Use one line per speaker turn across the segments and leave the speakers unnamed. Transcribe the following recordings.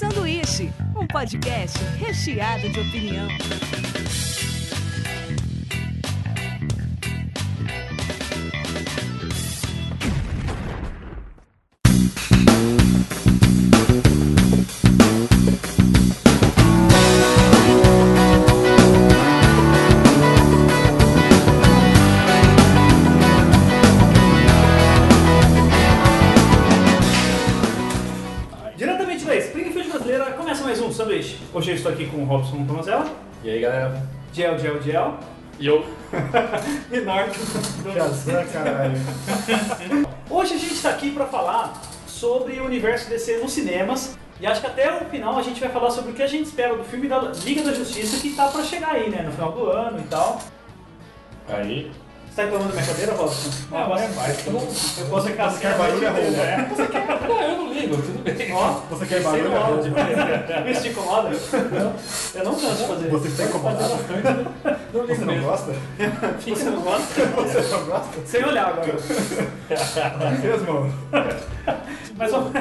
Debate, um podcast recheado de opinião.
Diretamente da Springfield Brasileira, começa mais um sanduíche. Hoje eu estou aqui com o Robson Tomazella,
E aí, galera?
Gel, Gel, Gel,
E eu?
e Norte.
caralho.
Hoje a gente está aqui para falar sobre o universo DC nos cinemas. E acho que até o final a gente vai falar sobre o que a gente espera do filme da Liga da Justiça que tá para chegar aí, né? No final do ano e tal.
Aí?
Você tá reclamando da minha cadeira, Robson? eu posso, eu posso, é eu posso cascar
barulho,
a gente
arruma.
inteira, né?
Não, eu não ligo, tudo bem.
Ó,
Você quer
Sem
barulho?
mola. Isso te incomoda? Eu não canso de fazer
Você
isso.
está incomodado?
Não ligo
Você não gosta?
Você não gosta?
Você não gosta?
Sem olhar agora.
Mesmo?
Mas vamos...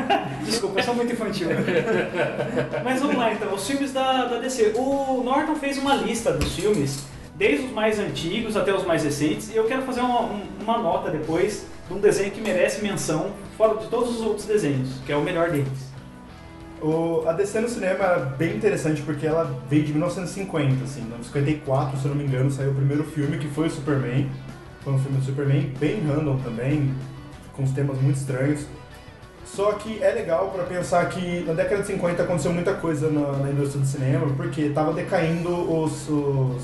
Desculpa, eu sou muito infantil. Mas vamos lá então, os filmes da, da DC. O Norton fez uma lista dos filmes, desde os mais antigos até os mais recentes, e eu quero fazer uma, um- uma nota depois de um desenho que merece menção, fora de todos os outros desenhos, que é o melhor deles.
O, a DC no cinema era bem interessante porque ela veio de 1950, assim. Em 54, se eu não me engano, saiu o primeiro filme, que foi o Superman. Foi um filme do Superman bem random também, com uns temas muito estranhos. Só que é legal pra pensar que na década de 50 aconteceu muita coisa na, na indústria do cinema, porque tava decaindo os, os,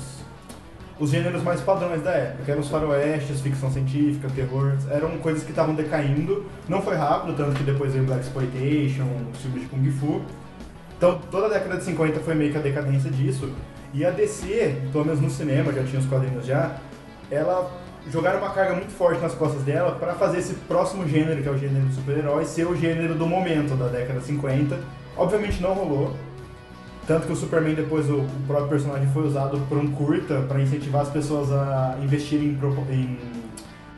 os gêneros mais padrões da época, que eram os faroestes, ficção científica, terror, eram coisas que estavam decaindo. Não foi rápido, tanto que depois veio Black Exploitation, os filmes de Kung Fu. Então toda a década de 50 foi meio que a decadência disso. E a DC, pelo menos no cinema, já tinha os quadrinhos já, ela jogaram uma carga muito forte nas costas dela pra fazer esse próximo gênero, que é o gênero do super-herói, ser o gênero do momento da década de 50. Obviamente não rolou. Tanto que o Superman depois, o, o próprio personagem foi usado por um curta pra incentivar as pessoas a investirem em, propo- em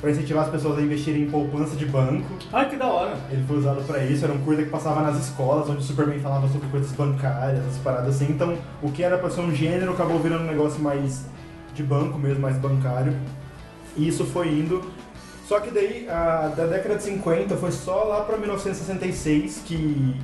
para incentivar as pessoas a investirem em poupança de banco.
Ai, que da hora!
Ele foi usado pra isso, era um curta que passava nas escolas, onde o Superman falava sobre coisas bancárias, essas paradas assim. Então, o que era pra ser um gênero acabou virando um negócio mais de banco mesmo, mais bancário. E isso foi indo. Só que daí, a- da década de 50, foi só lá pra 1966 que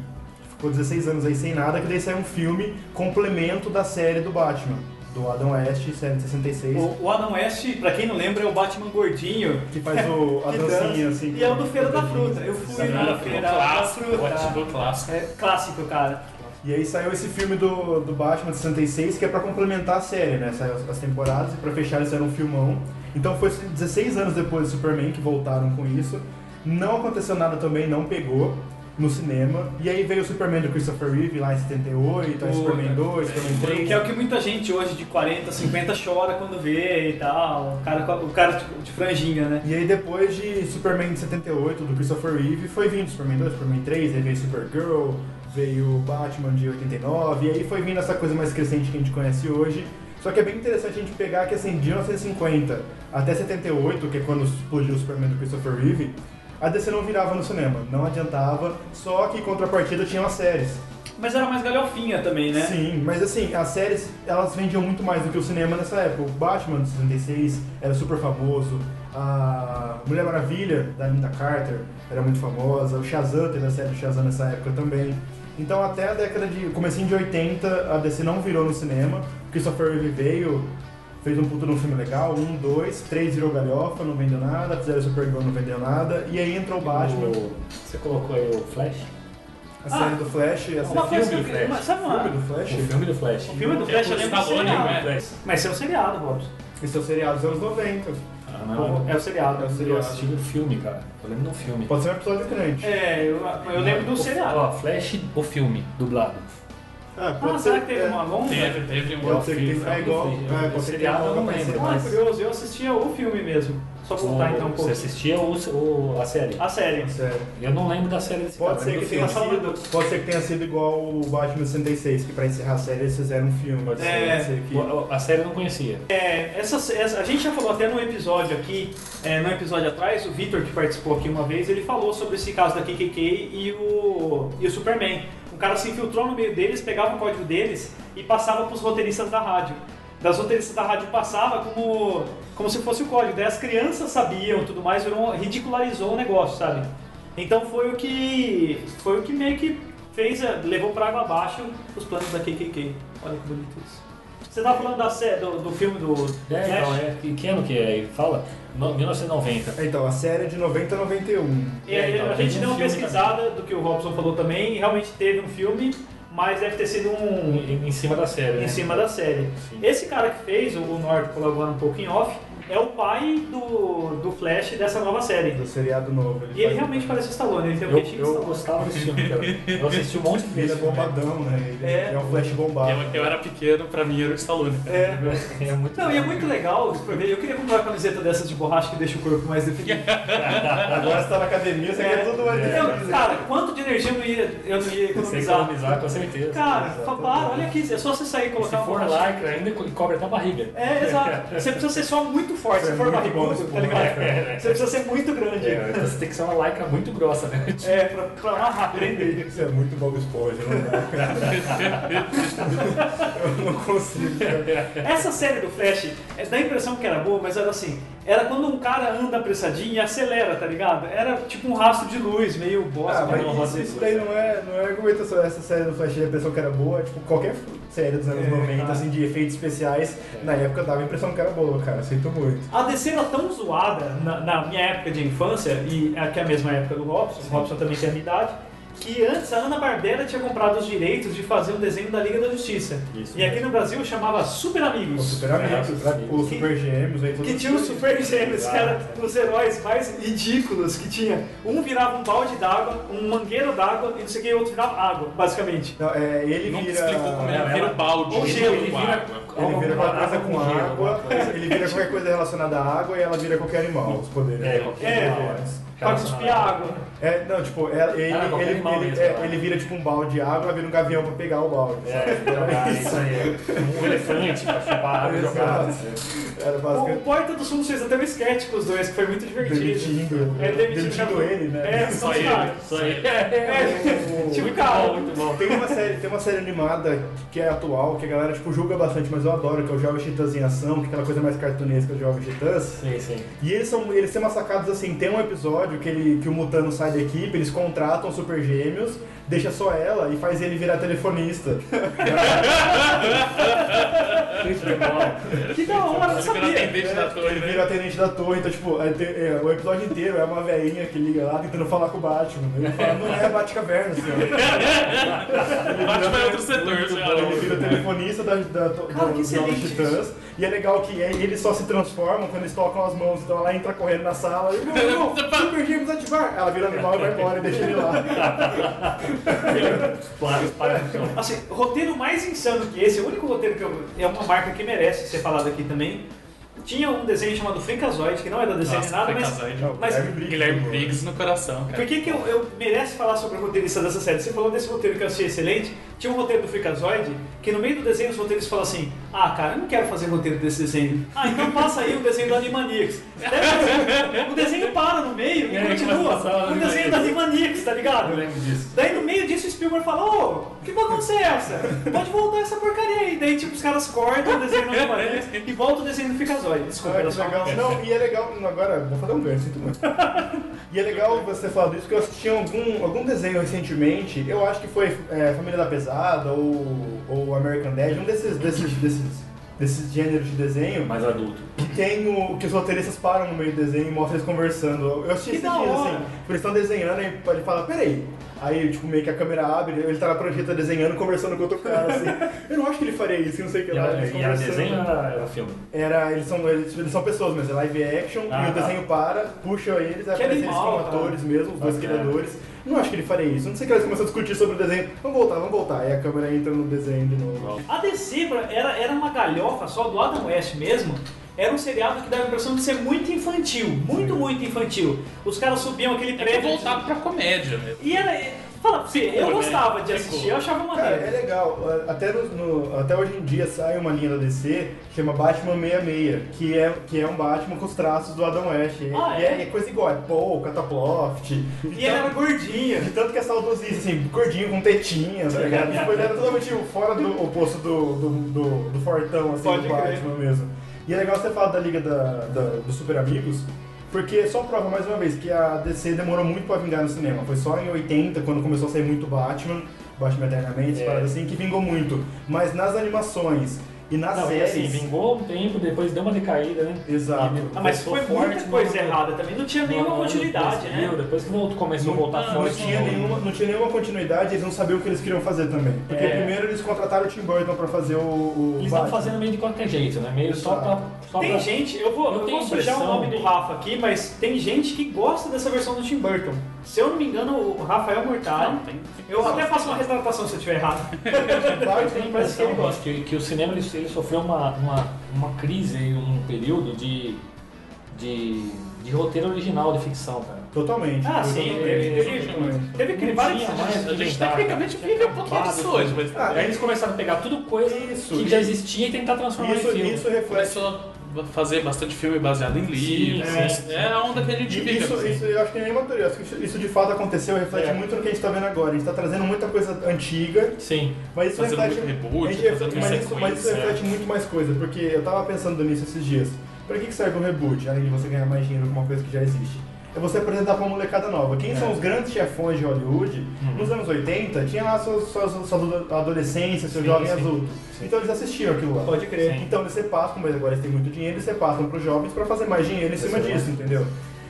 ficou 16 anos aí sem nada, que daí saiu um filme complemento da série do Batman, do Adam West, série de 66,
O, o Adam West, pra quem não lembra, é o Batman gordinho.
que faz o, a
Que
dancinha
dança.
assim.
E é o do Feira da Fruta. Eu fui na Feira da
clássico,
Fruta.
batido clássico.
É clássico, cara.
E aí saiu esse filme do, do Batman de 66, que é pra complementar a série, né? Saiu as, as temporadas e pra fechar eles eram um filmão. Então foi 16 anos depois do Superman que voltaram com isso. Não aconteceu nada também, não pegou no cinema. E aí veio o Superman do Christopher Reeve lá em 78, aí
Puta,
Superman 2, Superman 3.
Que é o que muita gente hoje de 40, 50 chora quando vê e tal. O cara, com- o cara de- de franjinha, né?
E aí depois de Superman de 78, do Christopher Reeve, foi vindo Superman 2, Superman 3, aí veio Supergirl, veio Batman de 89, e aí foi vindo essa coisa mais crescente que a gente conhece hoje. Só que é bem interessante a gente pegar que assim, de 1950 até 78, que é quando explodiu o Superman do Christopher Reeve, a DC não virava no cinema, não adiantava, só que em contrapartida tinham as séries.
Mas era mais galhofinha também, né?
Sim, mas assim, as séries elas vendiam muito mais do que o cinema nessa época. O Batman de 66 era super famoso, a Mulher Maravilha da Linda Carter era muito famosa, o Shazam teve a série do Shazam nessa época também. Então até a década de. comecinho de 80, a DC não virou no cinema. Christopher Reeve veio, fez um puto num filme legal, um, dois, três virou galhofa, não vendeu nada, fizeram Supergirl, não vendeu nada, e aí entrou o Batman,
O- Você colocou aí o Flash?
a série
Ah,
do Flash, a
Uma
série
coisa que eu queria. mas Sabe uma.
filme do Flash.
O filme do Flash. É
O filme do Flash eu lembro do seriado.
né?
Mas esse é o seriado, Robson.
Esse é o seriado dos anos 90.
Ah, não.
É o seriado.
É o
Eu
seriado.
assisti um filme, cara. Eu lembro de um filme.
Pode ser um episódio grande.
É, eu, eu lembro do
O-
seriado.
Ó, Flash, o filme, dublado.
Ah,
Ah, será que teve uma longa?
Teve, teve um
Pode ser que tenha. É igual.
filme.
É, pode ser que tenha
Seriado,
uma
eu não
parecida,
lembro,
Ah, é
mas-
curioso, eu assistia o filme mesmo. Só voltar então um
Você
pouquinho.
assistia o, o- a série?
A série.
Sério.
Eu não lembro da série desse
Pode
cara,
ser,
eu
que
lembro
tenha
do filme.
sido, pode ser que tenha sido igual o Batman 66, que pra encerrar a série eles fizeram um filme. Pode
É,
ser, pode ser que...
O- A série eu não conhecia.
É, essa, essa- a gente já falou até num episódio aqui, é, num episódio atrás, o Victor que participou aqui uma vez, ele falou sobre esse caso da KKK e o, e o Superman. Um cara se infiltrou no meio deles, pegava o código deles e passava pros roteiristas da rádio. Das roteiristas da rádio passava como, como se fosse o código. Daí as crianças sabiam e tudo mais, virou, um, ridicularizou o negócio, sabe? Então foi o que. Foi o que meio que fez, é, levou pra água abaixo os planos da KKK. Olha que bonito isso. Você tá falando da sé- do, do filme do
É,
Flash?
então, é. Que, que ano que é? Ele Fala? No- 1990.
Então, a série é de 90 a 91.
E aí,
É, então,
a gente
tem um
deu uma
filme
pesquisada do que o Robson falou também, e realmente teve um filme, mas deve ter sido um
Em, em cima da série, né?
em cima da série.
Sim.
Esse cara que fez, o Norte falou agora um pouco em off, é o pai do, do Flash dessa nova série.
Do seriado novo.
E ele
faz-
realmente parece o Stallone, ele tem um
Eu,
peitinho de
eu
Stallone.
gostava desse filme, cara. Eu assisti um monte de
Ele
vezes.
é bombadão, né? Ele
É.
é, um flash bombado.
Eu, eu era pequeno, pra mim era o Stallone.
É.
É muito
Não, e é muito legal, pra ver, eu queria comprar uma camiseta dessas de borracha que deixa o corpo mais definido.
Agora você tá na academia, você quer tudo mais.
Eu- cara, quanto de energia eu não ia, eu não ia
Você
economizar?
economizar, com certeza.
Cara, fa- para, olha aqui, é só você sair e
Se
colocar
for
uma
lycra ainda, co- cobre até a barriga.
É, exato. Você precisa ser só muito forte,
Você
se
é
for
muito bom né?
barrigudo,
nesse
tá
ponto.
ligado?
É, é.
Você precisa ser muito grande.
É, então você tem que ser uma lycra muito grossa, né?
É, pra, pra amarrar, prender.
Isso é muito Bob Esponja, não dá, cara. Eu não consigo.
Essa série do Flash, é, dá a impressão que era boa, mas era assim, era quando um cara anda apressadinho e acelera, tá ligado? Era tipo um rastro de luz, meio bosta.
Ah,
né?
mas isso, isso daí não é, não é argumentação. Essa série do Flash, a impressão que era boa, tipo, qualquer série dos anos
É,
90,
cara.
assim, de efeitos especiais, na época dava a impressão que era boa, cara. Sinto muito. Tipo,
A DC era tão zoada na, na minha época de infância, e é que é a mesma época do Robson, o Robson também tem a minha idade, que antes a Ana Barbera tinha comprado os direitos de fazer um desenho da Liga da Justiça.
Isso
e aqui
mesmo.
no Brasil chamava Super
Os
Amigos.
super amigos,
Nossa,
né? os
que-
super gêmeos, aí tudo
Que tinha os super gêmeos, que era os heróis mais ridículos que tinha. Um virava um balde d'água, um mangueiro d'água, e não sei o que, o outro virava água, basicamente.
Não, é, ele
Nunca
vira...
explicou como
Não, é,
ele vira
ela-
o balde
Ou
ele
gelo,
vira
ele
com
vira-
água.
Ele vira
Alguma
qualquer coisa com
gelo, alguma
água,
coisa.
ele vira qualquer coisa relacionada à água e ela vira qualquer animal, os poderes. né?
É, qualquer
É,
animal,
Para cuspir água.
É, não, tipo, é- ele,
Ah, qualquer
ele,
animal
ele-
mesmo,
é,
né?
ele vira tipo um balde de água, ela vira um gavião pra pegar o balde.
É, jogar isso aí. Um elefante pra chupar água e jogar.
Exato. Era
O
basicamente
Porta dos Fundos fez até um sketch com os dois, que foi muito divertido.
demitindo, né?
É, demitindo
demitindo
cada-
ele, né?
É, só
Só
os
ele,
caras.
só ele.
É, tipo,
Muito
cara,
bom, muito bom.
Tem uma, série, tem uma série animada que é atual, que a galera tipo, julga bastante, mas eu adoro, que é o Jovens Titãs em Ação, que é aquela coisa mais cartunesca do Jovens Titãs.
Sim, sim.
E eles são eles são massacrados assim, tem um episódio que, ele, que o Mutano sai da equipe, eles contratam super gêmeos, deixa só ela e faz ele virar telefonista.
Muito bom.
Que da hora, eu não
Ele vira
sabia.
atendente da torre,
É, ele
né?
vira tenente da torre, então tipo, aí tem- é, o episódio inteiro é uma velhinha que liga lá tentando falar com o Batman. Ele fala, não é Batcaverna, senhor.
O Batman é outro setor,
Muito
senhora.
bom, ele vira telefonista da, da, do-
Cara, que
dos Jovens
excelente
Titãs. E é legal que é, eles só se transformam quando eles tocam as mãos. Então ela entra correndo na sala e não, não, super gêmeos ativar. Ela vira animal e vai embora e deixa ele lá.
Claro, para no chão.
Assim, roteiro mais insano que esse, o único roteiro que eu, é uma marca que merece ser falado aqui também. Tinha um desenho chamado Freakazoid, que não é da DC nem
Nossa,
nada, mas
Freakazoid.
Não,
mas-
Briggs, Ah,
Guilherme
pô.
Briggs no coração, cara.
Por que, que eu, eu mereço falar sobre o roteirista dessa série? Você falou desse roteiro que eu achei excelente. Tinha um roteiro do Freakazoid, que no meio do desenho os roteiristas falam assim: Ah, cara, eu não quero fazer roteiro desse desenho. Ah, então passa aí o desenho do Animaniacs. Daí, o desenho para no meio e
É, começa a passar
continua.
o
O desenho do Animaniacs, tá ligado?
Eu lembro disso.
Daí no meio disso o Spielberg fala, ô, que bagunça é essa? Pode voltar essa porcaria aí. Daí tipo os caras cortam o desenho do Animaniacs e volta o desenho do Freakazoid. Desculpa,
Ah,
era
que
só uma
legal. Não, e é legal. Agora, vou fazer um gancho, sinto muito. E é legal você falar disso, porque eu assisti algum, algum desenho recentemente, eu acho que foi é, Família da Pesada ou, ou American Dad, um desses, desses, desses, desses gêneros de desenho,
Mais adulto.
que tem o que os roteiristas param no meio do desenho e mostram eles conversando. Eu assisti
Que
esses
da
dias,
hora.
assim, tipo, eles estão desenhando e ele fala, peraí. Aí, tipo, meio que a câmera abre, ele tá na prancheta desenhando, conversando com outro cara, assim. Eu não acho que ele faria isso, não sei o que
E
lá.
ela,
eles
e ela
conversando.
desenha ou ela, ela filma?
Era, eles são, eles, eles são pessoas mesmo, é live action,
Ah,
e o
tá.
desenho para, puxa eles, aparece eles
animal,
como
cara.
atores mesmo, os dois
Ah, é.
criadores. Não acho que ele faria isso, não sei que eles começam a discutir sobre o desenho. Vamos voltar, vamos voltar. Aí a câmera entra no desenho de novo.
A DC pra- era, era uma galhofa só do Adam West mesmo, era um seriado que dava a impressão de ser muito infantil, muito, muito infantil. Os caras subiam aquele
É que
prédio.
voltado pra comédia mesmo.
E era. Fala pra você, eu
Ficou, né?
gostava de assistir,
Ficou.
eu achava
Cara, é
maneiro.
legal. Até, no- no- até hoje em dia sai uma linha da DC que chama Batman 66, que é, que é um Batman com os traços do Adam West. E-
Ah,
e
é?
é, é coisa igual, é Paul, Cataploft. então,
E ele é era gordinho.
De tanto que é saudosista, assim, gordinho com tetinha, tá ligado? Tipo, ele era totalmente fora do oposto do, do, do, do fortão, assim,
Pode
do
crer.
Batman mesmo. E é legal você falar da Liga da, da- dos Super Amigos, porque só prova mais uma vez que a DC demorou muito pra vingar no cinema. Foi só em 80, quando começou a sair muito Batman, Batman Eternamente,
É.
é. assim, que vingou muito. Mas nas animações e nas
Não, e
séries...
assim, vingou um tempo, depois deu uma decaída, né?
Exato.
E
Ah, mas
começou
foi
forte
muita
no-
coisa errada também, não tinha
no
nenhuma
ano
continuidade,
2000,
né?
Depois que voltou, começou a voltar
Não
forte. né?
tinha,
no-
nenhuma, não tinha nenhuma continuidade, eles não sabiam o que eles queriam fazer também. Porque
É.
primeiro eles contrataram o Tim Burton pra fazer o. o
Eles estão
Batman.
fazendo meio de qualquer jeito, né? Meio só pra. Só pra...
Tem gente, eu vou,
Eu
eu
tenho
vou sujar o
impressão-
nome do Rafa aqui, mas tem gente que gosta dessa versão do Tim Burton. Se eu não me engano, o Rafael Mortari.
Não, tem-
Eu até faço uma retratação se eu estiver errado.
Eu tenho a impressão Ross, que, que o cinema ele, ele sofreu uma, uma, uma crise em um período de, de, de roteiro original de ficção, cara.
Totalmente.
Ah, sim, teve, teve, teve, teve
Não
vários.
tinha mais né?
A gente
inventar,
tecnicamente
cara. Tinha
vive um pouquinho
acabado
disso
tudo.
hoje, mas
Ah,
Aí eles começaram a pegar tudo coisa
Isso,
que já existia e tentar transformar
Isso,
em filme.
isso reflete.
começou a fazer bastante filme baseado em livros.
sim,
é,
sim.
é a onda que a gente vive.
Isso,
assim.
isso eu acho que nem uma teoria. acho que Isso, isso de fato aconteceu, reflete
É.
muito no que a gente tá vendo agora. A gente tá trazendo muita coisa antiga,
Sim.
mas isso
Fazendo
reflete.
muito reboot,
a gente-
fazendo
é mas, isso, é mas isso
sequência.
reflete muito mais coisa, porque eu tava pensando nisso esses dias. Pra que, que serve um reboot, além de você ganhar mais dinheiro com uma coisa que já existe? É você apresentar pra uma molecada nova. Quem são os grandes chefões de Hollywood? Nos anos 80, tinha lá sua, sua, sua adolescência, seu
Sim,
jovem
sim.
adulto. Então eles assistiam aquilo lá.
Pode crer.
Então eles repassam, mas agora eles têm muito dinheiro, eles repassam para os jovens para fazer mais dinheiro em cima disso, entendeu?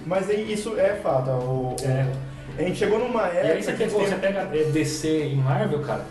Mas aí isso é fato. O, o- A gente chegou numa
É. E
época.
aí você,
que
pega, você pega é, DC e Marvel, cara,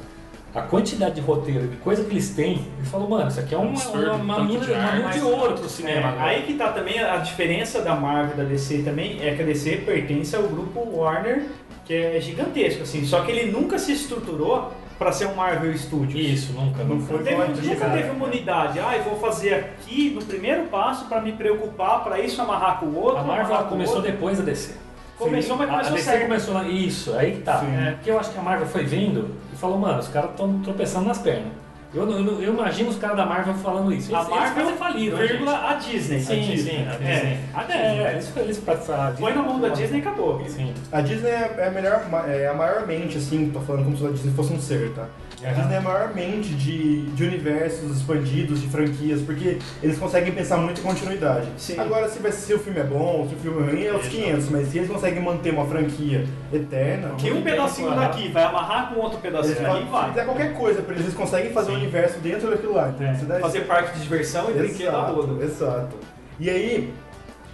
a quantidade de roteiro, de coisa que eles têm, eles falam, mano, isso aqui é uma,
Absurdo,
uma, uma
tanto
mina,
de
uma
arte.
mina de ouro pro cinema.
É,
cara.
aí que tá também a a diferença da Marvel e da DC também é que a DC pertence ao grupo Warner, que é gigantesco, assim, só que ele nunca se estruturou pra ser um Marvel Studios.
Isso, nunca,
Não
nunca.
foi
Teve-
bom
nunca teve uma unidade, ah, eu vou fazer aqui no primeiro passo pra me preocupar, pra isso amarrar com o outro.
A Marvel
amarrar com
ela
o
começou
outro.
depois da DC.
Começou, mas
A a
começou
DC
certo.
começou lá. Isso, aí que tá.
Sim.
É, Porque eu acho que a Marvel foi vindo e falou, mano, os caras estão tropeçando nas pernas. Eu, não- eu, não- eu imagino os caras da Marvel falando isso.
A
Eles- eles
Marvel,
quase faliram, né,
vírgula, a Disney.
gente?
a
Sim,
Disney.
sim, a Disney.
É, a Disney.
É, é, eles, eles pra, pra,
Põe na mão da Disney e acabou.
Sim.
A Disney é é a, melhor, ma- é a maior mente, assim, tô falando como se a Disney fosse um ser, tá? A
Aham.
Disney é a maior mente de, de universos expandidos, de franquias, porque eles conseguem pensar muito em continuidade.
Sim.
Agora, se, vai- se o filme é bom, se o filme é ruim, é os 500, mas se eles conseguem manter uma franquia eterna...
Uhum.
Que um pedacinho daqui vai amarrar com outro
Eles
pedacinho ali
podem
e vai.
fazer qualquer coisa, porque eles conseguem fazer o universo dentro daquilo lá. Então,
É.
você deve-
Fazer parque de diversão e brinquedo né? a
exato,
todo.
exato. E aí,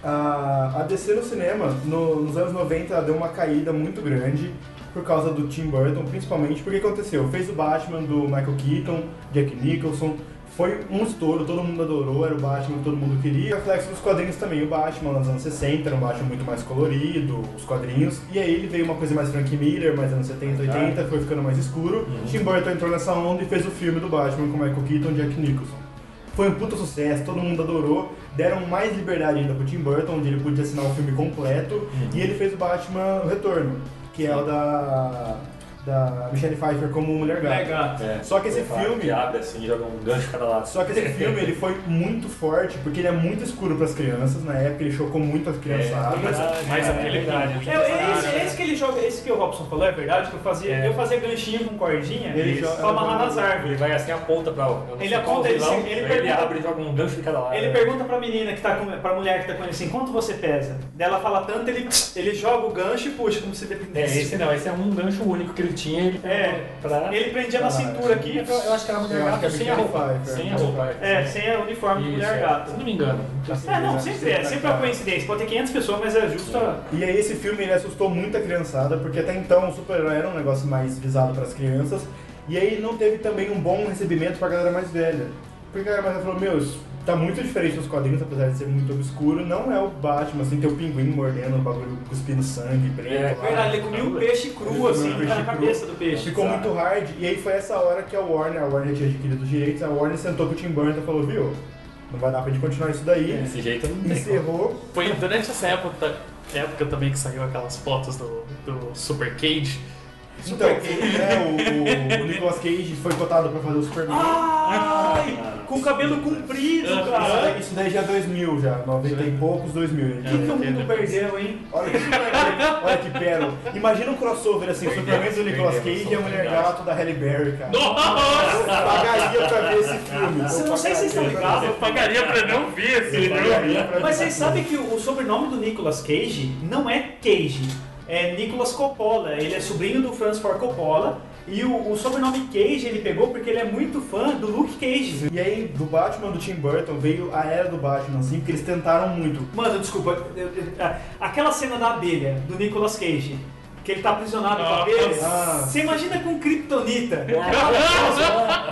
a, a DC no cinema, no- nos anos 90, ela deu uma caída muito grande por causa do Tim Burton, principalmente porque aconteceu. Fez o Batman do Michael Keaton, Jack Nicholson. Foi um estouro, todo mundo adorou, era o Batman que todo mundo queria. Reflexo dos quadrinhos também, o Batman nos anos 60, era um Batman muito mais colorido, os quadrinhos. E aí ele veio uma coisa mais Frank Miller, mais anos 70,
Ah, é.
80, foi ficando mais escuro.
Uhum.
Tim Burton entrou nessa onda e fez o filme do Batman com Michael Keaton e Jack Nicholson. Foi um puta sucesso, todo mundo adorou. Deram mais liberdade ainda pro Tim Burton, onde ele podia assinar o filme completo. E ele fez o Batman Retorno, que é o da, da Michelle Pfeiffer como Mulher Gata.
Legal.
Só que esse filme-
É. Que abre assim, joga um gancho de cada lado.
Só que esse filme ele foi muito forte, porque ele é muito escuro pras crianças. Na época ele chocou muito as criançadas.
É, Verdade,
mas
cara,
aquele-
verdade.
É, é esse,
né?
é esse que ele joga, esse que o Robson falou, é verdade, que eu fazia,
É.
eu fazia ganchinho com cordinha
Ele
isso,
joga-
pra amarrar nas
Ele
árvores.
vai assim, aponta pra. eu não
Ele
sei qual
aponta, ele
vilão,
se- ele
aí
pergunta-
abre e joga um gancho de cada lado.
Ele pergunta pra menina que tá com, pra mulher que tá com ele assim, quanto você pesa? Daí ela fala tanto, ele, ele joga o gancho e puxa, como se
É,
dependesse.
esse não, esse é um gancho único que ele tinha. Ele
É.
pra...
Ele prendia na
Ah,
cintura aqui,
Eu é eu acho que era mulher
Eu acho que
gata
é
sem a
Michelle
roupa.
Pfeiffer.
Sem a roupa.
é, sem o uniforme de
Isso,
mulher
é.
gata.
Se não me engano.
É, não, sempre é, sempre é uma coincidência. Pode ter 500 pessoas, mas é justo a...
E aí esse filme ele assustou muito a criançada, porque até então o super-herói era um negócio mais visado pras crianças. E aí não teve também um bom recebimento pra galera mais velha. Porque a galera mais velha falou, meu, isso tá muito diferente dos quadrinhos, apesar de ser muito obscuro, não é o Batman, assim, ter o pinguim mordendo o bagulho, cuspindo sangue, preto.
É,
lá.
Verdade, ele comia o peixe cru, assim,
um Peixe
na
cru.
cabeça do peixe.
Ficou muito hard, e aí foi essa hora que a Warner, a Warner tinha adquirido os direitos, a Warner sentou com o Tim Burton e falou, viu, não vai dar pra gente continuar isso daí.
Desse jeito É, não tem. como.
Encerrou.
Foi durante essa época, época também que saiu aquelas fotos do, do Super Cage.
Então, é, o, o Nicolas Cage foi cotado pra fazer o Superman.
Ah,
Ai, com o cabelo comprido,
Isso
cara.
daí- Isso daí já é 2000, já. 90 e poucos,
É,
2000.
O que, que o mundo perdeu, hein?
Olha que, Superman, olha que pérola. Imagina um crossover assim, o Superman do Nicolas Cage e a Mulher Gato da Halle Berry, cara. Eu pagaria pra ver esse filme.
Eu
Eu
não sei se vocês estão
pagaria pra
ligados,
ver.
Eu pagaria pra não ver esse
Eu pagaria pra ver.
Mas vocês sabem que o sobrenome do Nicolas Cage não é Cage, é Nicolas Coppola. Ele é sobrinho do Francis Ford Coppola. E o, o sobrenome Cage ele pegou porque ele é muito fã do Luke Cage.
E aí, do Batman do Tim Burton veio a era do Batman, assim, porque eles tentaram muito.
Mano, desculpa. eu- eu- a- Aquela cena da abelha do Nicolas Cage, que ele tá aprisionado com a abelha.
Nossa.
Você imagina com Kryptonita.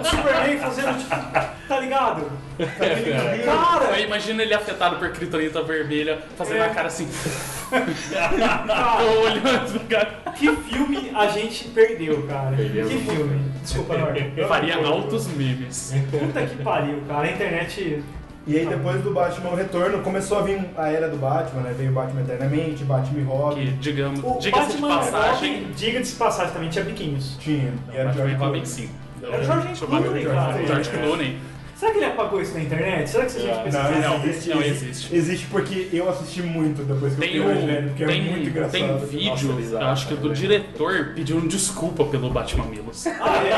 O Superman fazendo tipo. Tá ligado?
É, Aí
Cara!
imagina ele afetado por criptonita vermelha, fazendo
É.
a cara assim,
cara,
olhando pro cara.
que filme a gente perdeu, cara.
Perdeu.
Que filme. Desculpa, Norton.
Eu faria altos memes.
Puta que pariu, cara. A internet.
E aí, depois do Batman Retorno, começou a vir a era do Batman, né? Veio Batman Eternamente, Batman e Robin.
Que, digamos,
O
diga-se de
Batman é
passagem.
Robin, diga de passagem também, tinha biquinhos.
Tinha. E era
Batman e
George
Robin,
Clooney.
sim.
Era o George
Chamado
Clooney,
George
cara.
Clooney.
George Clooney.
Será que ele apagou isso na internet? Será que isso a gente precisa?
Não,
É. Não,
existe,
não
existe.
existe.
Existe porque eu assisti muito depois que
Tem,
eu
um,
fiquei mais velho, porque é muito
tem, um,
engraçado.
tem vídeo,
Nossa, bizarro,
eu acho que é
cara,
do
né?
diretor pedindo desculpa pelo Batman Milos.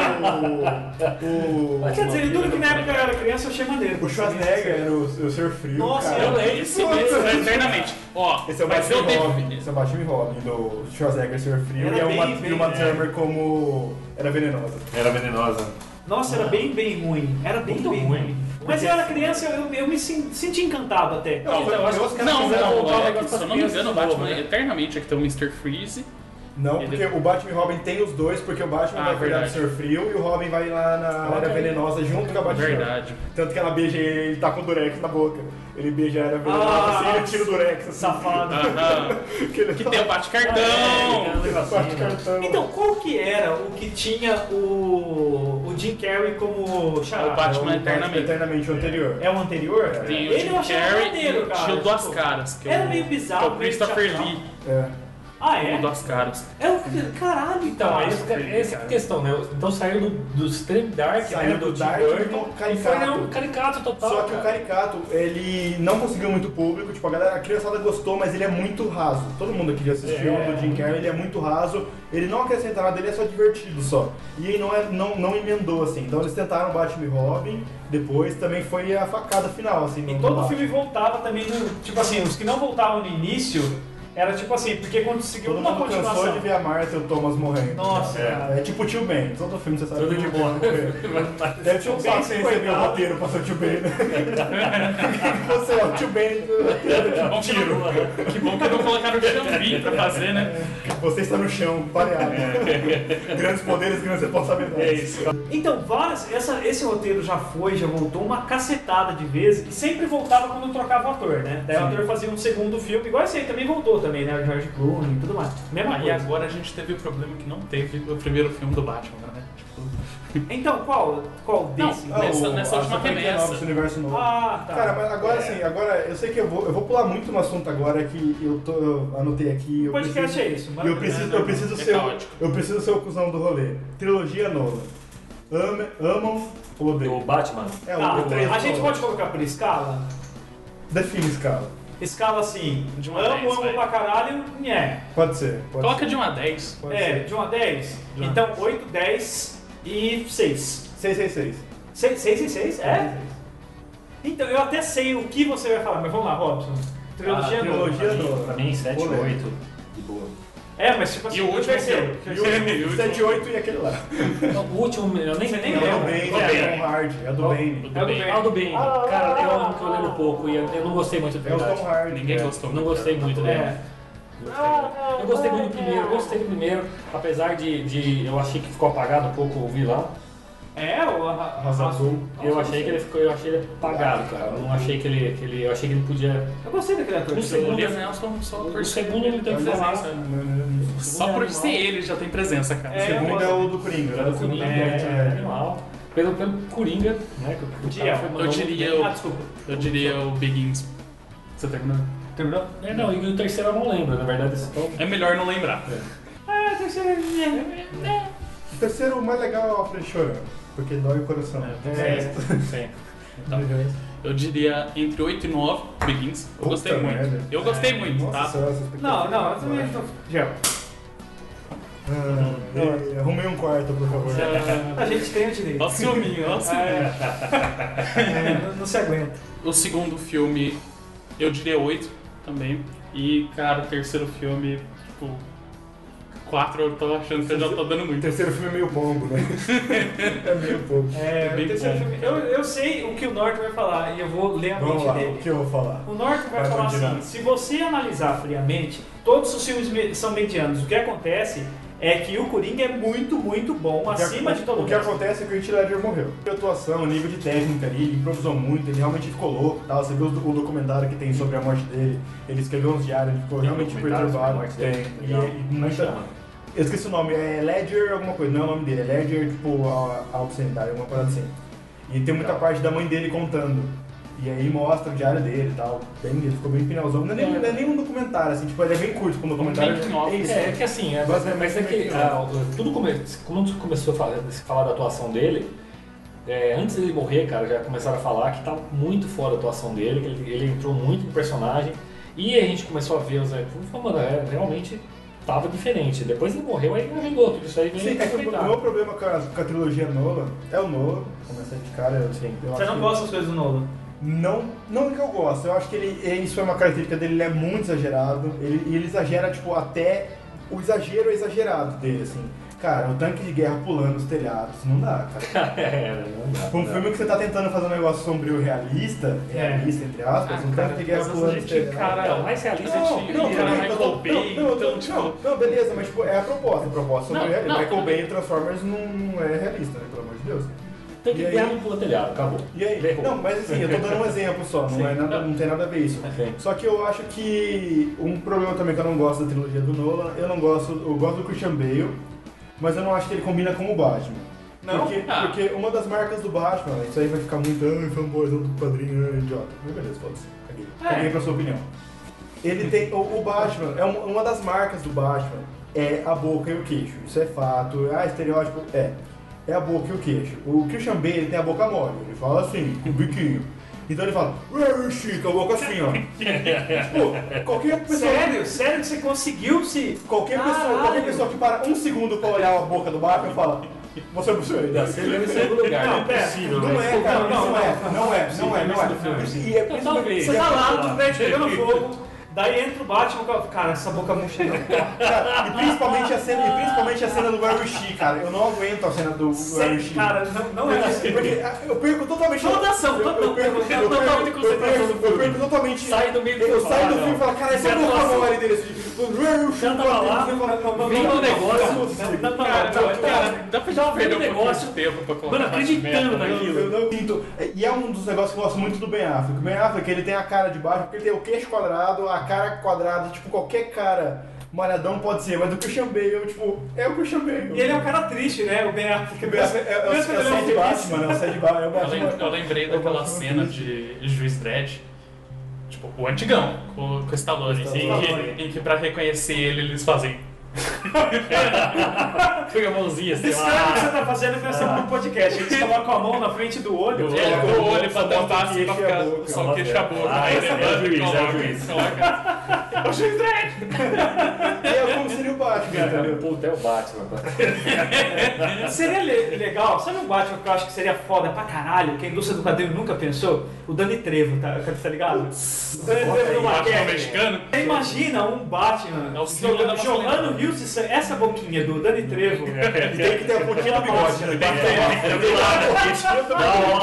Ah, é, o, o,
Quer dizer, tudo que na época eu era criança eu achei maneiro.
o Schwarzenegger era o, o Sr. Frio,
Nossa,
cara.
eu lembro.
É Esse mesmo, eternamente. Ó,
Esse é o
mas eu
Batman e Robin.
devo.
Esse é o Batman e Robin, do Schwarzenegger e Sr. Frio.
Era
E é o
bem,
Matt-
bem,
e o Matt
é.
Turner como... Era venenosa.
Era venenosa.
Nossa, era bem, bem ruim. Era bem,
Muito
bem
ruim.
Mas eu era criança, eu, eu me sen- senti encantado até.
Não, foi-
Então, eu acho-
eu acho que
Não,
fizeram
não,
um
não, é
negócio
que, se eu
pra
não me
criança
engano, o
de novo,
Batman
né?
eternamente é que tem o Mr. Freeze.
Não,
Ele-
porque o Batman e Robin tem os dois, porque o Batman
Ah,
vai cuidar do
verdade.
Sr. Frio e o Robin vai lá na área venenosa junto com a Batman.
É Verdade.
Tanto que ela beija ele, ele tá com o Durex na boca. Ele beija ela,
Ah,
ah, assim, ele tira o Durex. Assim,
Safado.
Aham.
que ele
Que
tá-
tem o Bate-Cartão.
bate cartão.
Então, qual que era o que tinha o, o Jim Carrey como
É O
charada?
Batman. Eternamente.
É, Eternamente o anterior.
É o anterior?
Tem o
Ele eu
Jim
achava
Carrey e
maneiro,
o
cara.
Tio Duas
Tipo,
Caras. Que
era
o-
meio bizarro,
que é O
meio
Christopher
teatral.
Lee,
É.
Ah,
o
é?
Duas Caras.
É o caralho,
Então,
Ah,
cara.
é isso que- é essa que é a questão, né? Então saiu do, do Extreme Dark,
Saiu
né?
do
Tim
Dark
Burton,
e do
e
caricato.
foi né, um caricato total.
Só que o
cara.
caricato, ele não conseguiu muito público, tipo, a galera, a criançada gostou, mas ele é muito raso. Todo mundo aqui já assistiu
É.
o do Jim Carrey, ele é muito raso, ele não acrescenta nada, ele é só divertido só. E ele não, é, não, não emendou, assim. Então eles tentaram Batman e Robin, depois também foi a facada final, assim. no-
E
no
todo
Batman.
filme voltava também, no- tipo assim, os que não voltavam no início, era tipo assim, porque conseguiu
Todo
uma
mundo cansou
continuação.
de ver a Martha e o Thomas morrendo.
Nossa,
é.
cara.
É tipo o Tio Ben, todo filme você sabe
Todo
que é o Tio
mundo
Ben vai morrer. Deve ter um
Tio Ben,
saco sem receber o
coitado.
roteiro pra ser o Tio Ben, né? Você é o Tio Ben do-
Que bom que não- que bom que não colocaram o Xambim pra fazer, né?
Você está no chão, pareado.
É.
grandes poderes, grandes responsabilidades. É isso.
Então, várias, essa- esse roteiro já foi, já voltou uma cacetada de vezes, e sempre voltava quando trocava o ator, né? Daí o ator fazia um segundo filme, igual esse aí também voltou também, né? O George Clooney e tudo mais. Mesma
Aí
coisa.
É, agora a gente teve o problema que não teve no primeiro filme do Batman, né? Tipo,
Então, qual, qual desse? né?
Não, Nessa-
Ah,
nessa última remessa.
Esse universo novo.
Ah, tá.
é Cara, mas agora sim, agora eu sei que eu vou, eu vou pular muito no assunto agora que eu, tô, eu anotei aqui.
o
Eu
podcast
preciso,
é isso.
eu preciso, eu preciso
É
ser, o-
caótico.
eu preciso ser o cuzão do rolê. Trilogia Nolan. Ame- Amam ou
Do
odeiam?
Batman.
É
Tá,
o três
a gente
Nolan.
pode colocar por escala?
Define escala.
Escala assim,
De
de
um a
amo,
dez,
amo
vai.
pra caralho, nhé.
Pode ser. Pode
Coloca
ser.
de 1 a 10.
Pode
É,
ser.
de 1 a 10?
De um a
Então 8, 10 e 6.
666.
6, 6 e 6? É? Então, eu até sei o que você vai falar, mas vamos lá, Robson. Trilogia ah,
Ah, trilogia.
Pra mim- Pra mim, 7,
Polêmico.
8. De boa.
É, mas tipo assim,
E o último
terceiro.
filme.
E o 78 e aquele lá.
Não, Então, o último, eu nem
Você nem
É o do
lembra.
Bane,
Do
é o
Bane.
Tom Hardy, é o do
Oh,
Bane.
É o do bem.
Ah, o do Bane. Cara, eu amo que eu lembro pouco e eu, eu não gostei muito de
É o
verdade.
Tom Hardy.
Ninguém
É.
gostou.
Não gostei
né?
muito dele.
É.
Eu gostei muito do primeiro, eu gostei do primeiro, apesar de, de eu achei que ficou apagado um pouco o vilão.
É, o a- a-
Raça Azul.
Eu achei que ele ficou, eu achei ele apagado, cara. Eu não achei que ele, que ele eu achei que ele podia.
Eu gostei daquele ator.
Não sei.
é O é Liam Nelson só
O
por
segundo ele
É
tem que
Olha
falar.
isso.
O segundo
Só
é
né?
por
animal.
ser ele já tem presença, cara.
É.
O segundo é o do Coringa. né?
O segundo
é,
é animal. Pelo, pelo Coringa, né? que o- que o
Diel.
cara foi mandou
Eu diria,
Ah,
o,
desculpa.
eu diria o Begins. Você tá terminou?
Terminou?
muito- É, não, e o terceiro eu não lembro, na verdade. esse tal-
É melhor não lembrar.
Ah, terceiro. é, é, é.
O terceiro, o mais legal é o Alfred chorando, porque dói o coração.
É,
É,
sim.
Tá. Eu diria entre 8 e 9 Begins. Eu
Puta
gostei muito.
merda.
Eu
É,
gostei muito,
Nossa,
tá?
senhora, essa expectativa
Não, não,
é
eu também
baixa.
tô. Gel.
Ah, não, arrumei um quarto, por favor.
A gente tem o direito.
Ó o ciúminho, ó o
Ah,
ciúminho.
É, não, não se aguenta.
O segundo filme, eu diria 8 também. E, cara, o terceiro filme, tipo, 4 eu tô achando que eu já tô dando
O
muito.
terceiro filme é meio bongo, né? é meio pouco.
É,
É bem
o terceiro
bom.
filme- eu, eu sei o que o Norton vai falar e eu vou ler a
Vamos
mente
lá, o
dele.
que eu vou falar?
O Norton vai,
Vai
falar
continuar.
assim: se você analisar friamente, todos os filmes me- são medianos. O que acontece é que o Coringa é muito, muito bom,
O que
acima
ac-
de todo
O que
mundo.
acontece é que o Heath Ledger morreu. A atuação, o nível de técnica ali, ele improvisou muito, ele realmente ficou louco e tal. Você viu o o documentário que tem sobre a morte dele, ele escreveu uns diários, ele ficou
Tem
realmente
documentário sobre a morte
perturbado. Tem,
dele?
e,
Legal.
e muita- Eu esqueci o nome, é Ledger alguma coisa, não é o nome dele, é Ledger, tipo, a, a obscenidade, alguma coisa assim. E tem muita
Legal.
parte da mãe dele contando. E aí mostra o diário dele e tal. Bem, ele ficou bem finalzão. Não é, nem, não é nem um documentário, assim, tipo, ele é bem curto como documentário.
making of,
Isso.
É, é que assim, é, mas, mas é que ah, tudo come, quando começou a falar, se falar da atuação dele, é, antes dele morrer, cara, já começaram a falar que tá muito fora a atuação dele, que ele, ele entrou muito no personagem. E a gente começou a ver os né, falou, mano, é, realmente tava diferente. Depois ele morreu, aí ele arregou tudo isso aí
Sim,
veio
é que o
aproveitar.
meu problema com a, com a trilogia Nola é o Nola, começa de cara, eu,
Sim.
eu
Você
acho
não
que-
gosta das coisas do Nolan?
Não, não que eu gosto, eu acho que ele, ele- isso é uma característica dele, ele é muito exagerado, ele, e ele exagera, tipo, até o exagero é exagerado dele, assim. Cara, o tanque de guerra pulando os telhados, não dá, cara.
É, não dá,
Pra um
não dá.
filme que você tá tentando fazer um negócio sombrio realista, realista, entre aspas, um tanque de guerra
mas
pulando
a
os
gente
telhados.
encara
Não, mas realista
a
Não,
gente
não,
encara
não,
Michael
não,
Bay,
não, não,
então,
não,
tipo...
não, beleza, mas tipo, é a proposta, a proposta
Não,
não, é
não,
Michael
tudo
Bay e Transformers não, não é realista, né, pelo amor de Deus.
Tem que
E aí-
guerra no pula telhado,
Tá
acabou.
E aí?
Derrubou.
Não, mas assim, eu tô dando um exemplo só, não,
Sim.
é nada, não tem nada a ver isso.
Sim.
Só que eu acho que um problema também que eu não gosto da trilogia do Nolan, eu não gosto, eu gosto do Christian Bale, mas eu não acho que ele combina com o Batman.
Não?
Porque,
Ah.
porque uma das marcas do Batman, isso aí vai ficar muito, ai, fanboyzão do quadrinho, ai, idiota. Mas beleza, foda-se, caguei.
É.
Caguei pra sua opinião. Ele tem, o, o Batman, é uma, uma das marcas do Batman, é a boca e o queixo, isso é fato, ah, estereótipo, é. É a boca e o queixo. O Christian Bale ele tem a boca mole, ele fala assim, com o biquinho. Então ele fala, ei, Chica, a boca assim, ó. tipo, qualquer pessoa...
Sério? Sério que você conseguiu se.
Qualquer pessoa,
Caralho.
qualquer pessoa que para um segundo pra olhar a boca do Batman fala, você
Não,
é bruxo.
Você lembra em segundo lugar,
Não,
não, é
pera,
possível.
Não
né?
é, cara,
Não,
não,
não,
é, não é, não é, não é. E é por isso que-
Talvez.
Você tá lá, tudo bem, pegando fogo. Daí entra o Batman e fala, cara, essa boca murcha não.
é Cara, e principalmente a cena, e principalmente a cena do Guarushi, cara. Eu não aguento a cena do Guarushi.
Sem- Cara, não, não é isso.
Porque ah, eu perco totalmente.
Toda ação,
eu, eu
toda-
perco, eu perco, eu
totalmente
perco, eu
concentração
perco, eu perco totalmente.
Sai do meio do
Eu
filme,
saio do
não.
filme e falo, cara, essa é a
Certo,
boca
ação.
mole dele. esse- O Guarushi
Já tava lá,
eu falo, não, não,
vem
não,
pro
não,
negócio.
não consigo.
Não, não, não,
Cara,
não, não,
cara,
não.
dá pra já
Perdeu o
perder um pouquinho
negócio.
de tempo pra colocar
Mano, acreditando
mais merda, né?
naquilo.
Eu não pinto. E é um dos negócios que eu gosto muito do Ben Affleck. O Ben Affleck, ele tem a cara de baixo, porque ele tem o queixo quadrado, a cara quadrada, tipo, qualquer cara malhadão pode ser. Mas o Christian Bale, tipo, é o Christian Bale.
E ele é um cara triste, né? O Ben Affleck.
Porque o Ben Affleck é, é, é, o- é,
Mesmo
o
quando ele
Sad
é um
Batman, né? O Sad Batman é o
Eu lem-
Batman.
Eu lembrei
Eu
daquela
gosto muito
cena
disso.
de Juiz Dredd, tipo, o antigão, com, com o Stallone,
Com o
em,
Stallone.
que, em que pra reconhecer ele eles fazem.
Pega a mãozinha, sei
Descreve o é, que
lá.
você tá fazendo que nós
Ah.
estamos no podcast. Eles colocam a mão na frente do olho.
É,
coloco
com o
o-
olho pra
só bota o
tampar, assim, pra
queixo e a
ficar
boca.
só o queixo e a boca.
Ah,
Aí
esse é o
levanta e
juiz, é o
coloca-
juiz.
coloca. É o Juiz Dredd!
É como seria o Batman, né?
Cara,
entendeu?
puta, é o Batman. tá?
Seria le- legal, sabe um Batman que eu acho que seria foda pra caralho, que a indústria do quadrinho nunca pensou? O Dani Trevo, tá, tá ligado? O Dani Trevo do
Batman
Maquete.
mexicano.
Você Imagina um Batman
É o símbolo da
jogando,
masculinidade.
jogando rios de sangue, essa boquinha do Dani Trevo.
E É, tem que ter a pontinha do bigode, né? Tem que ter um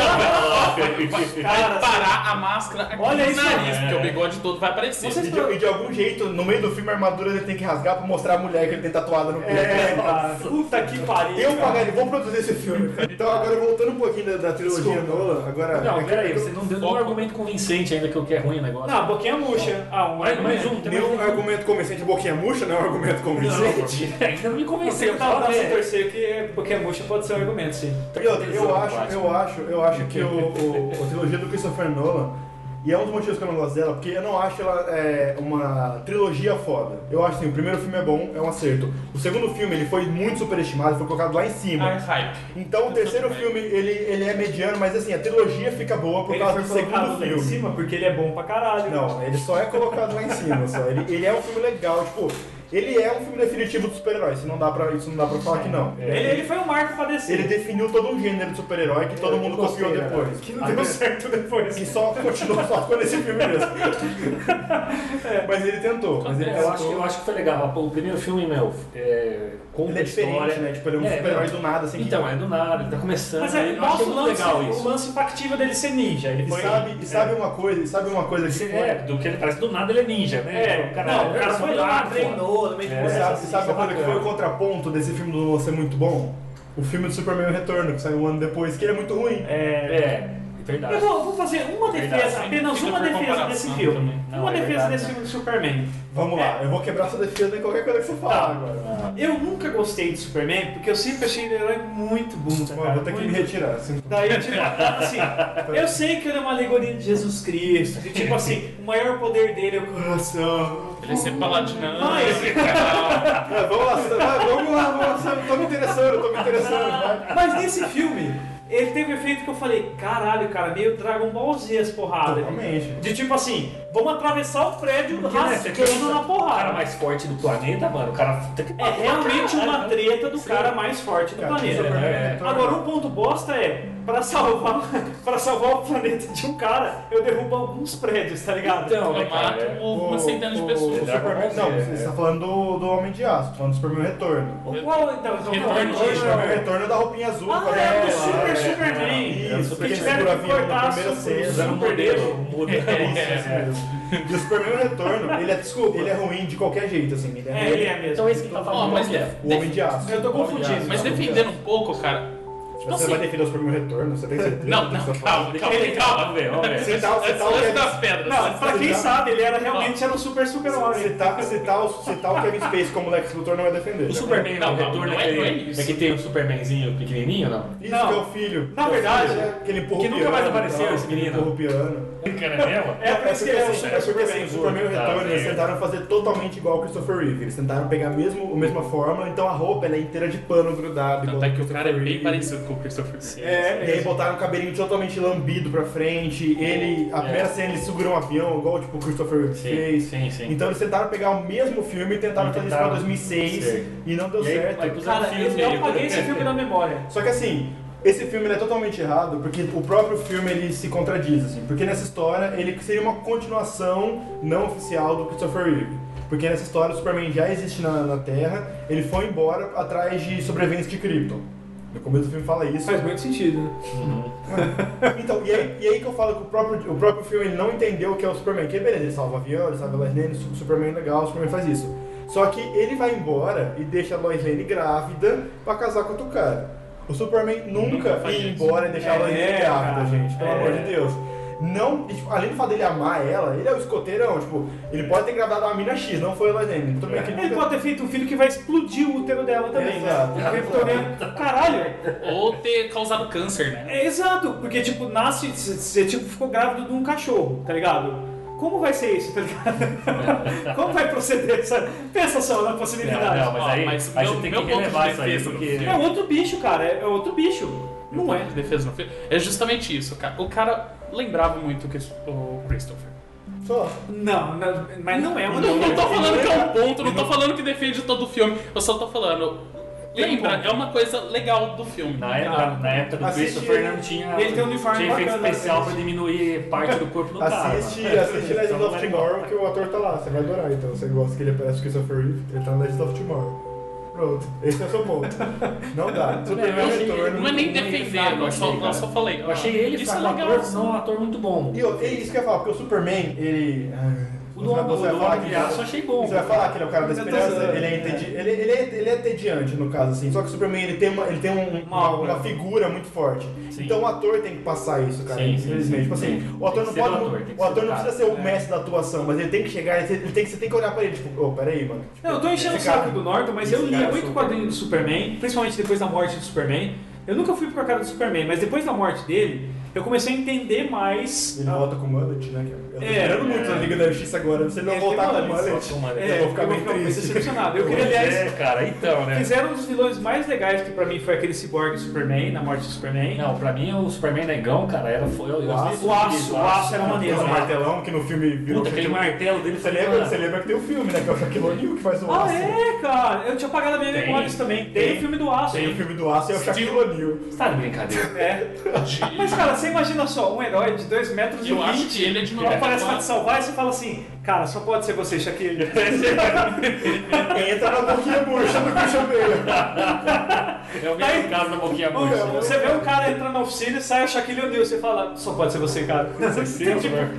um
Vai parar a máscara aqui
Olha
no
isso,
nariz,
cara.
porque o bigode todo vai aparecer.
Vocês-
E de, e de algum jeito, no meio do filme, a armadura ele tem que rasgar pra mostrar a mulher que ele Britney tatuada no peito.
É, cara, puta que pariu.
Eu
cara.
pagaria, vou produzir esse filme. Então agora voltando um pouquinho da, da trilogia
Desculpa.
Nolan, agora. é
Não,
aqui-
peraí, você não deu nenhum
Foco.
argumento convincente ainda que o que é ruim o negócio.
Não, boquinha murcha. Ah, um
mais, mais um, tem mais
Nenhum argumento convincente, boquinha murcha não é um argumento convincente.
um. Ainda não me
Você
convenceu,
tá
né?
só
dando
ver.
torcer que é- boquinha murcha pode ser um argumento, sim.
E outra, eu acho,
Batman.
eu acho, eu acho que o, o- a trilogia do Christopher Nolan, e é um dos motivos que eu não gosto dela, porque eu não acho ela é, uma trilogia foda. Eu acho assim, o primeiro filme é bom, é um acerto. O segundo filme ele foi muito superestimado, foi colocado lá em
Ah, é
cima.
hype.
Então o terceiro filme ele, ele é mediano, mas assim, a trilogia fica boa por
Ele
causa
foi
do segundo
colocado lá em
filme.
cima porque ele é bom pra caralho.
Não, ele só é colocado lá em cima, só. Ele, ele é um filme legal, tipo, ele é um filme definitivo dos super-heróis, isso não dá pra, isso não dá pra falar que não.
Ele, ele foi um marco pra descer.
Ele definiu todo um gênero de super-herói que todo
Eu
mundo
gostei,
copiou
cara.
depois.
que não deu certo depois.
Que só continuou, só ficou nesse filme mesmo.
É.
Mas ele tentou. É,
Mas é, eu, acho, que- eu acho que foi legal. O primeiro filme, meu, é, conta
Ele é
a
diferente,
história.
né? Tipo, ele é um super-herói do nada, assim.
Então, é do nada, ele tá começando.
Mas é,
eu acho
mostra
que
o
muito
lance,
legal
o
isso.
lance factível dele ser ninja. Ele
E
foi.
sabe, e sabe uma coisa, e sabe uma coisa que
Você-
foi-
É, do que ele parece do nada ele é ninja, né?
É, não, o cara foi lá, treinou, no meio de
É,
e
conversa,
sabe,
assim,
e sabe uma coisa que foi o contraponto desse filme do Nolan ser muito bom? O filme do Superman Retorno, que saiu um ano depois, que ele é muito ruim.
É.
É, verdade.
Eu vou, vou fazer uma
Verdade,
defesa,
sim.
apenas
Fica
uma
por
defesa
comparação
desse filme.
também.
Não,
uma
é
defesa
verdade,
desse
né?
filme do Superman. Tá.
Vamos lá, eu vou quebrar sua defesa em qualquer coisa que você
Tá.
falar agora.
Eu nunca gostei de Superman, porque eu sempre achei ele um herói muito bunda,
Mano,
cara.
vou ter que
muito
me retirar. assim.
Tá.
Daí, tipo, assim, eu sei que ele é uma alegoria de Jesus Cristo, de tipo assim, o maior poder dele é o coração.
Ele é sempre paladinando.
Mas-
esse cara.
Ah, vamos lá, vamos lá, vamos lá, tô me interessando, tô me interessando. vai.
Mas nesse filme, ele teve um efeito que eu falei, caralho, cara, meio Dragon Ball Z as porradas.
Totalmente.
De tipo assim, vamos atravessar o prédio
Porque, né, você pensa,
rasgando na
O cara
porrada.
mais forte do planeta, mano, o cara tem que Então,
É realmente uma treta do cara mais forte do
Cara,
planeta.
Superman
É.
Returns.
Agora, um ponto bosta é, pra salvar, pra salvar o planeta de um cara, eu derrubo alguns prédios, tá ligado?
Então, né,
Eu mato
cara?
uma centena de
O
pessoas.
Superman, não, você está falando do, do Homem de Aço, tô falando do Superman Retorno.
Qual então? então
Retorno
qual é o
de
O
nome?
Superman Retorno da roupinha azul. com a
Ah, é do
bola lá,
Super
é.
Superman.
Isso,
que
porque
tiveram
segura a
que
vinha na
cortar
primeira
a
cena.
Usando um modelo, muda.
É, E o Superman Retorno, ele é, desculpa, ele é ruim de qualquer jeito, assim. Ele é,
É, ele é mesmo.
Então esse que tá
Ó,
falando
mas
que é.
O Homem de Aço.
Eu tô confundindo.
Mas defendendo um pouco, cara. Tipo
Você
assim.
vai defender o Superman Retorno, você tem certeza?
Não,
do que
não,
você tá falando?
calma, calma, calma.
Vamos ver, vamos ver.
Você tá- você
Antes
tá-
antes das pedras.
Não, tá
antes
pra
das-
quem sabe, ele era realmente era um super super-homem.
Citar, citar, tá, o- citar o Kevin Space como Lex Luthor não vai defender.
O
né?
Superman
Não,
não,
não,
retorno
não é-
é, aquele-
não é isso.
é que tem um Supermanzinho pequenininho, não?
Isso
Não.
que é o filho.
Na
É o
verdade,
filho, né? que ele empurra
que
o
nunca mais
piano,
apareceu
tal,
esse
que ele
menino.
Empurra o piano.
Caramelo?
É por isso que ele é um
assim, é
super
porque assim, o
super
Superman
Tá,
Returns eles
velho.
tentaram fazer totalmente igual ao Christopher Reeve. Eles tentaram pegar mesmo, a mesma fórmula, então a roupa ela é inteira de pano grudado. igual
Tanto é
ao
que o cara é
Christopher
bem
Reeve.
parecido com o Christopher Reeve.
É,
um
e aí botaram o cabelinho totalmente lambido pra frente. Ele, a
É.
primeira cena ele segura um avião, igual tipo o Christopher Reeve
Sim,
fez.
sim, sim.
Então eles tentaram pegar o mesmo filme e tentaram
E
fazer isso pra
tentaram.
2006
Sim.
e não deu
E aí,
certo.
aí puseram
Cara,
filhos
eu eu
dele.
apaguei esse é filme da memória.
Só que assim, esse filme ele é totalmente errado porque o próprio filme ele se contradiz, assim. Porque nessa história ele seria uma continuação não oficial do Christopher Reeve. Porque nessa história o Superman já existe na, na Terra, ele foi embora atrás de sobreviventes de Krypton. No começo do filme fala isso.
muito sentido, né?
Então, e aí, e aí que eu falo que o próprio, o próprio filme ele não entendeu o que é o Superman. Que beleza, ele salva avião, ele salva a Lois Lane, o Superman é legal, o Superman faz isso. Só que ele vai embora e deixa a Lois Lane grávida pra casar com outro cara. O Superman nunca,
Nunca faz
ia
isso.
embora e deixar a Lois Lane
É,
grávida,
cara.
gente, pelo
É.
amor de Deus. Não, e, tipo, além do fato dele amar ela, ele é o escoteirão, tipo, ele pode ter gravado a mina X, não foi a Lois Lane. Tudo bem que
É. Ele
nunca-
pode ter feito um filho que vai explodir o útero dela também,
É, Exato.
né? Porque também- Caralho!
Ou ter causado câncer, né?
É exato, porque tipo, nasce, você tipo, ficou grávido de um cachorro, tá ligado? Como vai ser isso, tá ligado? Como vai proceder essa. Pensa só na possibilidade.
É. Não, mas
Ó,
aí,
mas
aí
meu-
você tem
meu
que
ponto de
relevar isso aí,
defesa do
porque...
filme.
É outro bicho, cara. É outro bicho. Não é.
de defesa no filme. É justamente isso, cara. O cara lembrava muito o Chris- o Christopher.
Só.
Não, não, mas não é uma
Não, não tô
defesa.
falando que é um ponto, não tô falando que defende todo o filme. Eu só tô falando. Lembra, é uma coisa legal do filme.
Na época, na época do
Assiste
Christopher
ele.
não tinha,
Ele tem um uniforme
tinha efeito
bacana,
especial
né?
pra diminuir parte do corpo do cara.
Assiste,
mano.
assiste Legends
Então,
of
vai-
Tomorrow que o ator tá lá, você vai adorar. Então você gosta que ele aparece o Christopher Reeve, ele tá no Legends of Tomorrow. Pronto, esse é o seu ponto. Não dá. Superman
eu achei-
retorno.
Não é nem
Não é
defender,
defensável,
eu só,
achei, cara.
eu só falei.
Eu achei ele
isso é
fraco, um
legal.
ator, não um ator muito bom.
E eu- é isso que eu ia falar, porque o Superman, ele. ah,
O
No final
Dono, o
você vai falar
Dono
que-
Graça eu achei bom.
Você vai falar que ele é o cara da
Eu tô
esperança,
zoando.
ele é, entedi ele, ele é, ele é entediante no caso, assim. Só que o Superman ele tem uma, ele tem um-
Uma
uma,
aura.
uma figura muito forte.
Sim.
Então o ator tem que passar isso, cara,
Sim, sim,
infelizmente.
sim.
Tipo assim,
Tem.
o
Tem
ator
que
não
ser
pode.
do ator, tem que
o
ser
ator
do
não
cara. É.
precisa ser o mestre da atuação, mas ele tem que chegar, ele tem, ele tem que, você tem que olhar pra ele, tipo, ô, peraí, mano. Tipo,
Não, eu tô enchendo o
esse cara-
saco do Norton, mas eu
esse
li
cara é
muito
super.
quadrinho do Superman, principalmente depois da morte do Superman. Eu nunca fui pra cara do Superman, mas depois da morte dele, eu comecei a entender mais.
Ah.
ah,
Ele volta com o Mullet, né? cara? Eu tô
É,
esperando muito na Liga da Justiça agora. Se ele não
Ele tem
voltar com o
mullet,
Mullet,
só com o É, mullet. É,
é,
eu vou ficar meio triste.
decepcionado. Eu queria,
Pois
aliás,
é, cara, então, né?
fizeram um dos vilões mais legais que pra mim foi aquele cyborg do Superman, na morte do Superman.
Não, pra mim o Superman negão, cara, era foi eu- eu-
O aço,
eu-
o aço, o aço era
Tem
maneiro.
o martelão que no filme virou
né? Puta, aquele
Shaquille-
martelo dele
Você
foi
lembra,
mano.
você lembra que tem o filme, né? Que é o Shaquille O'Neal que faz o
Ah,
aço.
é, cara! Eu tinha apagado a minha
Tem.
memória isso também. Tem o filme do Aço.
Tem o filme do aço e é o Shaquille O'Neal.
Você tá de brincadeira.
É. Mas, cara, você imagina só, um herói de 2 metros e
Eu acho
20
que ele é de
Quando aparece pra te
94.
salvar, e você fala assim, cara, só pode ser você, Shaquille.
É,
Entra na boquinha murcha do bicho meio.
É o mesmo caso da boquinha murcha.
Não,
você vê um cara entrando na oficina e sai o Shaquille O'Neal, você fala, só pode ser você, cara. Tem, tipo,
né?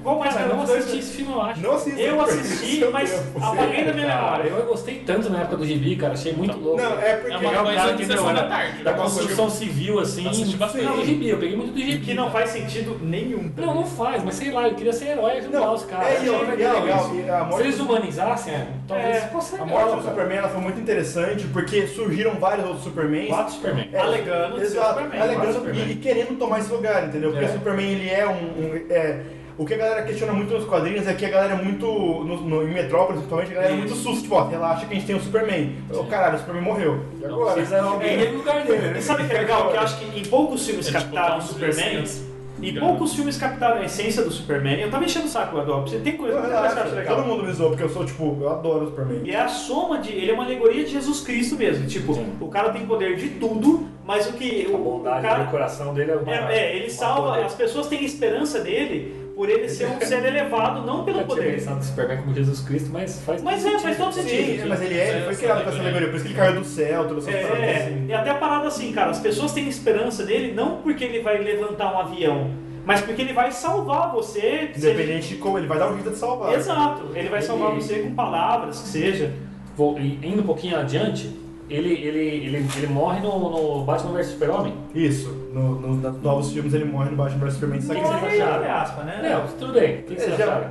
Qual mais
Cara,
cara
eu não
dos dois
assisti esse filme, eu acho.
Não assista.
Eu
porque
assisti,
seu
mas
tempo.
apaguei é da minha
Cara,
memória.
eu gostei tanto na época do Gibi, cara, achei muito louco.
Não, é
É
porque...
uma
um
coisa de
meu,
sessão
era-
da tarde.
da Tá
né?
construção civil, assim.
Assisti bastante.
Não, do Gibi, eu peguei muito do Gibi.
Que não faz sentido nenhum.
Não, não faz, mas sei lá, eu queria ser herói e ajudar
Não,
os caras.
é,
Achei
e eu-
legal
e é legal,
isso.
e a morte
Se eles
do-
humanizassem, talvez
É,
fosse
A
legal,
morte do
cara.
Superman ela foi muito interessante porque surgiram vários outros Supermans.
Quatro Superman.
É,
Alegando ser
exato,
Superman,
alegando
quatro
e,
Superman.
e querendo tomar esse lugar, entendeu? Porque
É.
o Superman ele é um. um- é, o que a galera questiona muito nos quadrinhos é que a galera é muito. No, no- em Metrópolis, principalmente, a galera é muito susto. Tipo, ó, relaxa que a gente tem o Superman. Ô, caralho, o Superman morreu. E
Não
agora?
precisa alguém
É.
no lugar dele.
E sabe o que é legal? Que eu acho que em poucos filmes
É tipo,
captaram o
tá um
Superman.
essência.
Em poucos filmes captaram a essência do Superman. Eu tava enchendo o saco, Adolfo. Você tem coisa,
Eu
tem coisa que eu
relaxo.
acho
Todo
legal.
mundo me zoou, porque eu sou, tipo, eu adoro o Superman.
E é a soma de. Ele é uma alegoria de Jesus Cristo mesmo. Tipo,
Sim.
o cara tem poder de tudo, mas o que.
A
O, o
bondade
cara,
do coração dele é o maior.
É, é, ele
O
salva,
poder.
as pessoas têm esperança dele por ele ser um ser elevado, não pelo
Eu tinha
poder.
pensado no Superman como Jesus Cristo, mas faz
Mas é, faz todo
Sim,
sentido.
mas ele é, ele foi
Essa
criado com essa
alegoria.
alegoria, por isso que ele caiu do céu, trouxe essas paradas
É,
assim.
e até a parada assim, cara, as pessoas têm esperança nele não porque ele vai levantar um avião, mas porque ele vai salvar você. se ele-
Independente de como, ele vai dar um jeito de salvar.
Exato, ele vai salvar você com palavras, que seja.
Vou- e indo um pouquinho adiante, ele, ele, ele, ele morre no, no Batman vs Super-Homem.
Isso, no, no, nos novos filmes ele morre no Batman vs Superman, só que
Morre.
ele-
Olha aí, entre aspas, né?
Não, tudo bem. O que, que
É,
você
já-
acharam?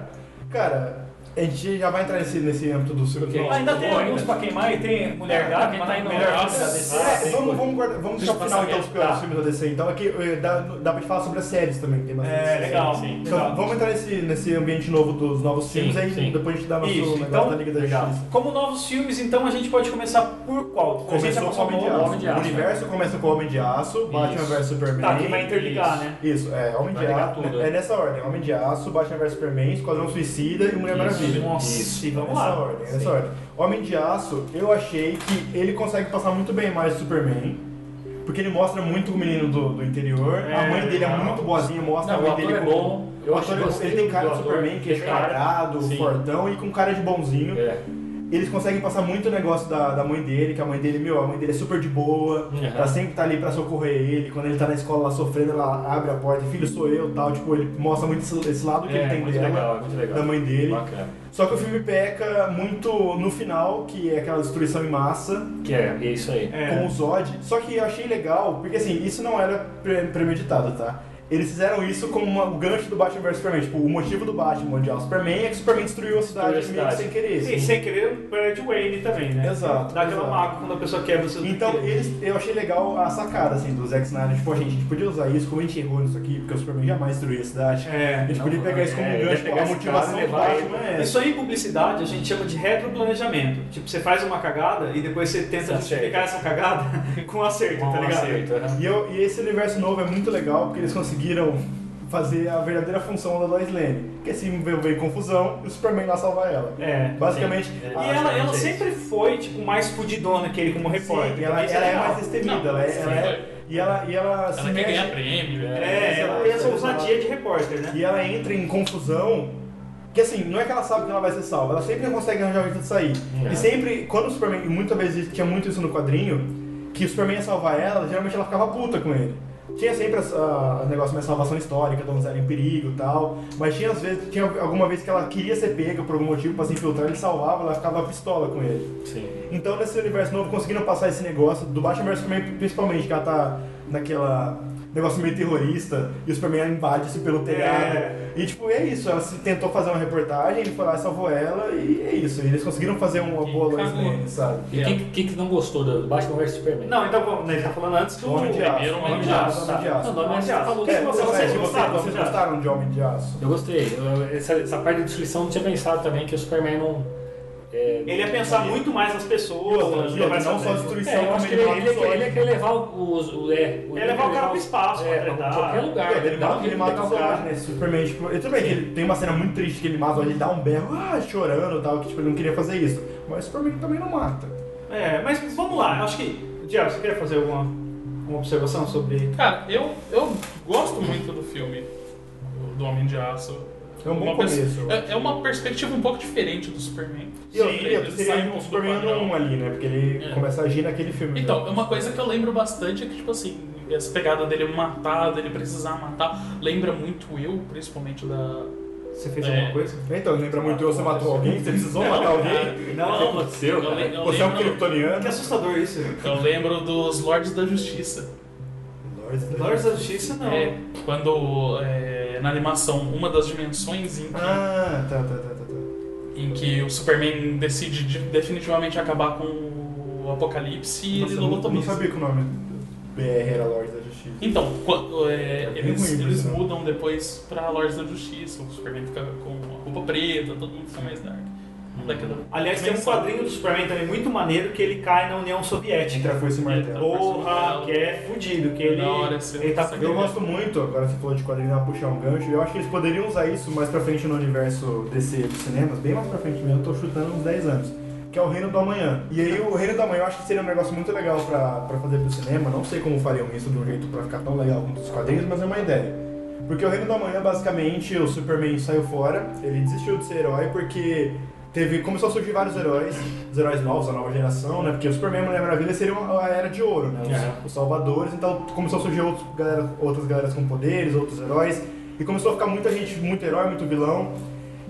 Cara, a gente já vai entrar nesse, nesse âmbito do Ah, Super
Ok.
Bowl.
Ainda tem
Bom,
alguns
ainda.
pra queimar e tem Mulher Gato,
quem
mas
tá
tá
indo
melhor
lá,
Gato da DC.
Ah,
É,
tem
vamos,
coisa.
vamos guardar, vamos
Deixa
deixar pro
eu
final
passar
então os
minha-
piores
tá.
filmes da DC. Então aqui eh, dá, dá pra gente falar sobre as séries também, que tem mais
É, legal.
sim.
Então
legal.
vamos entrar nesse, nesse ambiente novo dos novos
Sim,
filmes, aí
sim.
depois a gente dá nosso
Isso,
negócio
então,
da Liga da
legal.
Justiça.
Como novos filmes, então a gente pode começar por qual? A gente já
Começou com o
passou
Homem de
mal-
Aço.
Homem de Aço.
O universo começa com o Homem de Aço, Batman
Isso.
vs Superman.
Tá, que vai interligar, né?
Isso, é Homem
Vai
de
ligar
Aço.
tudo,
É
né?
nessa ordem: Homem de Aço, Batman vs Superman, Esquadrão Suicida e Mulher
Isso.
Maravilha. é
Nossa,
Isso.
e vamos
Nessa
lá.
ordem,
Sim.
nessa ordem. Homem de Aço, eu achei que ele consegue passar muito bem mais o Superman. Porque ele mostra muito o menino do, do interior. a
É,
mãe dele é
legal.
muito boazinha, mostra
Não,
a
o
mãe dele
ator é
como-
bom.
O
Eu
ator
achei
é bom.
gostei
ele tem cara
do
de
ator,
Superman, que é
tem cara.
quadrado,
Sim.
fortão e com cara de bonzinho
É.
eles conseguem passar muito o negócio da, da mãe dele, que a mãe dele, meu, a mãe dele é super de boa,
Uhum.
ela sempre tá ali pra socorrer ele, quando ele tá na escola lá sofrendo, ela abre a porta, filho, sou eu tal, tipo, ele mostra muito esse, esse lado que
É,
ele tem
muito
dela,
legal, é muito legal.
da mãe dele.
Bacana.
Só que o filme peca muito no final, que é aquela destruição em massa,
Que é, é isso aí.
É.
com o Zod. Só que eu achei legal, porque assim, isso não era pre- premeditado, tá? Eles fizeram isso como uma- o gancho do Batman vs Superman. Tipo, o motivo do Batman odiar o Superman é que o Superman destruiu a cidade,
Destruiu a
meio
cidade.
que sem querer. assim.
E sem querer, perde o Wayne também, né?
Exato,
Dá aquela
exato.
mágoa quando a pessoa quebra o seu
Então,
brinquedo.
eles, eu achei legal a sacada, assim, do Zack Snyder. Tipo, a gente, a gente podia usar isso, como a gente errou nisso aqui, porque o Superman jamais destruiu a cidade. A
É.
gente podia
não,
pegar isso como
é,
um
ele
gancho,
ia
tipo, a
pegar esse cara
motivação
e
do
levar
Batman é essa.
Isso aí em publicidade a gente chama de retroplanejamento. Tipo, você faz uma cagada e depois você tenta
Acerta.
justificar essa cagada com um acerto,
Um
tá ligado?
acerto, aham.
é. E, eu- e esse universo novo é muito legal, porque eles conseguiram fazer a verdadeira função da Lois Lane. Que assim, veio, veio confusão e o Superman lá salvar ela.
É.
Basicamente...
Sim.
a- é
E ela, ela
gente.
sempre foi, tipo, mais fudidona que ele como repórter.
Sim, ela,
Isso
ela é
legal.
mais destemida,
Não,
ela, é-
sim,
ela é-
foi.
e ela, e ela, se
Ela quer
mexe-
ganhar prêmio.
né?
É, ela tem essa ousadia de repórter, né?
E ela entra em confusão. Que assim, não é que ela sabe que ela vai ser salva, ela sempre consegue arranjar um jeito de sair.
É.
E sempre, quando o Superman, e muitas vezes tinha muito isso no quadrinho, que o Superman ia salvar ela, geralmente ela ficava puta com ele. Tinha sempre as- a- o negócio da salvação histórica, donzela em perigo e tal. Mas tinha às vezes, tinha alguma vez que ela queria ser pega por algum motivo pra se infiltrar, ele salvava, ela ficava pistola com ele.
Sim.
Então, nesse universo novo, conseguiram passar esse negócio do Batman vs Superman, principalmente, que ela tá naquela negócio meio terrorista e o Superman embate-se pelo telhado.
É.
E, tipo, é isso. Ela se tentou fazer uma reportagem, ele foi lá e salvou ela, e é isso. E eles conseguiram fazer uma
E
boa Lois
cagou.
Lane, sabe?
E quem que- que não gostou do Batman vs Superman?
Não, então vamos, né, ele tá falando antes do
Homem de Aço.
primeiro Homem de
Aço,
tá?
Homem de Aço.
Não, do Homem de Aço.
Falou
É,
que você-
vocês,
vocês
vocês-
gostaram,
vocês
já.
gostaram de Homem de Aço?
Eu gostei. Eu- essa, essa parte da destruição eu não tinha pensado também que o Superman não. é,
Ele ia pensar muito mais nas
E
pessoas, né,
outra,
nas
e outra, não
relações
só
dele.
destruição,
né? É, eu
como
acho que
ele
ele,
mata
ele,
os
ele,
olhos.
ele quer levar os. O, é, ele
Ia levar o cara
os-
pro espaço,
é,
pra
pra
treinar.
qualquer lugar.
É, ele mata, ele mata o Zod, né? Superman, tipo, e tudo bem que ele tem uma cena muito triste que ele mata, o Zod, ele dá um berro, ah, chorando e tal, que tipo, ele não queria fazer isso. Mas o Superman também não mata.
É, mas vamos lá, eu acho que. Diabo, você quer fazer alguma, alguma observação sobre.
Cara, eu, eu gosto muito do filme do Homem de Aço.
É um bom
Uma
começo.
pers- é, é uma perspectiva um pouco diferente do Superman.
E eu
Ele-
queria
ele
que
sai
seria um
pouco do
Superman
padrão.
1 ali, né? Porque ele
É.
começa a agir naquele filme.
Então,
né?
uma coisa que eu lembro bastante é que, tipo assim, essa pegada dele matar, dele precisar matar, lembra muito eu, principalmente da.
Você fez
É.
alguma coisa?
Então, lembra muito eu, você matou alguém? Você precisou matar alguém?
Não, não.
aconteceu? Eu, le- eu
Você é um
lembro,
kryptoniano?
Que assustador isso.
eu lembro dos Lords da Justiça.
Lords da Justiça não.
É, quando é, na animação, uma das dimensões em que,
Ah, tá, tá, tá, tá. tá.
em que o Superman decide de- definitivamente acabar com o Apocalipse e
Nossa,
ele
eu não,
não
não
lobotomiza.
sabia que o nome do BR era Lords da Justiça.
Então, quando, é,
É bem
eles,
ruim,
eles
né?
mudam depois pra Lords da Justiça, o Superman fica com a roupa preta, todo mundo fica mais dark.
Hum.
Daquela
Aliás, tem um
dimensão.
quadrinho do Superman também muito maneiro que ele cai na União Soviética.
Entra foi esse martelo.
Porra, que é fudido, que ele,
Da hora, assim,
ele tá
sabe?
Eu gosto muito, agora você falou de quadrinho, dá pra puxar um gancho, eu acho que eles poderiam usar isso mais pra frente no universo DC dos cinemas, bem mais pra frente mesmo, eu tô chutando uns 10 anos, que é o Reino do Amanhã. E aí o Reino do Amanhã eu acho que seria um negócio muito legal pra, pra fazer pro cinema, não sei como fariam isso de um jeito pra ficar tão legal quanto os quadrinhos, mas é uma ideia. Porque o Reino do Amanhã, basicamente, o Superman saiu fora, ele desistiu de ser herói porque teve, começou a surgir vários heróis, os heróis novos, a nova geração, né? Porque o Superman e a Mulher Maravilha seriam a era de ouro, né? Os-
Aham.
os salvadores, então começou a surgir outros galera- outras galeras com poderes, outros heróis, e começou a ficar muita gente, muito herói, muito vilão.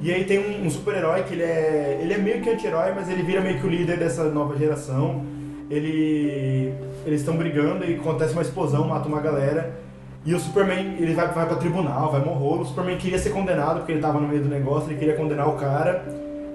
E aí tem um, um super-herói que ele é, ele é meio que anti-herói, mas ele vira meio que o líder dessa nova geração. Ele, eles estão brigando e acontece uma explosão, mata uma galera. E o Superman, ele vai, vai pra tribunal, vai mó rolo. O Superman queria ser condenado porque ele tava no meio do negócio, ele queria condenar o cara.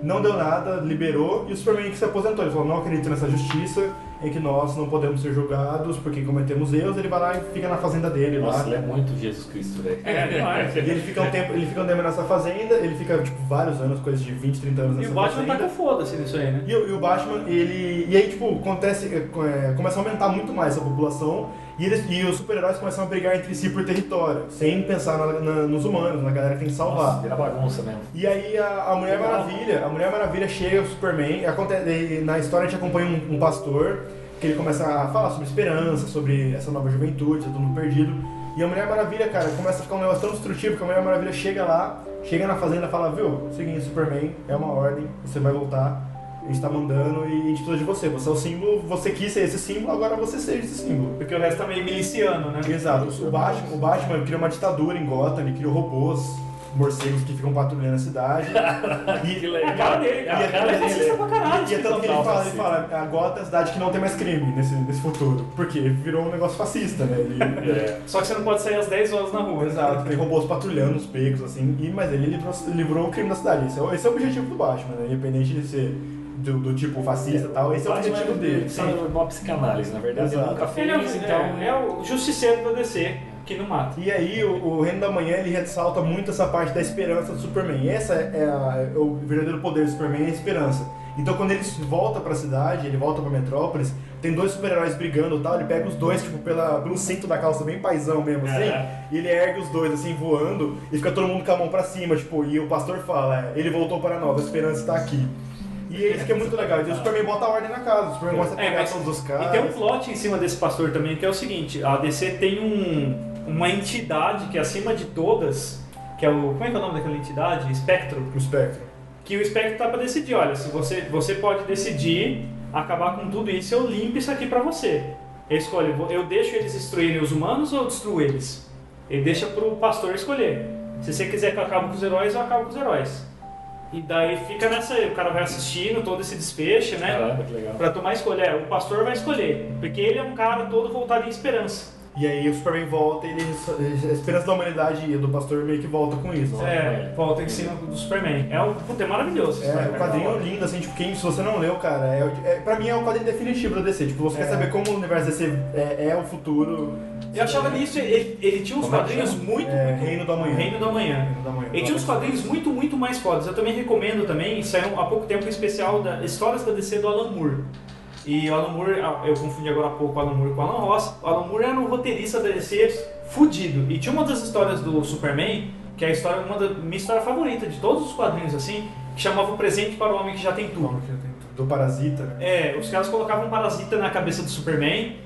Não deu nada, liberou, e o Superman que se aposentou. Ele falou, não acredito nessa justiça, em que nós não podemos ser julgados porque cometemos erros. Ele vai lá e fica na fazenda dele
Nossa,
lá.
ele é muito Jesus Cristo, velho.
É, demais.
E ele fica um tempo, ele fica um tempo nessa fazenda, ele fica tipo vários anos, coisa de 20, 30 anos
E
nessa
o Batman
fazenda.
tá com foda-se nisso aí, né?
E, o- e o Batman, ele. E aí, tipo, acontece. é, começa a aumentar muito mais a população. E, eles, e os super-heróis começam a brigar entre si por território, sem pensar na- na- nos humanos, na galera que tem que salvar.
Nossa, vira bagunça mesmo.
E aí a, a Mulher Maravilha, a Mulher Maravilha chega ao Superman, acontece, e na história a gente acompanha um, um pastor, que ele começa a falar sobre esperança, sobre essa nova juventude, todo mundo perdido. E a Mulher Maravilha, cara, começa a ficar um negócio tão destrutivo que a Mulher Maravilha chega lá, chega na fazenda e fala, viu, seguinte, Superman, é uma ordem, você vai voltar, a gente tá mandando e a gente precisa de você. Você é o símbolo, você quis ser esse símbolo, agora você seja esse símbolo.
Porque o resto tá meio miliciano, né?
Exato. O Batman, o Batman criou uma ditadura em Gotham, ele criou robôs, morcegos que ficam patrulhando a cidade. E-
Que
É a cara dele,
e
cara.
é
Ele é fascista pra caralho.
E é tanto que ele fala, ele fala, a Gotham é a cidade que não tem mais crime nesse, nesse futuro. Porque virou um negócio fascista, né? Ele,
É.
Só que você não pode sair às 10 horas na rua.
Exato, tem robôs patrulhando os becos, assim, e, mas ele livrou, livrou o crime da cidade. Esse é, o- esse é o objetivo do Batman, né? Independente de ser do, do tipo fascista e tal, esse é o
Batman
objetivo dele.
Sabe, uma psicanálise, na verdade. Ele
Exato.
nunca fez,
Ele é, o-
então.
é, é o justiceiro da DC que não mata.
E aí, o, o Reino da Manhã, ele ressalta muito essa parte da esperança do Superman. Essa é, a- é o verdadeiro poder do Superman, é a esperança. Então, quando ele volta pra cidade, ele volta pra Metrópolis, tem dois super-heróis brigando e tal, ele pega os dois, tipo, pela, pelo cinto da calça, bem paizão mesmo, assim,
Aham.
É.
e ele ergue os dois, assim, voando, e fica todo mundo com a mão pra cima, tipo, e o pastor fala, é, ele voltou para nós, a esperança está aqui. E é isso que é muito legal. Então, o Superman bota a ordem na casa, o Superman gosta de
É,
pegar
mas-
todos os caras.
E tem um plot em cima desse pastor também, que é o seguinte, a DC tem um, uma entidade que é acima de todas, que é o. Como é que é o nome daquela entidade? Espectro.
O espectro.
Que o espectro tá pra decidir, olha, se você, você pode decidir acabar com tudo isso, eu limpo isso aqui pra você. Ele escolhe, "Vou- eu deixo eles destruírem os humanos ou eu destruo eles? Ele deixa pro pastor escolher. Se você quiser que eu acabe com os heróis, eu acabo com os heróis. E daí fica nessa, o cara vai assistindo todo esse despeche, né?
Caramba, que legal.
Pra tomar escolha, é, o pastor vai escolher, porque ele é um cara todo voltado em esperança.
E aí o Superman volta e ele, a esperança da humanidade e do pastor meio que volta com isso. ó.
É, volta em cima do Superman. É um puta, é maravilhoso.
É, o quadrinho
é
lindo, assim, tipo, quem, se você não leu, cara, é, o- é, pra mim é o quadrinho definitivo da DC. Tipo, você
É.
quer saber como o universo DC é, é o futuro,
Eu achava nisso, ele, ele tinha uns
Como é que
quadrinhos
chama?
muito.
é, Reino do Amanhã.
Reino da Manhã.
Reino do Amanhã.
E tinha uns quadrinhos muito, muito mais fodas. Eu também recomendo também, saiu há pouco tempo um especial da Histórias da DC do Alan Moore. E o Alan Moore, ah, eu confundi agora há pouco o Alan Moore com o Alan Ross. O Alan Moore era um roteirista da DC fudido. E tinha uma das histórias do Superman, que é a história, uma da minha história favorita de todos os quadrinhos assim, que chamava O Presente para o Homem que Já Tem Tudo.
Do Parasita, né?
É, os caras colocavam um parasita na cabeça do Superman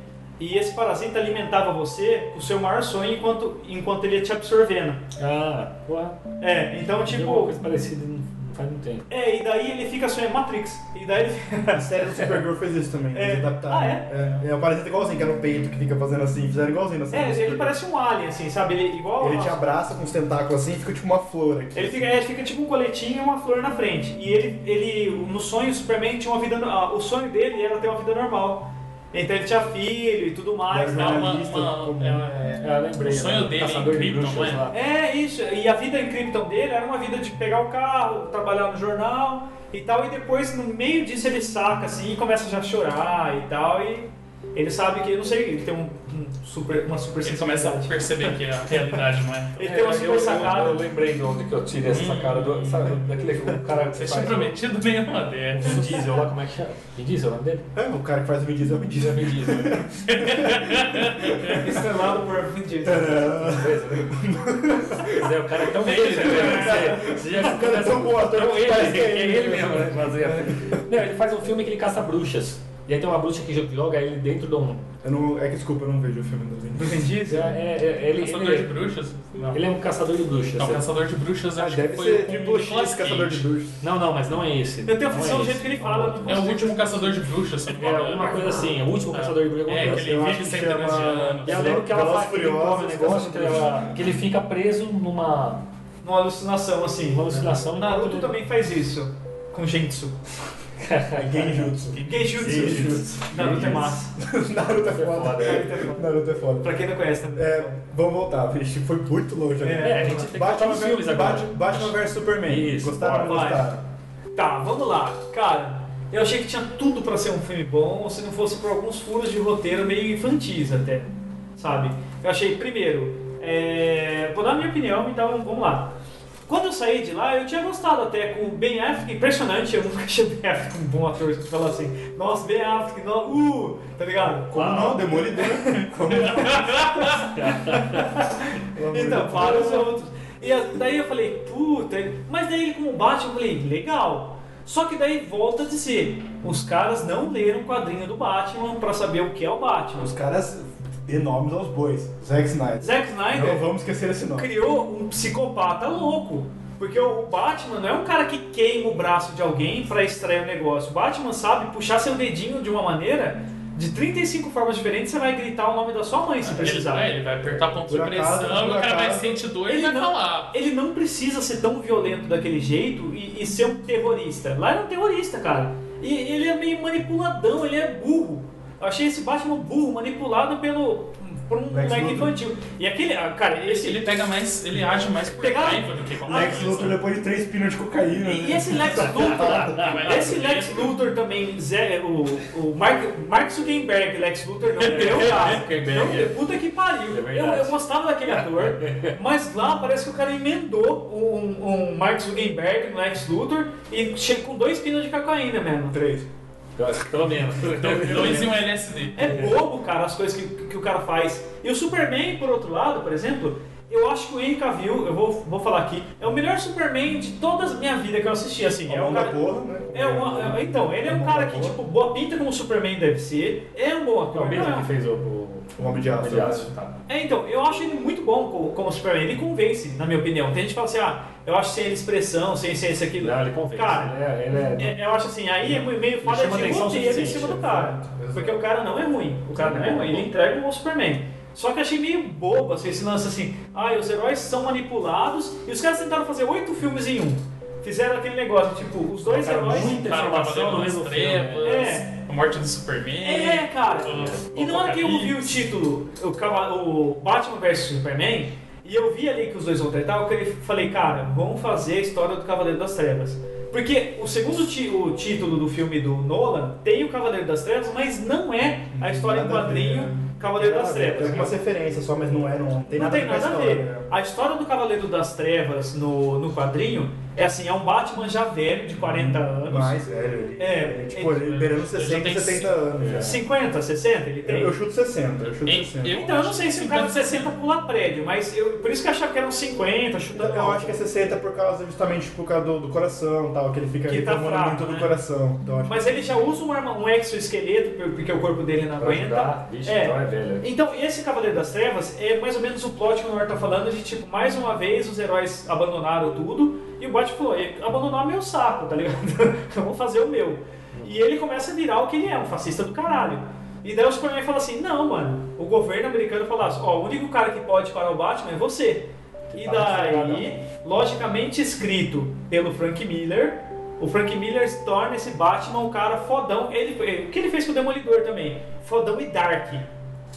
e esse parasita alimentava você com o seu maior sonho enquanto, enquanto ele ia te absorvendo.
Ah, porra.
É, então
Tipo, uma
tipo.
coisa parecida não- não faz muito tempo.
É, e daí ele fica sonhando Matrix. E daí ele.
A série do Supergirl fez isso também,
É.
eles adaptaram.
Ah,
é? É, o Parasita é igualzinho, que era o peito que fica fazendo assim, fizeram igualzinho na série do
É, ele
Supergirl.
parece um alien, assim, sabe? Ele igual.
Ele te abraça com os tentáculos assim e fica tipo uma flor aqui.
Ele fica, é, fica tipo um coletinho e uma flor na frente. E ele, ele no sonho, o Superman tinha uma vida. no- ah, O sonho dele era ter uma vida normal. Então ele tinha filho e tudo mais.
Mas
É
tal.
uma,
assim. Jornalista
uma-
comum.
é uma- é-
Ah, lembrei.
O sonho
né?
dele é
Caçador de
incrível,
bruxas
não é?
lá.
É isso, e a vida em Krypton dele era uma vida de pegar o carro, trabalhar no jornal e tal, e depois no meio disso ele saca assim e começa já a chorar e tal, e ele sabe que, eu não sei, ele tem um, um super, uma super
Ele começa a
sensibilidade.
perceber que a realidade não é.
Ele tem uma
É, eu-
super
eu-
sacada.
Eu, lembrei de onde que eu tirei essa sacada do. Sabe, daquele o cara que
Vocês
faz.
tinham prometido nenhuma
o
dessa.
Vin Diesel lá, como é que chama? Vin Diesel, é o nome dele?
É, o cara que faz o Vin Diesel é o Vin
Diesel,
Diesel.
Vin Diesel.
Estrelado por Vin Diesel.
Beleza, É, né? Mas é, o cara é tão ele, né? Você, você já
O cara é tão bom ator,
Então ele,
parece que é
é
ele
ele mesmo, né? Mas é. Não, ele faz um filme que ele caça bruxas. E aí tem uma bruxa que joga ele dentro de um.
Eu não, é que desculpa, eu não vejo o filme do Vin Diesel.
Vin
É,
Diesel?
é, é, ele,
Caçador de
ele,
bruxas?
ele é um caçador de bruxas.
Não,
né?
Caçador de Bruxas
Ah,
acho que
deve
foi um
ser
o
de
com
Bush,
Nicolas
caçador de
Cage.
bruxas.
Não, não, mas não é esse.
Eu tenho
Não
aflição do
é esse.
jeito que ele fala.
É o último Caçador de Bruxas, se não me
É alguma
engano.
coisa assim, o último caçador de bruxas.
É, que ele
Eu
vive
acho que
sem anos de
chama-
anos.
E eu lembro que ela
Velozes
faz que ele
Furiosos,
come um negócio que, ela- que ele fica preso numa.
Uma alucinação assim.
Uma alucinação.
O Naruto também faz isso. Com Genjutsu.
É Genjutsu.
Genjutsu. Naruto é massa.
Naruto é foda.
foda,
Naruto é foda.
Pra quem não conhece, né?
É, vamos voltar, vixe, foi muito longe.
É,
É, a gente tem que botar
Batman,
nos filmes agora.
Batman, Batman vs Superman.
Isso,
gostaram ou não
bora.
gostaram?
Tá, vamos lá. Cara, eu achei que tinha tudo pra ser um filme bom, se não fosse por alguns furos de roteiro meio infantis até, sabe? Eu achei, primeiro, é, vou dar a minha opinião, então vamos lá. Quando eu saí de lá, eu tinha gostado até com o Ben Affleck, impressionante, eu nunca achei o Ben Affleck um bom ator, de falar assim, nossa, Ben Affleck, no, uh, tá ligado?
Como não? Demolidor. Como não? Pelo amor de
Então,
Deus.
para os outros. E a- daí eu falei, puta. Mas daí ele com o Batman, eu falei, legal. Só que daí volta a dizer, os caras não leram o quadrinho do Batman pra saber o que é o Batman.
Os caras dê nomes aos bois. Zack Snyder.
Zack Snyder
Não vamos esquecer esse nome.
criou um psicopata louco. Porque o Batman não é um cara que queima o braço de alguém pra extrair o negócio. O Batman sabe puxar seu dedinho de uma maneira, de 35 formas diferentes, você vai gritar o nome da sua mãe se
Ele
precisar.
vai, ele vai apertar ponto de
Por acaso,
pressão, o
por
cara vai
acaso.
sentir dor e
Ele
vai
não-
falar.
Ele não precisa ser tão violento daquele jeito e, e ser um terrorista. Lá era um terrorista, cara. E ele é meio manipuladão, ele é burro. Eu achei esse Batman burro, manipulado pelo por um
Lex
moleque
Luthor.
infantil. E aquele, ah, cara, esse
Ele pega mais, ele age mais por
Pegar-
raiva do que com
Lex
coisa.
Luthor depois de três pinos de cocaína.
Ah, E
né?
esse Lex Luthor,
mas-
esse Lex Luthor também, Zé, o, o Mark, Mark Zuckerberg, Lex Luthor não deu cara.
Zuckerberg,
Não,
é.
deu, puta que pariu.
É
eu,
verdade.
eu gostava daquele ator, mas lá parece que o cara emendou um, um Mark Zuckerberg, um Lex Luthor e chega com dois pinos de cocaína mesmo.
Três.
Pelo menos.
Do- Dois e um LSD.
É bobo, cara, as coisas que, que o cara faz. E o Superman, por outro lado, por exemplo, Eu acho que o Henry Cavill, eu vou, vou falar aqui, é o melhor Superman de toda a minha vida que eu assisti, assim. É
É
um
o da
cara,
porra, né?
é um, é- então, ele é um cara que, tipo, boa pinta como o Superman deve ser, é um bom
É o
ator.
mesmo
é-
que fez o, o,
O Um Homem de Aço.
tá.
É, então, eu acho ele muito bom co- como Superman, ele convence, na minha opinião. Tem gente que fala assim, ah, eu acho sem ele expressão, sem ser isso, aquilo.
Não, ele convence.
Cara,
ele é, ele é-
É, eu acho assim, aí é meio falha
chama
de
atenção
roteiro em
suficiente,
cima do
né?
cara.
Exato.
Porque o cara não é ruim. O cara não é ruim, ele entrega um bom Superman. Só que achei meio bobo assim, esse lance assim. Ah, os heróis são manipulados e os caras tentaram fazer oito filmes em um. Fizeram aquele negócio, tipo, os dois
É um Cara, tá
heróis.
muita
Cara, o
informação
Cavaleiro
no
das
mesmo
Trevas,
filme.
né, É.
A morte do Superman.
É, cara.
o-
E na hora que eu vi o
Apocalipse.
título, o, Cava- o Batman vs Superman, e eu vi ali que os dois vão tretar, eu falei, cara, vamos fazer a história do Cavaleiro das Trevas. Porque o segundo ti- o título do filme do Nolan tem o Cavaleiro das Trevas, mas não é a história em
Nada a ver,
quadrinho
né?
Cavaleiro das
Tem
Trevas.
algumas referências só, mas não é, não tem
não
nada
tem
com
nada a
história,
ver.
né?
A história do Cavaleiro das Trevas no, no quadrinho é assim, é um Batman já velho, de 40 anos.
Uhum. Mais velho, ele,
É,
ele, tipo, ele beirando 60,
Ele já tem
70 anos já.
50, 60 ele tem?
é. Eu, eu chuto 60, eu chuto
Ei,
60.
eu-
Então, eu não sei se o cara de 60 pula prédio, mas eu, por isso que eu achava que eram 50,
Então,
chutando
eu acho que é 60 por causa justamente por causa do, do coração e tal, que ele fica
Que tá
reclamando
fraco,
muito
né?
do coração. Então, eu acho
Mas ele já usa um, arma, um exoesqueleto, por- porque o corpo dele não
Pra
aguenta.
ajudar, vixe,
É.
então é velho.
Então, esse Cavaleiro das Trevas é mais ou menos o plot que o Noir tá falando de, tipo, mais uma vez os heróis abandonaram tudo e o Batman falou, "E- abandonar meu saco, tá ligado? Eu vou fazer o meu. E ele começa a virar o que ele é, um fascista do caralho. E daí o Superman fala assim, não, mano, o governo americano fala assim, ó, o único cara que pode parar o Batman é você. E daí, logicamente escrito pelo Frank Miller, o Frank Miller se torna esse Batman um cara fodão. Ele, ele- o que ele fez com o Demolidor também? Fodão e dark.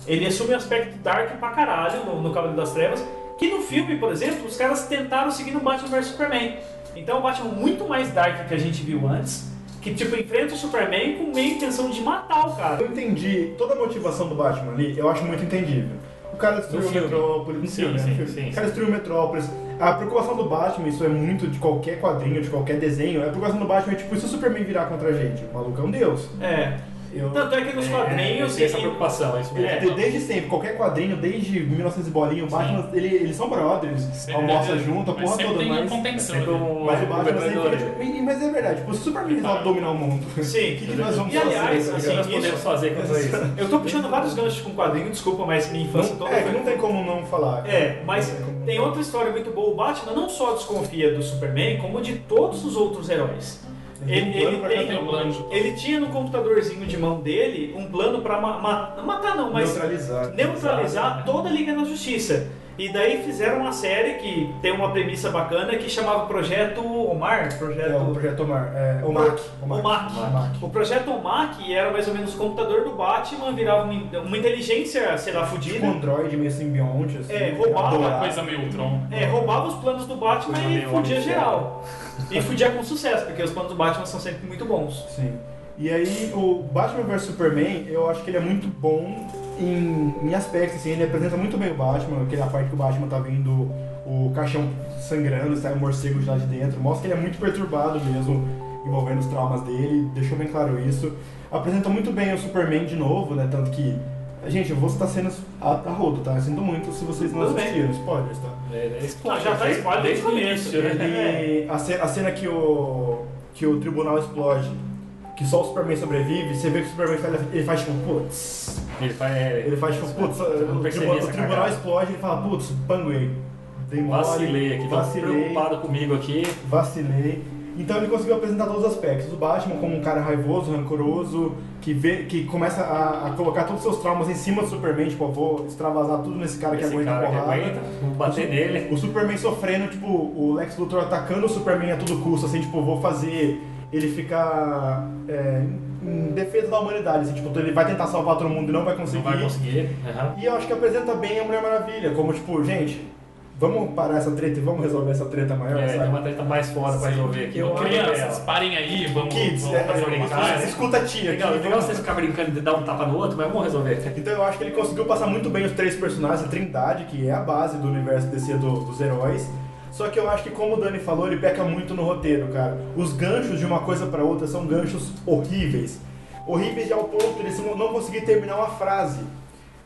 Ele assume o aspecto dark pra caralho no, no Cavaleiro das Trevas. Que no filme, por exemplo, os caras tentaram seguir no Batman vs Superman. Então o Batman muito mais dark que a gente viu antes. Que tipo, enfrenta o Superman com meio intenção de matar o cara.
Eu entendi toda a motivação do Batman ali, eu acho muito entendível. O cara destruiu
No
o
filme.
Metrópolis, no
Sim,
filme, né?
sim,
No filme.
sim.
O cara destruiu o Metrópolis. A preocupação do Batman, isso é muito de qualquer quadrinho, de qualquer desenho, a preocupação do Batman é tipo, e se o Superman virar contra a gente? O maluco é um deus.
É.
Eu-
Tanto é que nos quadrinhos.
tem essa
e-
preocupação, é isso
Ele-
mesmo.
de- Desde sempre, qualquer quadrinho, desde 1900 e bolinha, o Batman, ele- eles são brothers, almoçam junto, a
mas
porra
sempre
toda,
tem uma
mas...
contenção.
Sempre
né?
um-
Mas o
um
Batman sempre
governador.
fica tipo, "Ih, mas é verdade, tipo, se o Superman resolve dominar o mundo, o
Sim.
que, que nós vamos
E, aliás,
fazer? tá
assim,
ligado?
nós podemos fazer contra isso.
Eu tô puxando vários ganchos com quadrinho, desculpa, mas minha infância
Não,
toda.
é,
foi-
que não tem como não falar.
É, mas
Não como
tem
não-
outra história muito boa. O Batman não só desconfia do Superman, como de todos os outros heróis. Ele,
tem um
ele
plano pra
tem-
Tem um plano de-
ele tinha no computadorzinho de mão dele um plano pra ma- ma- matar, não, mas
neutralizar.
neutralizar toda a Liga da Justiça. E daí fizeram uma série que tem uma premissa bacana que chamava Projeto Omar. Projeto...
É, o projeto Omar. É, o Mac. O Mac.
Omak. O projeto Omak era mais ou menos o computador do Batman, virava uma, in- uma inteligência, sei lá,
Tipo um
fodida.
android meio simbionte, assim.
É, roubava
Uma
adorado.
coisa meio Ultron.
É, roubava os planos do Batman
Coisa
e
meio
fudia
Homem de
geral. E fudia com sucesso, porque os planos do Batman são sempre muito bons.
Sim. E aí, o Batman vs Superman, eu acho que ele é muito bom em, em aspectos, assim, ele apresenta muito bem o Batman, aquela parte que o Batman tá vendo o caixão sangrando, sai um morcego de lá de dentro, mostra que ele é muito perturbado mesmo, envolvendo os traumas dele, deixou bem claro isso. Apresenta muito bem o Superman de novo, né, tanto que... Gente, eu vou citar cenas a, a rodo, tá? Eu sinto muito se vocês não
Tudo bem.
assistiram, spoilers, tá?
É, é spoiler,
já tá
desde-
spoiler
desde
no
o
começo,
início, né?
Ele, a, ce- a cena que o, que o tribunal explode, que só o Superman sobrevive, você vê que o Superman faz, ele faz tipo, putz.
Ele faz. é,
Ele faz tipo, putz,
Eu não
o,
percebi
tribunal,
essa
o tribunal
cagada.
explode, ele fala, putz, panguei. Dei mole,
Vacilei aqui, tá
vacilei,
preocupado comigo aqui.
vacilei. Então ele conseguiu apresentar todos os aspectos. O Batman como um cara raivoso, rancoroso, que vê, que começa a, a colocar todos os seus traumas em cima do Superman, tipo, eu vou extravasar tudo nesse cara que
Esse
aguenta
cara que
porrada.
aguenta, vou bater
O-
nele.
O Superman sofrendo, tipo, o Lex Luthor atacando o Superman a todo custo, assim, tipo, vou fazer ele ficar é, em defesa da humanidade, assim, tipo, ele vai tentar salvar todo mundo e não vai
Não
conseguir.
vai conseguir. aham.
E eu acho que apresenta bem a Mulher Maravilha, como, tipo, gente, vamos parar essa treta e vamos resolver essa treta maior,
É, tem
sabe?
uma treta mais fora pra resolver aqui.
Eu
Não queria
Crianças,
ela.
parem aí, vamos,
Kids,
vamos
é,
fazer
é,
alguma
escuta-
coisa.
escuta a tia aqui.
Legal, é legal você ficar brincando de dar um tapa no outro, mas vamos resolver.
Então eu acho que ele conseguiu passar muito bem os três personagens, a Trindade, que é a base do universo DC do- dos heróis. Só que eu acho que, como o Dani falou, ele peca muito no roteiro, cara. Os ganchos de uma coisa pra outra são ganchos horríveis. Horríveis já ao ponto de eles não não conseguir terminar uma frase.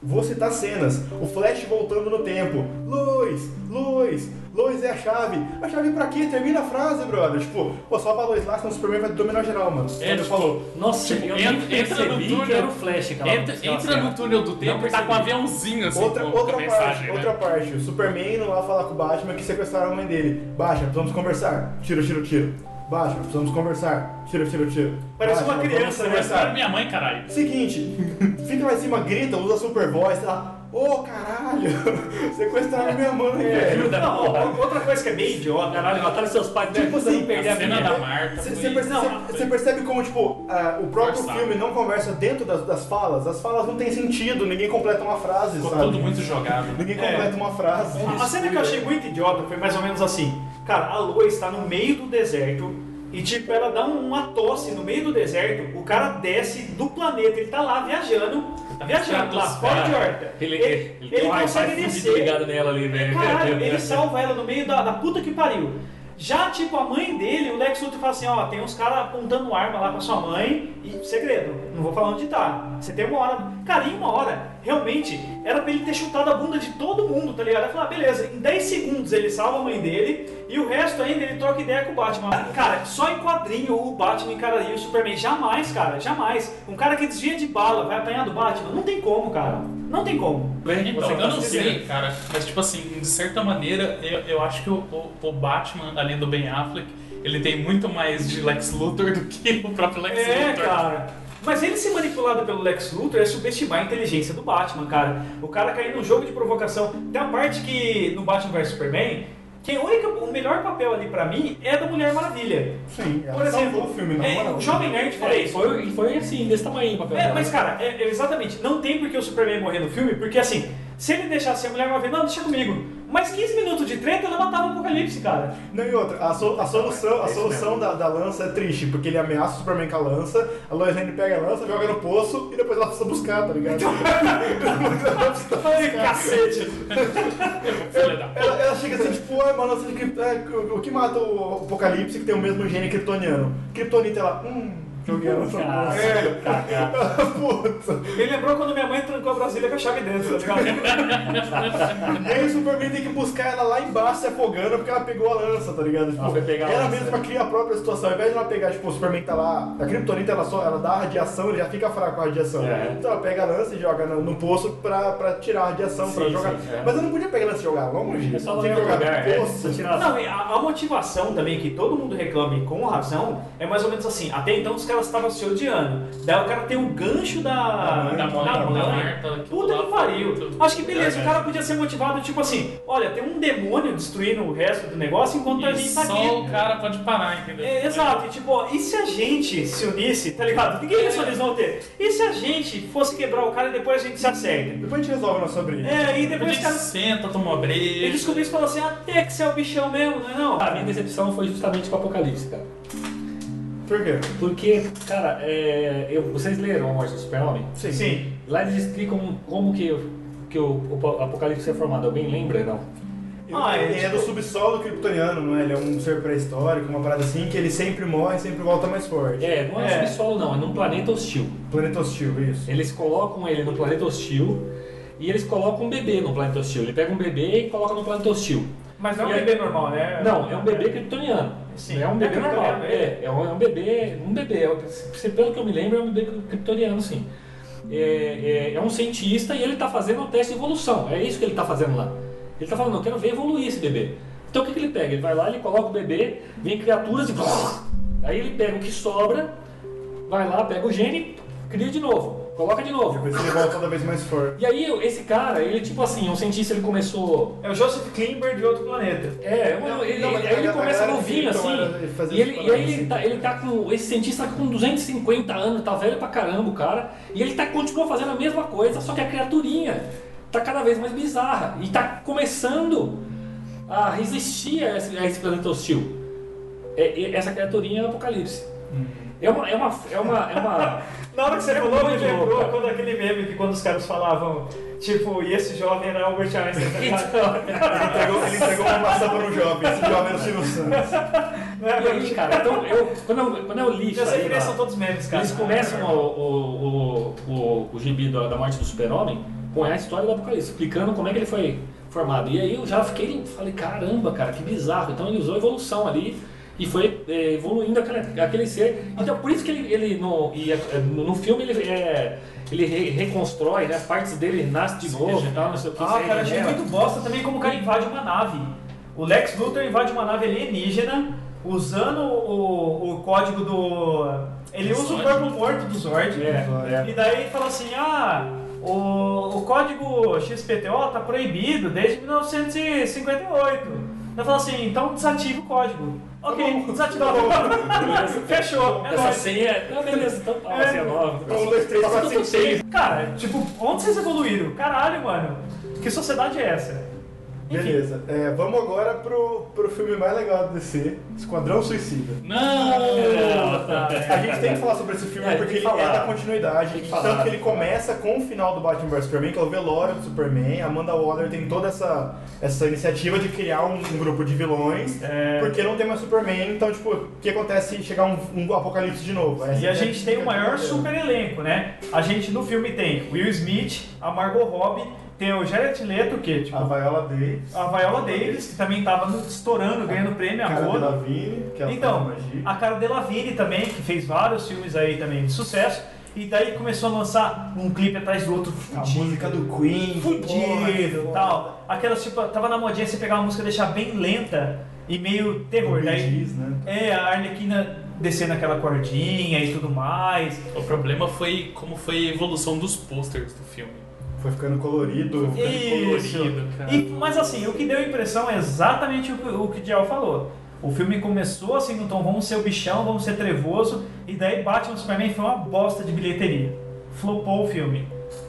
Vou citar cenas. O Flash voltando no tempo. Lois, Lois, Lois é a chave. A chave pra quê? Termina a frase, brother. Tipo, pô, só pra Lois lá, senão o Superman vai dominar geral, mano.
É,
Ele
tipo,
falou.
Nossa,
Tipo,
eu
entra-
nem
entra no
percebi
túnel.
que era o Flash aquela
Entra,
aquela
entra
cena.
no túnel do tempo e tá
percebi.
com um aviãozinho assim.
Outra,
com, com
outra
a
parte,
mensagem, né?
outra parte. O Superman indo lá falar com o Batman que sequestraram a mãe dele. Batman, precisamos conversar. Tiro, tiro, tiro. Batman, precisamos conversar. Tiro, tiro, tiro.
Parece
Batman,
uma
vamos
criança, né,
conversar.
Era minha mãe, caralho.
Seguinte, fica lá em cima, grita, usa super voz, sei lá. Ô caralho, sequestraram minha mãe,
É,
velho.
Não, ó, outra coisa que é bem idiota.
Caralho, mataram seus pais, né?
Tipo assim,
A cena da Marta.
Você
foi-
você percebe,
Não,
você percebe como, tipo, ah, o próprio
Forçado.
filme não conversa dentro das, das falas? As falas não têm sentido, ninguém completa uma frase,
Ficou
sabe?
tudo muito jogado.
Ninguém
É.
completa uma frase.
A cena que eu achei muito idiota foi mais ou menos assim. Cara, a Lois está no meio do deserto e, tipo, ela dá uma tosse no meio do deserto, o cara desce do planeta, ele tá lá viajando, tá viajando lá, fora de horta.
Ele,
ele,
ele
ele
tem
consegue
um Wi-Fi fudido
descer.
ligado nela ali, né? velho.
Caralho, ele é salva ela no meio da, da puta que pariu. Já, tipo, a mãe dele, o Lex Luthor fala assim, ó, tem uns caras apontando arma lá pra sua mãe e, segredo, não vou falar onde tá. Você tem uma hora... Cara, em uma hora, realmente, era pra ele ter chutado a bunda de todo mundo, tá ligado? Ele falar, beleza, em 10 segundos ele salva a mãe dele e o resto ainda ele troca ideia com o Batman. Cara, só em quadrinho o Batman encararia o Superman. Jamais, cara, jamais. Um cara que desvia de bala vai apanhar do Batman? Não tem como, cara. Não tem como.
Então,
Você
eu
tá
não
assistindo.
sei, cara, mas tipo assim, de certa maneira, eu, eu acho que o, o- o Batman, além do Ben Affleck, ele tem muito mais de Lex Luthor do que o próprio Lex
É,
Luthor.
cara. Mas ele ser manipulado pelo Lex Luthor é subestimar a inteligência do Batman, cara. O cara cair num jogo de provocação. Tem a parte que no Batman vs Superman, que a única- o melhor papel ali pra mim é da Mulher Maravilha.
Sim, ela
Por exemplo,
salvou o um filme, na
é,
moral. um
o Jovem Nerd fala
Foi,
isso.
foi, foi assim, desse tamanho o papel
É,
dela.
mas cara, é- é exatamente, não tem porque o Superman morrer no filme, porque assim, se ele deixasse a Mulher Maravilha, não, deixa comigo. Mas 15 minutos de treta, ela matava o Apocalipse, cara.
Não, e outra, a, so- a solução, a solução da, da lança é triste, porque ele ameaça o Superman com a lança, a Lois Lane pega a lança, joga no poço e depois ela precisa buscar, tá ligado?
Ai, cacete.
Filha da
Ela, ela chega assim, tipo, ah, uma lança de cripto. é, o- o que mata o Apocalipse que tem o mesmo gene kryptoniano? Kryptonita, ela, hum, joguei a lança no poço.
Cara, cara,
Puta.
Me lembrou quando minha mãe trancou a Brasília com a chave dentro, tá ligado?
E aí o Superman tem que buscar ela lá embaixo se afogando porque ela pegou a lança, tá ligado? Tipo,
Ela foi pegar a
ela
lança. né?
mesma cria a própria situação. Ao invés de ela pegar, tipo, o Superman tá lá, a Kryptonita ela só ela dá a radiação, ele já fica fraco com a radiação.
É.
Então ela pega a lança e joga no, no poço pra, pra tirar a radiação, pra
Sim,
jogar.
sim, é.
Mas eu não podia pegar a lança e jogar longe.
é só
eu
lá em
tinha que
outro
jogar
lugar,
no
é,
poço.
você tirar as-
Não, e a, a motivação também que todo mundo reclama e com razão é mais ou menos assim. Até então os caras estavam se odiando. Daí o cara tem o gancho da,
Da mãe, da tá Marta, que
Puta que
lá É,
pariu.
dentro.
Acho que beleza, o cara podia ser motivado tipo assim: olha, tem um demônio destruindo o resto do negócio enquanto a
E
gente tá
só
aqui.
o cara pode parar, entendeu?
É, exato, e tipo, ó, e se a gente se unisse, tá ligado? Ninguém se unisse, não ter. E se a gente fosse quebrar o cara e depois a gente se acerta?
Depois a gente resolve a nossa briga.
É, e
Depois
depois
a
os
gente
caras.
senta, toma breja.
Ele descobriu isso e falou assim: até que você é o bichão mesmo, não é? Não?
Então, A minha decepção foi justamente com o Apocalipse, cara.
Por quê?
Porque, cara, é, eu, vocês leram a morte do Super-Homem?
Sim.
Lá eles explicam como que, que o, o Apocalipse é formado. Alguém lembra? Não.
Ah,
ele
é,
é do
tipo-
subsolo kryptoniano, não é? Ele é um ser pré-histórico, uma parada assim, que ele sempre morre e sempre volta mais forte.
É, não é,
É.
é. subsolo, não. É num planeta hostil.
Planeta hostil, isso.
Eles colocam ele no planeta hostil e eles colocam um bebê no planeta hostil. Ele pega um bebê e coloca no planeta hostil.
Mas não é
E
um
aí-
bebê normal, né?
Não, é um bebê kryptoniano.
Sim.
Não é um bebê
É
normal.
kryptoniano,
É, é um, é um bebê, um bebê. é um- se- pelo que eu me lembro, é um bebê kryptoniano, sim. É, é- é um cientista e ele está fazendo um teste de evolução. É isso que ele está fazendo lá. Ele está falando, eu quero ver evoluir esse bebê. Então o que, que ele pega? Ele vai lá, ele coloca o bebê, vem criaturas e. Aí ele pega o que sobra, vai lá, pega o gene, cria de novo, coloca de novo.
Depois ele volta cada vez mais forte.
E aí esse cara, ele tipo assim, é um cientista, ele começou
É o Joseph Klimber de outro planeta.
é, não,
Não,
ele,
não, mas
aí ele
a
começa
galera
novinho
que
assim.
então era- fazia
E, ele, e
essas
aí
paradas,
ele
assim.
tá, ele tá com. Esse cientista tá com 250 anos, tá velho pra caramba o cara. E ele tá, continua fazendo a mesma coisa, só que a criaturinha tá cada vez mais bizarra. E tá começando a resistir a esse, a esse planeta hostil. É- é- essa criaturinha é o apocalipse. É uma. É uma, é uma, é uma
Na hora que você falou, me
muito louco,
lembrou
cara.
quando aquele meme que quando os caras falavam, tipo, e esse jovem era Albert Einstein. tá ligado?
Ele entregou, ele entregou uma maçã para um jovem, esse jovem era o Silvio Santos.
Não é
e aí, cara, então eu, quando, eu, quando eu li isso
Eu sei
aí
que eles
na-
são todos memes, cara.
Eles começam o, o, o, o, o gibi da, da morte do super-homem Bom, é a história do Apocalipse, explicando como é que ele foi formado. E aí eu já fiquei, falei, caramba, cara, que bizarro. Então ele usou a evolução ali e foi é, evoluindo aquele, aquele ser. Então por isso que ele, ele no, e, é, no filme ele, é, ele re- reconstrói, né? As partes dele nascem de novo e tal, não sei o que.
Ah,
se
cara, achei
regenera.
muito bosta também como o cara invade uma nave. O Lex Luthor invade uma nave alienígena usando o, o código do. Ele usa
Zord.
o corpo morto do Zord.
É, é.
E daí ele fala assim: ah, o, o código XPTO tá proibido desde 1958. Eu falo assim: então desativa o código.
Tá
Ok, desativou. Fechou. É
Essa
nóis.
senha é. Ah, beleza, então tá,
É.
assim, é nova.
Um, dois, três, quatro, cinco, seis.
Cara, tipo, onde vocês evoluíram? Caralho, mano. Que sociedade é essa? Enfim.
Beleza. É, vamos agora pro, pro filme mais legal do DC, Esquadrão Suicida.
Não!
A gente tem que falar sobre esse filme
É, tem
porque
que
ele
falar.
é da continuidade.
Tem que falar.
tanto que ele começa com o final do Batman vs Superman, que é o velório do Superman. A Amanda Waller tem toda essa, essa iniciativa de criar um, um grupo de vilões,
É,
É.
porque não tem mais Superman. Então, tipo, o que acontece se chegar um, um apocalipse de novo? Essa
E
é
a gente tem o maior
super
super elenco, né? A gente no filme tem Will Smith, a Margot Robbie, tem o Jared Leto, que tipo,
A Viola Davis,
a Viola Davis, que também tava no- estourando, ganhando prêmio, a
É, Cara
roda.
Delevingne, que é
Então,
magia.
a cara Delevingne também, que fez vários filmes aí também de sucesso. E daí começou a lançar um clipe atrás do outro
A
fudido.
música do Queen.
fudido
porra,
tal. Aquelas, tipo, tava na modinha você pegar uma música e deixar bem lenta e meio
O
terror.
Bee
Daí,
Gees, né?
é, a Arlequina descendo aquela cordinha e tudo mais.
O problema foi como foi a evolução dos posters do filme.
Foi ficando colorido.
Foi ficando
Isso.
colorido, cara.
E, mas assim, o que deu a impressão é exatamente o, que- o que o Diel falou. O filme começou assim no tom, vamos ser o bichão, vamos ser trevoso, e daí Batman Superman foi uma bosta de bilheteria. Flopou o filme.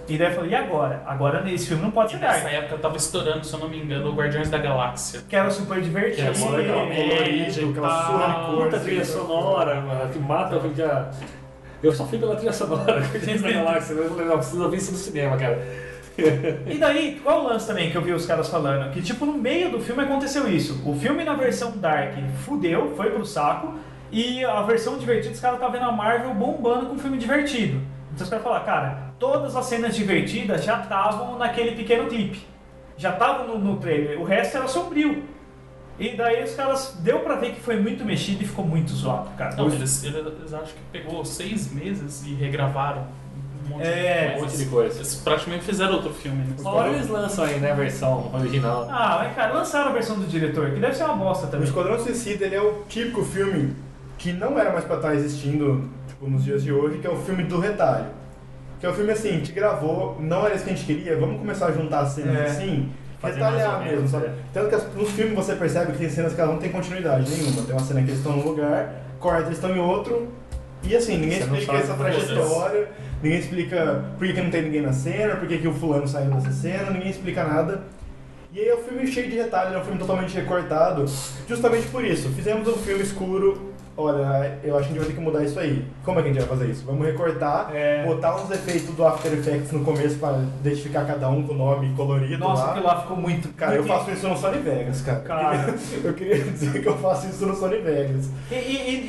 E daí falou, e agora? Agora esse filme não pode
E
ser
nessa
dark.
época tava estourando, se eu não me engano, o Guardiões da Galáxia.
Que era super divertido.
Que é mó legal,
colorido, aquela
Ah,
sua cor. assim, né?
puta trilha sonora, mano, que mata eu já. Eu só fui pela trilha sonora, Guardiões da Galáxia, mas eu falei, não, preciso ouvir isso no cinema, cara.
E daí, qual o lance também que eu vi os caras falando? Que tipo, no meio do filme aconteceu isso. O filme na versão Dark fudeu, foi pro saco. E a versão divertida, os caras tá vendo a Marvel bombando com um filme divertido. Então os caras falaram, cara, todas as cenas divertidas já estavam naquele pequeno clipe. Já estavam no, no trailer, o resto era sombrio. E daí os caras, deu pra ver que foi muito mexido e ficou muito zoado, cara.
Não, eles, eles acho que pegou seis meses e regravaram um monte
É,
Um
de
monte
coisas.
de coisa.
Eles praticamente fizeram outro filme, né?
Uma hora eles lançam aí, né, a versão original.
Ah, mas cara, lançaram a versão do diretor, que deve ser uma bosta
O
também.
Esquadrão Suicida ele é o típico filme que não era mais pra estar existindo tipo, nos dias de hoje, que é o filme do retalho. Que é o filme assim, te gravou, não era isso que a gente queria, vamos começar a juntar as cenas
É.
assim,
Fazer mais
retalhar
ou
mesmo,
menos,
sabe?
é.
Tanto que as- nos filmes você percebe que tem cenas que elas não têm continuidade nenhuma. Tem uma cena que eles estão num lugar, corta, eles estão em outro, e assim, ninguém
Você não
explica essa
sabe como é isso.
trajetória, ninguém explica por que que não tem ninguém na cena, por que que o fulano saiu dessa cena, ninguém explica nada. E aí é um filme cheio de detalhes, é um filme totalmente recortado, justamente por isso. Fizemos um filme escuro, olha, eu acho que a gente vai ter que mudar isso aí. Como é que a gente vai fazer isso? Vamos recortar,
É.
botar uns efeitos do After Effects no começo pra identificar cada um com o nome colorido
Nossa,
lá.
aquilo lá ficou muito.
Cara, eu
muito
faço isso no Sony Vegas, cara.
Cara.
Eu queria dizer que eu faço isso no Sony Vegas.
E, e-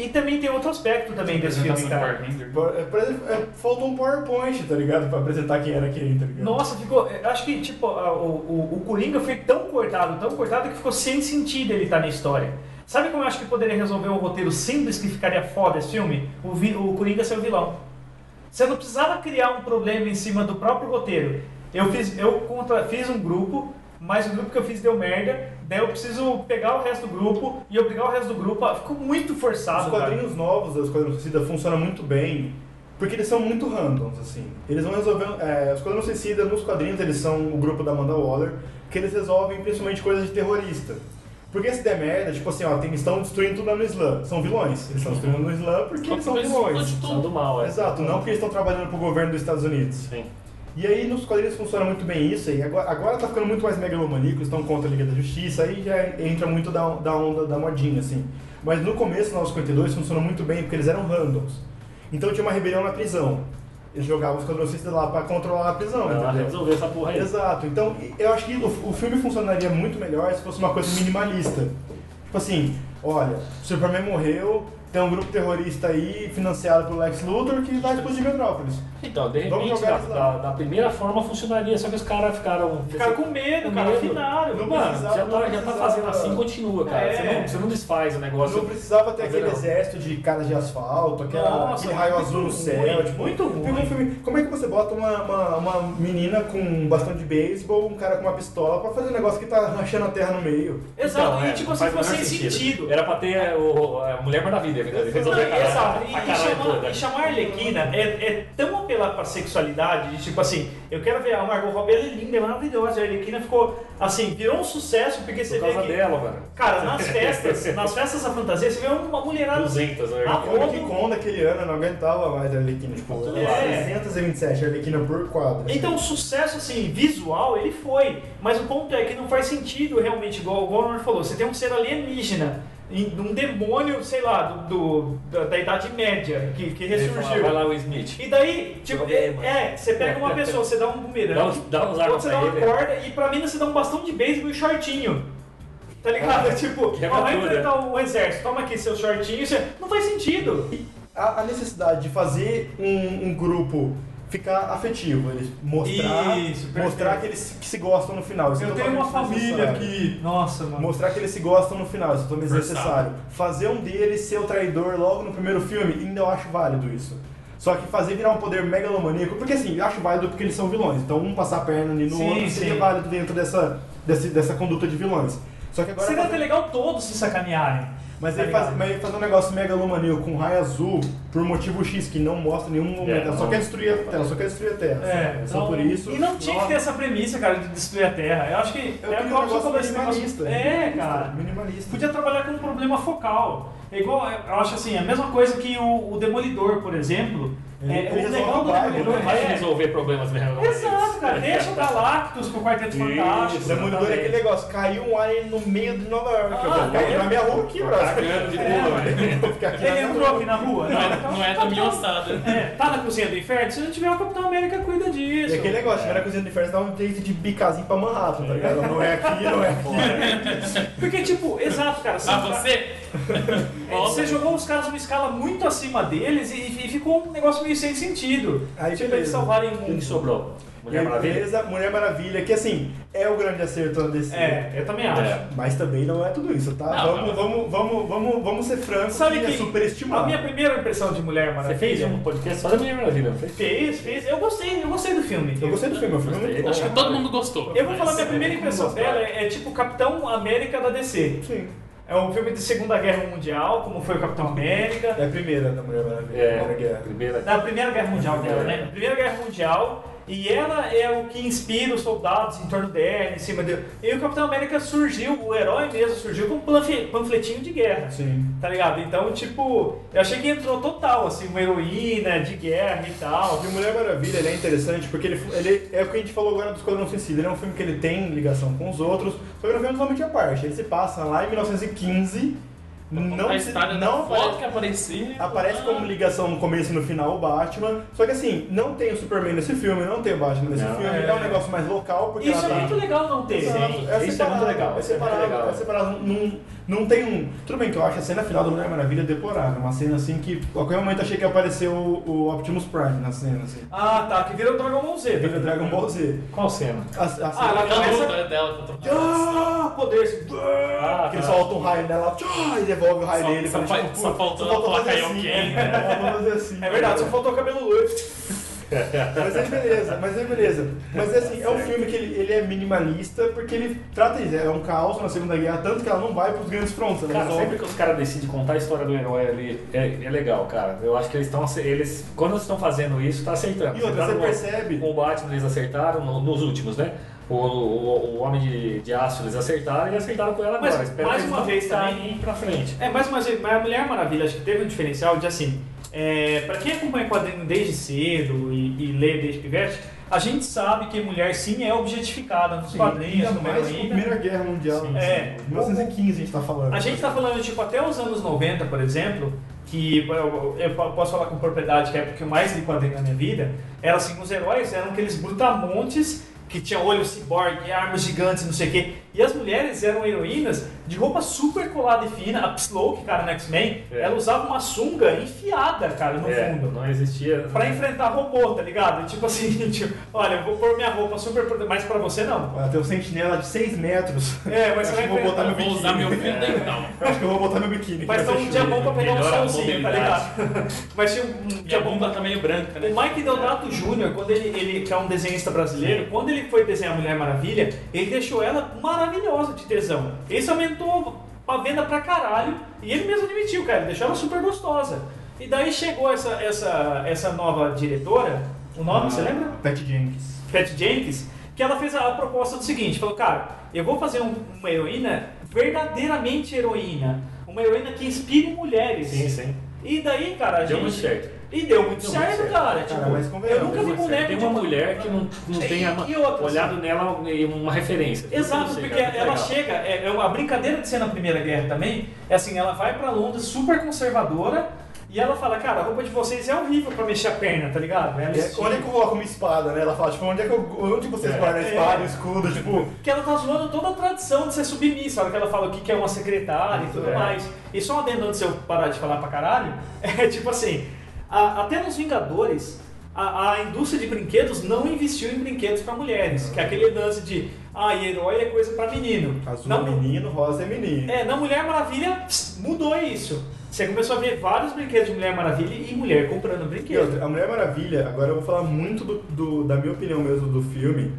e- e também tem outro aspecto também desse filme,
Apresentação do
cara.
Power Ranger.
Por- é, por exemplo, é, faltou um PowerPoint, tá ligado? Pra apresentar quem era quem, tá ligado?
Nossa, ficou. eu Acho que tipo, a- o, o, o Coringa foi tão cortado, tão cortado, que ficou sem sentido ele estar na história. Sabe como eu acho que poderia resolver um roteiro simples que ficaria foda esse filme? O, vi- o Coringa ser o vilão. Você não precisava criar um problema em cima do próprio roteiro. Eu fiz, eu contra, fiz um grupo, mas o grupo que eu fiz deu merda, daí eu preciso pegar o resto do grupo e obrigar o resto do grupo. a- Ficou muito
Os
forçado. cara.
quadrinhos novos dos Esquadrão Suicida funcionam muito bem, porque eles são muito randoms, assim. Eles vão resolvendo... É, os Esquadrão Suicida, nos quadrinhos, eles são o grupo da Amanda Waller, que eles resolvem principalmente coisas de terrorista. Porque se der merda, tipo assim, ó, tem, estão destruindo tudo no Islã. São vilões. Eles estão destruindo no Islã porque eles são
Talvez
vilões.
fosse
São
tudo.
do mal, é.
Exato, não porque eles estão trabalhando pro governo dos Estados Unidos.
Sim.
E aí nos quadrinhos funciona muito bem isso, e agora, agora tá ficando muito mais megalomaníaco, estão contra a Liga da Justiça, aí já entra muito da, on- da onda da modinha, assim. Mas no começo, na 52, funcionou muito bem, porque eles eram randoms. Então tinha uma rebelião na prisão. Eles jogavam os quadrocistas lá pra controlar a prisão,
Vai lá
entendeu?
resolver essa porra aí.
Exato. Então, eu acho que o, o filme funcionaria muito melhor se fosse uma coisa minimalista. Tipo assim, olha, o Superman morreu, tem um grupo terrorista aí, financiado pelo Lex Luthor, que vai explodir Metrópolis.
Então, de
Vamos
repente, da,
jogar isso lá.
da- da primeira forma funcionaria, só que os caras ficaram.
Ficaram com medo, cara,
medo.
afinaram.
Não
Mano,
precisava,
já tá, já tá
precisava.
fazendo assim, continua, cara.
É.
Você, não, você não desfaz o negócio.
Não precisava ter
Mas
aquele
não.
exército de cara de asfalto, aquela,
Nossa,
aquele raio
muito
azul no
ruim,
céu. Tipo,
muito
tem um
ruim.
filme- como é que você bota uma, uma, uma menina com um bastão de beisebol, um cara com uma pistola, pra fazer um negócio que tá rachando a terra no meio?
Exato,
Então, é,
e tipo
não
assim,
faz o
ficou
menor
sem sentido.
Era pra ter o, a Mulher Maravilha, verdade?
Não,
Resolver a
e, essa- e-
caralho- a
e
caralho
chamar,
toda.
e chamar a Arlequina é, é tão apelar pra sexualidade, de, tipo assim, eu quero ver a Margot Robbie, ela é linda, é maravilhosa, a Arlequina ficou, assim, virou um sucesso, porque você
Por
vê
causa
que...
dela, mano.
Cara, nas festas, nas festas da fantasia, você vê uma mulherada...
200, né?
Ah,
Olha
Todo-
que Con daquele ano eu não aguentava mais a Arlequina, tipo, sei lá,
É.
627 Arlequina por quadro.
Então, o sucesso, assim, visual, ele foi. Mas o ponto é que não faz sentido realmente, igual o Warner falou. Você tem um ser alienígena, em- um demônio, sei lá, do, do- da, da Idade Média, que, que
Ele fala, Vai
ressurgiu.
lá, Will Smith.
E daí, tipo, é,
Problema.
é, você pega uma pessoa, você dá um
Dá
bumerangue,
uns, dá uns armas
você dá
pra
uma
ele.
corda, e pra mina você dá um bastão de beisebol e shortinho. Tá
Ah,
ligado? É tipo,
Quebra
ó, vai
tudo,
enfrentar o exército, toma aqui seu shortinho, você... não faz sentido.
A, a necessidade de fazer um, um grupo ficar afetivo, eles mostrar,
Isso, perfeito.
mostrar que eles se- que se gostam no final. Isso é
Eu tenho uma
totalmente
família
desnecessário.
aqui. Nossa, mano.
Mostrar que eles se gostam no final, isso é totalmente desnecessário. Fazer um deles ser o traidor logo no primeiro filme, ainda eu acho válido isso. Só que fazer virar um poder megalomaníaco, porque assim, eu acho válido porque eles são vilões. Então um passar a perna ali no
Sim,
outro seria
sim.
válido dentro dessa, dessa, dessa conduta de vilões. Só que agora. tá-
Seria até legal todos se sacanearem.
Mas
tá
ele, faz,
ligado?
mas ele faz um negócio megalomaníaco com raio azul por motivo X, que não mostra nenhum momento. ela só
não.
quer destruir a Terra, só quer destruir a Terra.
É,
sabe? só
então-
por isso.
E não tinha que ter essa premissa, cara, de destruir a Terra. Eu acho que.
Eu
é
queria um
igual você
negócio
falou, esse negócio-
minimalista.
É, cara.
Minimalista.
Podia trabalhar com um problema focal. É igual, eu acho assim, a mesma coisa que o, o Demolidor, por exemplo.
Ele-
é,
ele
o
resolve
legal
o
do
bairro,
Demolidor
né?
Vai
é.
resolver problemas mesmo.
Exato, cara. Deixa o Galactus com o Quarteto
Isso,
Fantástico.
O Demolidor é aquele negócio, caiu um alien no meio de Nova York. eu
Ah,
vou cair na minha rua aqui,
tá
brother.
Cagando de
É,
boa,
mano.
velho.
Vou ficar aqui
Ele
na
entrou
rua.
aqui na rua?
Não é-
Então,
Não é da minha ossada.
É, tá na cozinha do inferno? Se não tiver, o Capitão América cuida
E
disso.
aquele negócio, tiver na cozinha do inferno, dá um jeito de bicazinho pra Manhattan, tá ligado? Não é aqui, não é aqui. é-
Porque, tipo, exato, cara.
Ah,
sabe?
você?
É, Você jogou os caras numa escala muito acima deles e, e ficou um negócio meio sem sentido.
Aí,
tipo,
beleza.
eles salvarem o
Quem que
mundo.
sobrou? Mulher Maravilha?
Beleza, Mulher Maravilha, que assim, é o grande acerto da DC.
É, eu também acho.
É.
Mas também não é tudo isso, tá?
Não,
vamos,
não.
Vamos, vamos, vamos, vamos ser francos,
Sabe
que
que
é superestimado.
a minha primeira impressão de Mulher
Você
Maravilha...
fez um podcast só da Mulher Maravilha, não fez?
Fez, fez. Eu gostei, eu gostei do filme.
Eu gostei do filme, o filme é muito bom.
Acho que todo mundo gostou.
Eu vou falar,
mas-
minha primeira impressão dela é, é tipo Capitão América da DC.
Sim.
É um filme de Segunda Guerra Mundial, como foi o Capitão América.
É a primeira da Mulher Maravilha,
É,
Primeira Guerra.
primeira.
Da Primeira Guerra Mundial dela, né? Primeira Guerra Mundial. E ela é o que inspira os soldados em torno dela, em cima dele. E o Capitão América surgiu, o herói mesmo, surgiu com um panfle- panfletinho de guerra.
Sim.
Tá ligado? Então, tipo, eu achei que entrou total, assim, uma heroína de guerra e tal.
E o Mulher Maravilha ele é interessante porque ele, ele é o que a gente falou agora do Esquadrão Suicida. Ele é um filme que ele tem ligação com os outros, só que ele é um filme totalmente à parte. Ele se passa lá em 1915, não,
Contar a
se-
história da
não
foto
aparece,
que aparecia.
aparece como ligação no começo e no final o Batman. Só que assim, não tem o Superman nesse filme, não tem o Batman nesse
Não.
filme. É. um negócio mais local porque
Isso é
ela tá-
muito legal não ter.
Exato,
Sim,
é
isso é muito
separado,
legal,
É
isso é muito
separado,
legal.
é separado. Não, não tem um. Tudo bem que eu acho a cena final do Mulher Maravilha deplorável. Uma cena assim que. A qualquer momento achei que apareceu o, o Optimus Prime na cena, assim.
Ah, tá, que virou Dragon Ball Z.
Vira Dragon Ball Z.
Qual cena?
A, a cena
Ah, ela
Aquela
começa-
luta então é dela contra o
Ah,
um
poder.
assim,
Ah, tá.
que ele solta um raio nela tchá, e devolve o raio
Só-
nele.
só
fala,
fa-
tipo,
só
putz,
faltou
faltou
falar
fazer
Kaioken,
assim,
né?
só faltou fazer assim.
É verdade, só faltou cabelo loiro.
Mas é beleza, mas é beleza. Mas é assim, é um filme que ele, ele é minimalista porque ele trata isso, é um caos na Segunda Guerra, tanto que ela não vai pros grandes frontes, ela
Cara,
resolve-
sempre que os caras decidem contar a história do herói ali, é, é legal, cara. Eu acho que eles estão. ace- Eles, quando eles estão fazendo isso, tá acertando.
E outra, você
Acertaram no-
percebe.
Com o Batman eles acertaram, no- nos últimos, né? O, o, o Homem de, de Aço eles acertaram e acertaram com ela
Mas,
agora. Espero
mais
que
uma vez
eles não
também-
caem pra frente.
É, mais uma vez, mas a Mulher Maravilha acho que teve um diferencial de assim. É, para quem acompanha quadrinho desde cedo e, e lê desde pivete, a gente sabe que mulher sim é objetificada nos quadrinhos,
assim, Ainda
no
mais com a
heroína.
Primeira Guerra Mundial.
Sim,
né?
sim.
1915 a gente tá falando.
A gente tá falando, tipo, até os anos 90, por exemplo, que eu, eu posso falar com propriedade, que é porque eu mais li quadrinho na minha vida, era assim, os heróis eram aqueles brutamontes que tinham olho ciborgue, armas gigantes, não sei o quê. E as mulheres eram heroínas de roupa super colada e fina. A Psylocke, cara, no X-Men,
É.
ela usava uma sunga enfiada, cara, no
É,
fundo.
não existia.
Pra enfrentar robô, tá ligado? Tipo assim, tipo, olha, eu vou pôr minha roupa super... prote- Mas pra você, não.
Ah, Tem um sentinela de 6 metros.
É, mas
Acho
você vai
que eu vou
enfrentar...
botar meu
Vou usar meu então. fio dental.
Eu Acho que eu vou botar meu
Mas
biquíni. que vai
então um
ser
dia
chuva.
bom pra pegar um
Melhora a
solzinho, tá
mobilidade.
ligado? Mas tinha um
E a
dia bom pra
bomba tá meio branca, né?
O Mike Deodato Jr., quando ele, ele, que é um desenhista brasileiro, quando ele foi desenhar a Mulher Maravilha, ele deixou ela maravilhosa de tesão. Isso aumentou a venda pra caralho, e ele mesmo admitiu, cara, ele deixou ela super gostosa. E daí chegou essa, essa, essa nova diretora, o nome,
Ah.
você lembra?
Pat Jenkins.
Pat Jenkins, que ela fez a proposta do seguinte, falou, cara, eu vou fazer um- uma heroína verdadeiramente heroína, uma heroína que inspire mulheres.
Sim, sim.
E daí, cara, a
Deu muito
gente...
certo.
E deu muito
Deu muito
certo,
certo.
cara. Tipo,
Cara, mas
eu
é?
convenhamos,
nunca
deu
vi mulher tipo
Tem
muito
de
uma mulher que não, não
E-
tenha
É, e outra, assim,
olhado nela e uma referência.
Exato,
Isso é
porque
legal.
ela chega, é, é uma- a brincadeira de ser na Primeira Guerra também, é assim, ela vai pra Londres super conservadora e ela fala, cara, a roupa de vocês é horrível pra mexer a perna, tá ligado? Ela
É,
estica.
onde é que eu coloco uma espada, né? Ela fala, tipo, onde é que eu, onde vocês
É.
guardam a espada,
É.
o escudo, tipo...
Porque ela tá zoando toda a tradição de ser submissa, a hora que ela fala o que que é uma secretária e tudo
É.
mais. E só um adendo antes de eu parar de falar pra caralho, é tipo assim, a- até nos Vingadores, a, a indústria de brinquedos não investiu em brinquedos pra mulheres, que é aquele lance de, ah, e herói é coisa pra menino.
Azul
não,
é menino, rosa é menino.
É, na Mulher Maravilha pss, mudou isso. Você começou a ver vários brinquedos de Mulher Maravilha e mulher comprando
E
brinquedo.
outra, a Mulher Maravilha, agora eu vou falar muito do, do- da minha opinião mesmo do filme,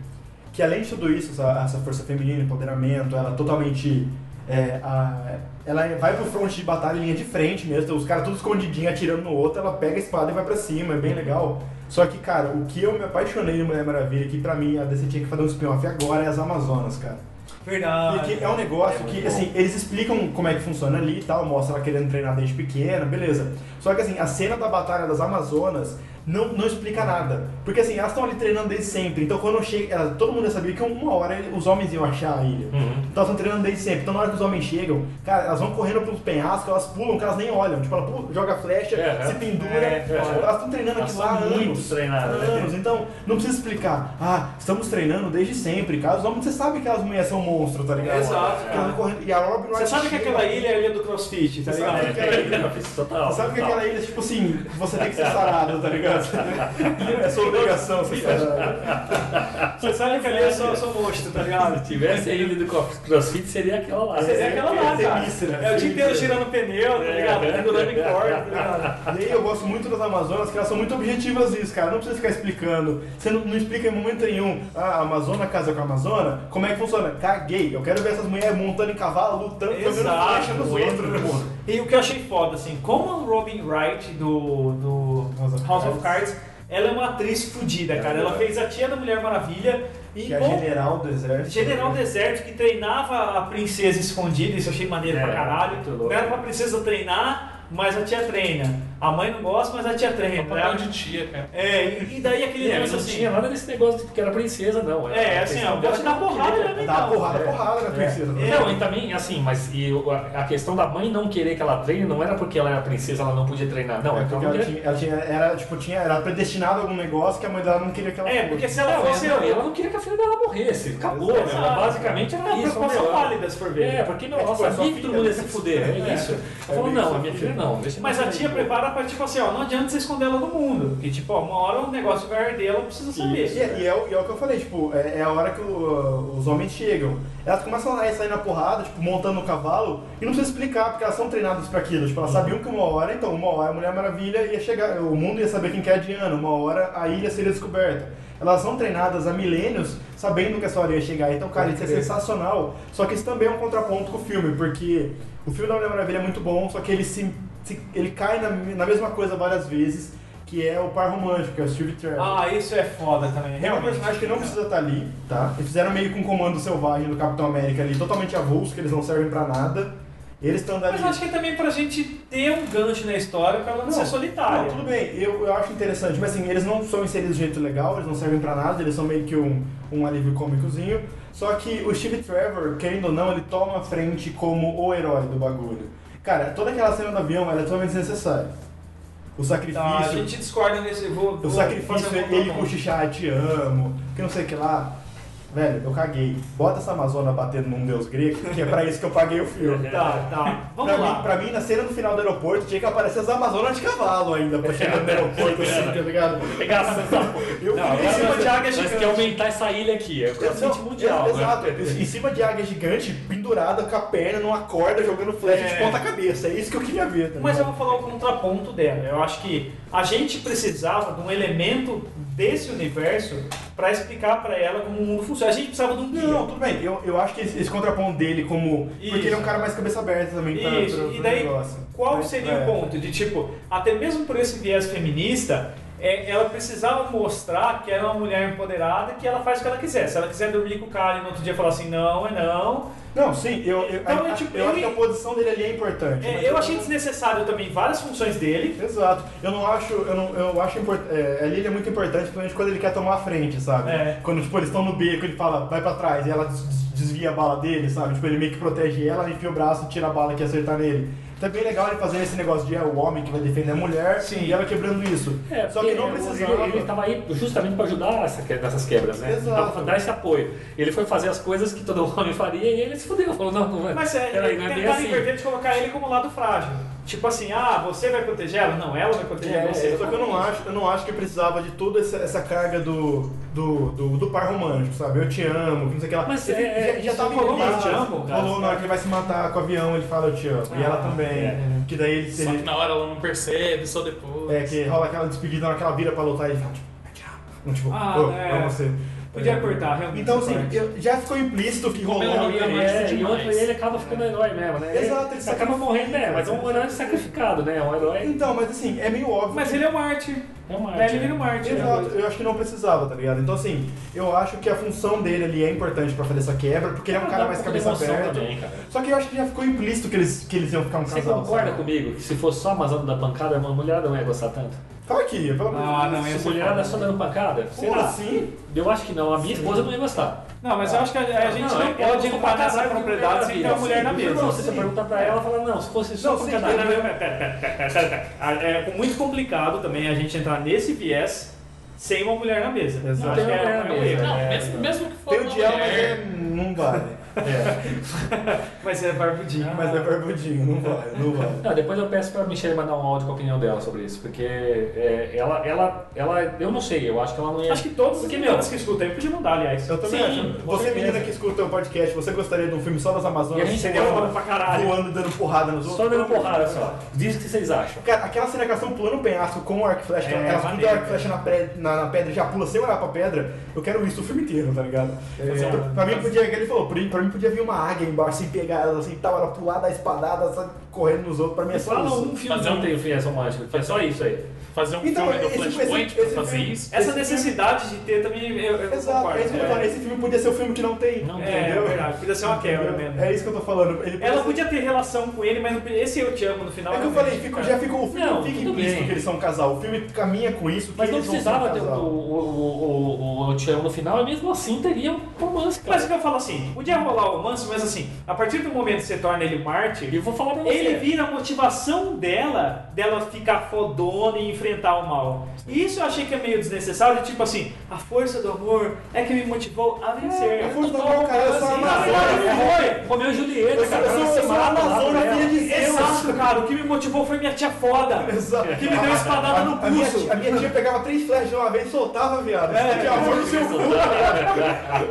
que além de tudo isso, essa, essa força feminina, empoderamento, ela totalmente. é, a- ela vai pro fronte de batalha, linha de frente mesmo, tem os caras todos escondidinhos atirando no outro, ela pega a espada e vai pra cima, é bem legal. Só que, cara, o que eu me apaixonei de Mulher Maravilha, que pra mim a DC tinha que fazer um spin-off agora, é as Amazonas, cara.
Verdade.
Porque é um negócio que, assim, eles explicam como é que funciona ali e tal, mostra ela querendo treinar desde pequena, beleza. Só que, assim, a cena da Batalha das Amazonas não, não explica nada. Porque, assim, elas estão ali treinando desde sempre. Então, quando chega, ela- todo mundo já sabia que uma hora ele- os homens iam achar a ilha.
Uhum.
Então, elas estão treinando desde sempre. Então, na hora que os homens chegam, cara, elas vão correndo pelos penhascos, elas pulam, que elas nem olham. Tipo, ela pula, joga flecha,
É,
se pendura. Tipo,
é, é.
Elas estão treinando
Elas
aquilo lá há
são muito
anos.
treinadas, né?
Anos. Então, não precisa explicar. Ah, estamos treinando desde sempre, cara. Os homens, você sabe que as mulheres são monstro, tá ligado?
Exato,
Que elas correndo- E a Robin Wright
Você sabe que
chega-
aquela ilha é a ilha do crossfit, tá
Você
ligado?
sabe que aquela ilha-
É, Total.
você sabe que
total.
aquela ilha, tipo assim, você tem que ser sarado, tá ligado? É sua obrigação ser sarado.
Você sabe que ali eu sou, sou monstro, tá ligado?
Se tivesse a ilha do Cross- CrossFit, seria aquela lá.
É aquela lá,
Tem
cara.
isso, né?
É o dia inteiro girando pneu, tá
É.
ligado? Pendurando em corda, tá ligado?
E aí eu gosto muito das Amazonas, que elas são muito objetivas nisso, cara. Não precisa ficar explicando. Você não, não explica em momento nenhum. Ah, a Amazona casa com a Amazona? Como é que funciona? Caguei. Eu quero ver essas mulheres montando em cavalo, lutando, jogando
Exato,
flecha nos outros. né,
E o que eu achei foda, assim, como a Robin Wright do, do House,
House
of
of
Cards, ela é uma atriz fodida, cara. Ela fez a tia da Mulher Maravilha e
Que é
bom-
general do exército.
General Deserto que treinava a princesa escondida, isso eu achei maneiro
É,
pra caralho.
muito
Não
louco.
era pra princesa treinar, mas a tia treina. A mãe não gosta, mas a tia
É
treina. tá
papel de tia, cara.
É, e e daí aquele
É, mas
lance
não
assim.
tinha nada desse negócio de que era princesa, não. Era
É,
a
assim,
questão
ó,
dela
pode dar
que ela
porrada,
queria-
né?
Dá uma porrada,
É.
porrada na princesa. né?
Não, e também, assim, mas e o- a a questão da mãe não querer que ela treine não era porque ela era princesa, ela não podia treinar, não.
É
É
porque
então,
porque
ela
não
tinha, ela tinha, era, tipo, tinha, era predestinada a algum negócio que a mãe dela não queria que ela
É,
fosse.
porque se
Não,
ela
ela,
fosse.
não, ela não queria que a filha dela morresse. Acabou, né?
Exato.
Ela basicamente
É
era
uma
isso.
preocupação
né? Ela-
válida se for ver.
É, porque não,
É, tipo,
ela
é sua
sabia que todo
filha,
mundo ia
né?
se fuder, é
É.
isso. Ela
É
falou,
bem
não,
sua
a minha
filha.
filha não. Deixa
Mas
ela
a tia
treinar.
prepara pra tipo assim, ó, não adianta você esconder ela do mundo. Porque, tipo, ó, uma hora o negócio vai arder, ela precisa saber.
E, é- e é, o- e é o que eu falei, tipo, é, é a hora que o- os homens chegam. Elas começam a sair na porrada, tipo, montando no cavalo, e não precisa explicar, porque elas são treinadas pra aquilo. Tipo, elas sabiam que uma hora, então, uma hora a Mulher Maravilha ia chegar, o mundo ia saber quem que é a Diana, uma hora a ilha seria descoberta. Elas são treinadas há milênios sabendo que essa hora ia chegar. Então, cara, isso é sensacional. Só que isso também é um contraponto com o filme, porque o filme da Mulher Maravilha é muito bom, só que ele se. se- ele cai na, na mesma coisa várias vezes, que é o par romântico, que é o Steve Trevor.
Ah, isso é foda também.
É um
Realmente.
personagem que não precisa estar ali, tá? Eles fizeram meio que um comando selvagem do Capitão América ali, totalmente avulso, que eles não servem pra nada. Eles estão ali.
Mas eu acho que é também pra gente ter um gancho na história pra ela não,
Não,
ser
Não,
solitária.
tudo bem, eu, eu acho interessante, mas assim, eles não são inseridos de jeito legal, eles não servem pra nada, eles são meio que um, um alívio cômicozinho. Só que o Steve Trevor, querendo ou não, ele toma a frente como o herói do bagulho. Cara, toda aquela cena do avião ela é totalmente desnecessária. O sacrifício.
Tá, a gente discorda nesse. Vou,
O
vou
sacrifício
fazer um
é ele
contraponto.
cochichar, te amo, que não sei o que lá. velho, eu caguei. Bota essa Amazônia batendo num deus grego, que é pra isso que eu paguei o filme.
Tá, tá. Vamos
pra
lá.
Mim, pra mim, na cena no final do aeroporto, tinha que aparecer as Amazonas de cavalo ainda, pra chegar no aeroporto assim, tá ligado?
Pegação.
Eu
Não,
fui em
agora
cima
nós-
de águia
nós
gigante.
quer aumentar essa ilha aqui. É o crossfit
Não,
mundial.
é,
né?
Exato, em cima de águia gigante, pendurada com a perna numa corda, jogando flecha de ponta cabeça. É isso que eu queria ver, tá
Mas eu
ligado?
vou falar o contraponto dela. Eu acho que a gente precisava de um elemento desse universo pra explicar pra ela como o mundo funciona. A gente precisava de um guia.
Não, tudo bem. Eu, eu acho que esse, esse contraponto dele como...
Isso.
Porque ele é um cara mais cabeça aberta também pra,
Isso,
pra-
e
pro
daí
negócio.
qual
Mas,
seria
é.
o ponto? De tipo, até mesmo por esse viés feminista, é, ela precisava mostrar que ela é uma mulher empoderada que ela faz o que ela quiser. Se ela quiser dormir com o cara e no outro dia falar assim, não, é não.
Não, sim, eu, eu,
Então,
a-
é
a-
tipo,
eu
ele-
acho que a posição dele ali é importante.
É,
mas-
eu achei desnecessário também várias funções dele.
Exato. Eu não acho, eu não, eu acho import... é, ali ele é muito importante, principalmente quando ele quer tomar a frente, sabe?
É.
Quando, tipo, eles estão no beco, ele fala, vai pra trás, e ela des- des- desvia a bala dele, sabe? Tipo, ele meio que protege ela, enfia o braço, tira a bala que ia acertar nele. Então é bem legal ele fazer esse negócio de é o homem que vai defender a mulher
Sim.
e ela quebrando isso.
É,
Só que não
porque
precisava.
Ele, ele tava aí justamente para ajudar essa que- nessas quebras, né?
Exato.
Tava pra dar esse apoio. Ele foi fazer as coisas que todo homem faria e ele se fudeu. Falou, não, não vai.
Mas é,
peraí, não é bem
tentaram
assim.
inverter de colocar ele como lado frágil. Tipo assim, ah, você vai proteger ela? Não, ela vai proteger
É,
você.
Só que eu não acho, eu não acho que precisava de toda essa, essa carga do, do, do, do par romântico, sabe? Eu te amo, que não sei o que lá.
Mas
Ele
é-
já, já
isso
tava
rolou,
envolvido,
eu te amo, cara.
Rolou na hora que ele vai se matar com o avião, ele fala eu te amo. e ela também.
é.
Que daí ele,
Só que
ele
na hora ela não percebe, só depois.
é, que rola aquela despedida na hora que ela vira pra lutar e ele fala, tipo, eu te amo. Não, tipo,
Ah,
"Pô,
é.
amo você.
Podia cortar, realmente.
Então
essa
assim,
parte.
eu- já ficou implícito que rolou.
Não,
Não,
ele
e
é
ele,
mais
é, e outro,
demais.
ele acaba ficando herói mesmo, né?
Exato, ele
ele acaba
sacrifica.
morrendo, né? Mas é um herói sacrificado, né? Um herói
Então, mas assim, é meio óbvio.
Mas ele é um arte.
é uma
Né?
arte.
Ele vira um arte. né?
Exato, eu acho que não precisava, tá ligado? Então, assim, eu acho que a função dele ali é importante pra fazer essa quebra, porque ele é um cara mais cabeça aberta.
Também, cara.
Só que eu acho que já ficou implícito que eles, que eles iam ficar um
Você
casal.
concorda
sabe?
comigo que se fosse só a Amazônia da pancada, uma mulher não ia gostar tanto?
Claro que ia, pelo amor de
Ah,
Deus.
não, ia
Se
ser
mulher é só dando pancada, sei
Como
lá.
assim?
Eu acho que não, a minha esposa não ia gostar.
Não, mas eu acho que a, a gente não,
é-
pode
é só
entrar nessa
casar com
propriedade sem ter uma mulher na
Sim,
mesa.
Não, se você
Sim.
perguntar pra ela, ela fala, não, se fosse só um."
Não, sim,
pancada.
pera, né? pera, pera, pera, pera, pera, pera. É muito complicado também a gente entrar nesse viés sem uma mulher na mesa.
Exato.
Eu acho que é,
Não,
é um
é,
erro.
Não,
É,
mesmo, mesmo que for
Tem o
uma
diabo, mas
mulher,
é- não vale.
Mas é barbudinho.
Mas é barbudinho, não vale, não vale.
Não, depois eu peço pra Michelle mandar um áudio com a opinião dela sobre isso, porque é, ela, ela, ela, eu não sei, eu acho que ela não ia...
Acho que todos os
Porque, meu,
meninos que escutam aí podiam mandar, aliás.
Eu também
Sim,
acho.
com
Você,
certeza.
menina que escuta o podcast, você gostaria de um filme só das
E a
Amazonas?
gente
Seria
pode-
uma-
Foda pra caralho.
voando, dando porrada nos outros?
Só dando porrada só. Diz o que vocês acham.
Cara, aquela cena que elas estão pulando o penhasco com o arco e flecha, que
É,
elas
maneiro,
pulam o arco e flecha na, pre- na- na pedra e já pula sem olhar pra pedra, eu quero isso o filme inteiro, tá ligado?
É,
Assim, pra, pra mim podia, ele falou, pra, mim- pra mim podia vir uma águia embaixo sem pegar ela assim, tal, ela pular, dar espadada, sabe, correndo nos outros, pra mim é só
Fala
isso.
um filme que não tem o viés romântico, é só isso aí.
fazer um
Então,
filme do
esse-
Flashpoint
esse-
pra
esse
fazer
filme-
isso.
Essa necessidade de ter também, eu, eu
Exato,
concordo. né?
é isso que eu tô falando, esse filme podia ser o filme que não tem.
Não
É,
tem,
é
entendeu?
verdade, podia ser uma quebra mesmo.
É isso que eu tô falando. Ele
Ela
podia
podia ter relação com ele, mas não podia- esse eu te amo no
ser-
final.
É que eu
realmente,
falei, fica,
cara.
já ficou o filme
Não,
fica
tudo
implícito
bem.
que eles são um casal. O filme caminha com isso, que
Mas não
eles vão ser um
precisava ter o,
casal.
o, o, o, o Te Amo no final, e mesmo assim teria um romance, cara.
Mas o que eu falo assim, podia rolar o romance, mas assim, a partir do momento que você torna ele Marte,
E eu vou falar pra você.
Ele vira a motivação dela, dela ficar fodona e enfrentar o mal. E Isso eu achei que é meio desnecessário, tipo assim, a força do amor é que me motivou a vencer.
A força do amor, tá cara, é eu sou a
Assim,
Mas
Amazônia.
ela não
é,
foi.
Romeu e Julieta,
Eu sou-
cara.
eu sou-
ela se
eu sou
mata lá
Amazônia,
por ela.
filha de Deus.
Exato, cara, o que me motivou foi minha tia foda,
Exato.
que me deu espadada no
A minha,
pulso.
tia- a minha tia pegava três flechas de uma vez e soltava, viado.
É.
Tinha amor no seu cu.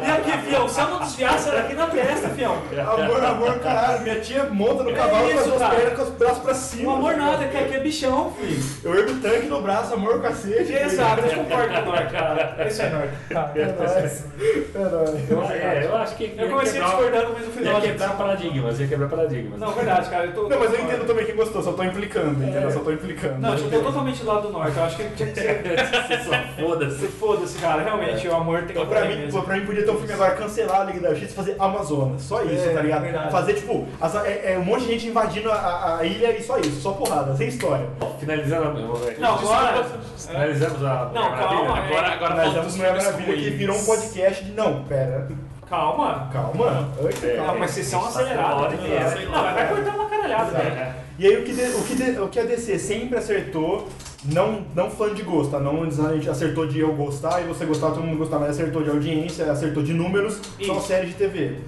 E aqui, fião, se eu não desviasse, era aqui na testa, fião.
Amor, amor, caralho. Minha tia monta no cavalo
É isso,
com as duas
cara.
pernas com os braços pra
O
cima.
amor nada, que aqui é bichão, filho.
Eu ergo o tanque no braço, amor, cacete.
Exato, eu concordo com o Norte, cara. Isso é Norte. Tá.
É nóis. É nóis.
Eu, é, eu acho que.
Eu comecei discordando, mas no final.
Ia quebrar paradigmas, ia quebrar paradigmas.
Não, verdade, cara, eu tô.
é Não, mas eu entendo também quem gostou, só tô implicando, entendeu? Só tô implicando.
É. Não, tipo, eu tô totalmente do lado do norte. Eu acho que tinha que ser.
Foda-se.
Foda-se, cara. Realmente, o amor tem que
Então, pra,
ter
mim,
mesmo.
pra mim podia ter um filme agora cancelar a Liga da Justiça e fazer Amazonas. Só isso,
É,
tá ligado?
verdade.
Fazer, tipo, as- é, é um monte de gente invadindo a- a, a ilha e só isso, só porrada, sem história.
Finalizando a.
Não,
é
é, agora.
Finalizamos a.
Não, calma, é.
Agora, agora
Mas
falta
é
os
uma Mulher
filmes
Maravilha que
ruins.
virou um podcast de não, pera,
Calma.
calma. antes,
É.
Não,
calma.
mas vocês são
Tá na hora
acelerados.
de
né?
fazer.
Não, mas vai cortar uma caralhada, né?
Exato.
velho.
E aí o que, de- o, que de- o que a DC sempre acertou Não, não fã de gosto, tá? Não a gente acertou de eu gostar e você gostar, todo mundo gostar, mas acertou de audiência, acertou de números, só
Isso.
série de TV.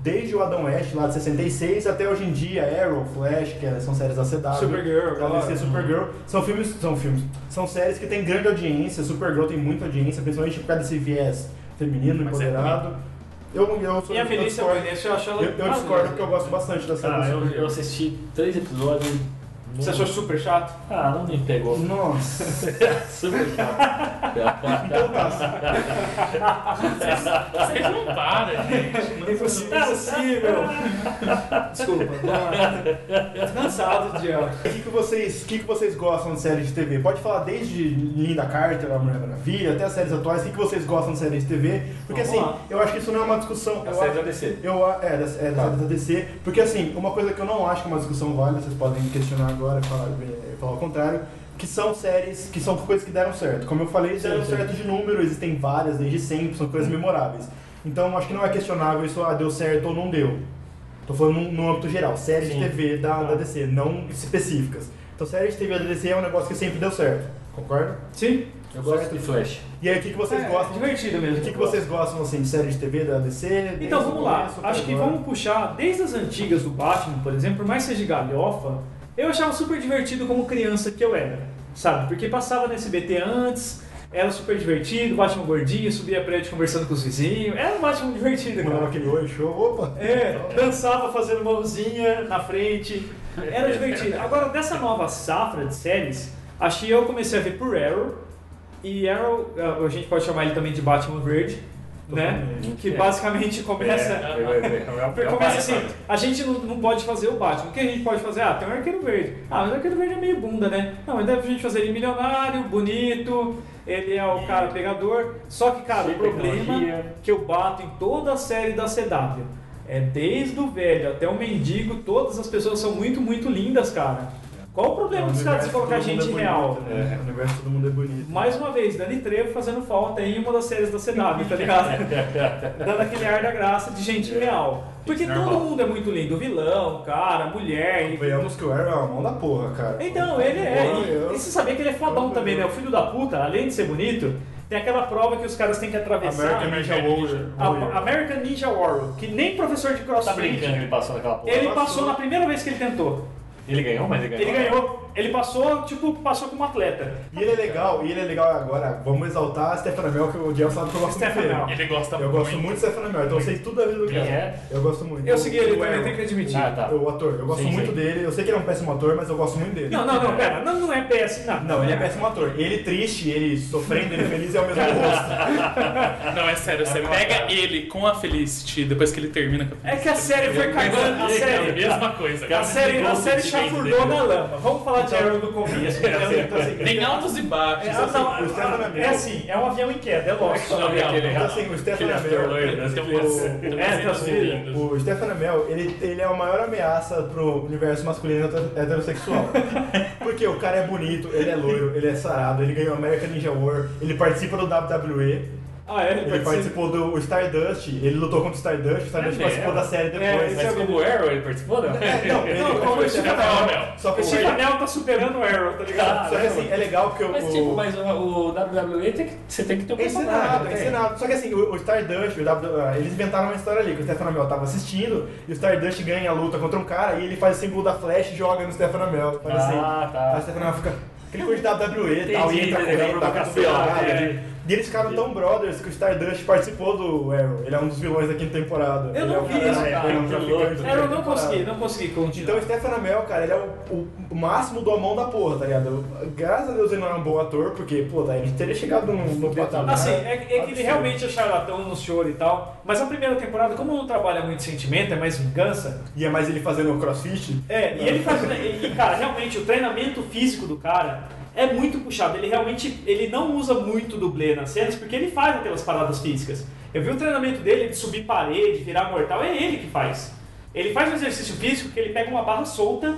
Desde o Adam West, lá de 66, até hoje em dia, Arrow, Flash, que é- são séries da CW.
Supergirl,
da
agora.
DC, Supergirl. São filmes, são filmes, são séries que têm grande audiência, Supergirl tem muita audiência, principalmente por causa desse viés feminino,
Mas é
empoderado. eu, eu, sou-
E a
eu
Felícia é Ah,
discordo,
Vanessa, eu acho ela.
eu, eu discordo porque eu gosto bastante da série.
Cara,
do
Ah, eu,
Supergirl.
eu assisti três episódios. não-
Você achou super chato?
Ah, não me pegou.
Nossa.
Super chato.
Então tá.
Vocês não param, gente.
é
Não-
Impossível. Impossível.
Desculpa.
tá. Cansado de ela.
O que, que vocês, o que, que vocês gostam de série de TV? Pode falar desde Linda Carter, A Mulher Maravilha, até as séries atuais. O que, que vocês gostam de série de TV? Porque
Vamos
assim,
lá.
eu acho que isso não é uma discussão.
A
eu
série
acho-
da DC.
Eu, a- é, das- é,
Tá.
da, da DC. Porque assim, uma coisa que eu não acho que é uma discussão válida, vocês podem me questionar agora, falar, eh, falar o contrário, que são séries, que são coisas que deram certo. Como eu falei, deram
sim.
certo de número, existem várias desde sempre, são coisas memoráveis. Então acho que não é questionável isso, ah, deu certo ou não deu. Tô falando num- no âmbito geral, séries
Sim.
de TV
Tá.
da, da DC, não específicas. Então séries de TV da DC é um negócio que sempre deu certo, concorda?
Sim.
Eu gosto de Flash.
E aí o que, que vocês
É,
gostam?
divertido
O
mesmo.
que, que vocês gostam assim, de séries de TV da DC? desde
Então
o
vamos lá,
começo até
acho que
agora?
vamos puxar desde as antigas do Batman, por exemplo, por mais que seja galhofa, eu achava super divertido como criança que eu era, sabe? Porque passava no SBT antes, era super divertido, Batman gordinho, subia prédio conversando com os vizinhos, era um Batman divertido,
Mandava
cara.
aquele oi, show, opa!
É, dançava fazendo mãozinha na frente, era divertido. Agora, dessa nova safra de séries, acho que eu comecei a ver por Arrow, e Arrow, ah, a gente pode chamar ele também de Batman Verde, né?
Totalmente.
Que basicamente começa...
É.
Porque começa assim, a gente não, não pode fazer o Batman. O que a gente pode fazer? Ah, tem um arqueiro verde. Ah, mas o arqueiro verde é meio bunda, né? Não, mas deve a gente fazer ele milionário, bonito, ele é o cara pegador. Só que, cara, o
Cheio de
problema
tecnologia.
que eu bato em toda a série da CW é desde o velho até o mendigo, todas as pessoas são muito, muito lindas, cara. Qual o
É,
problema dos caras de colocar gente real?
O universo todo mundo é bonito.
Mais uma vez, Dani Trevo fazendo falta em uma das séries da CW, tá ligado? Dando aquele ar da graça de gente real. Porque todo
Normal.
mundo é muito lindo, o vilão, o cara, a mulher. e-
Venhamos que o Arrow é uma mão da porra, cara.
Então, ele
Porra,
é.
eu-
E, e você sabia que ele é fodão também, né? O filho da puta, além de ser bonito, tem aquela prova que os caras têm que atravessar.
American Ninja Warrior.
A- American Ninja Warrior, que nem professor de
Tá
crossfit.
brincando que ele passou naquela porra.
ele passou na primeira vez que ele tentou.
Ele ganhou, mas ele ganhou.
Ele ganhou. Ele passou, tipo, passou como atleta.
E ele é legal, e ele é legal agora. Vamos exaltar a Stefana Mel, que o Diel sabe que eu gosto muito
Stefana
dele.
Mel.
Ele gosta
Eu gosto muito de Stefana Mel, então eu sei tudo da vida do
Quem
cara.
é?
Eu gosto muito.
Eu segui ele
O
também,
Arrow.
tem que admitir.
Ah, tá.
O ator, eu gosto
Sim,
muito
sim.
dele. Eu sei que ele é um péssimo ator, mas eu gosto muito dele.
Não, não, não, pera. Não, não é PS, não.
Não, ele é péssimo ator. Ele triste, ele sofrendo, ele feliz é o mesmo rosto.
Não, é sério, você pega ele com a Felicity depois que ele termina com a
É
Felicity.
que a série foi cagando. A
É a
série.
mesma coisa.
A
cara.
série, a
Igual
série
o sentimento
chafurdou
dele.
na lama. Vamos falar de Arrow do começo.
Então, assim,
Tem altos e baixos.
É, ah, não,
O Stefano é
ah,
meu.
é assim, é um avião em queda, é lógico.
Não, é aquele-
Então, assim, o Stefano
aquele
Mel-
loiro, né?
Tem
Tipo,
umas- tem umas
é, tá
cenas
subindo.
lindas.
O Stefano Mel, ele, ele é a maior ameaça pro universo masculino heter- heterossexual. Porque o cara é bonito, ele é loiro, ele é sarado, ele ganhou o American Ninja War, ele participa do WWE,
Ah, é,
ele
ele participa.
participou do Stardust, ele lutou contra o Stardust, o Stardust
É mesmo?
participou da série
É,
depois.
isso
Mas
Mas-
como o Arrow, ele participou, não?
É, não, ele
Não, como
foi
o Stefano
Mel.
Só que
O
o
Steve Anel tá superando o Arrow, tá ligado?
Só que assim, é legal porque o.
Mas tipo, mas o, o WWE tem que, você tem que ter um
É ensinado,
personagem.
é
né?
ensinado. Só que assim, o, o Stardust, o W- ah, eles inventaram uma história ali, que o Stefano Mel tava assistindo, e o Stardust ganha a luta contra um cara, e ele faz o símbolo da Flash e joga no Stefano Mel. Faz assim.
Ah,
Aí o
tá.
Stefano Mel fica. Aquele coisa de WWE e tal, e
Entendi,
entra
entendi,
correndo, tá com
provocação, entendi.
E eles ficaram tão brothers que o Stardust participou do Arrow. Ele é um dos vilões da quinta temporada.
Eu
Ele
não
é um
vi
cara-
isso,
é,
cara,
ele é um
que
traficante
louco.
da
Arrow
quinta
não
temporada.
consegui, não consegui
Então
continuar.
o Stefano Mel, cara, ele é o, o máximo do mão da porra, tá ligado? Graças a Deus ele não é um bom ator, porque, pô, daí ele teria chegado num, num patamar.
Assim, é, é que ele
absurdo.
realmente é charlatão no senhor e tal, mas a primeira temporada, como não trabalha muito sentimento, é mais vingança,
E é mais ele fazendo crossfit.
É, e ele faz. E, cara, realmente, o treinamento físico do cara é muito puxado. Ele realmente ele não usa muito dublê nas cenas porque ele faz aquelas paradas físicas. Eu vi o treinamento dele de subir parede, virar mortal, é ele que faz. Ele faz um exercício físico que ele pega uma barra solta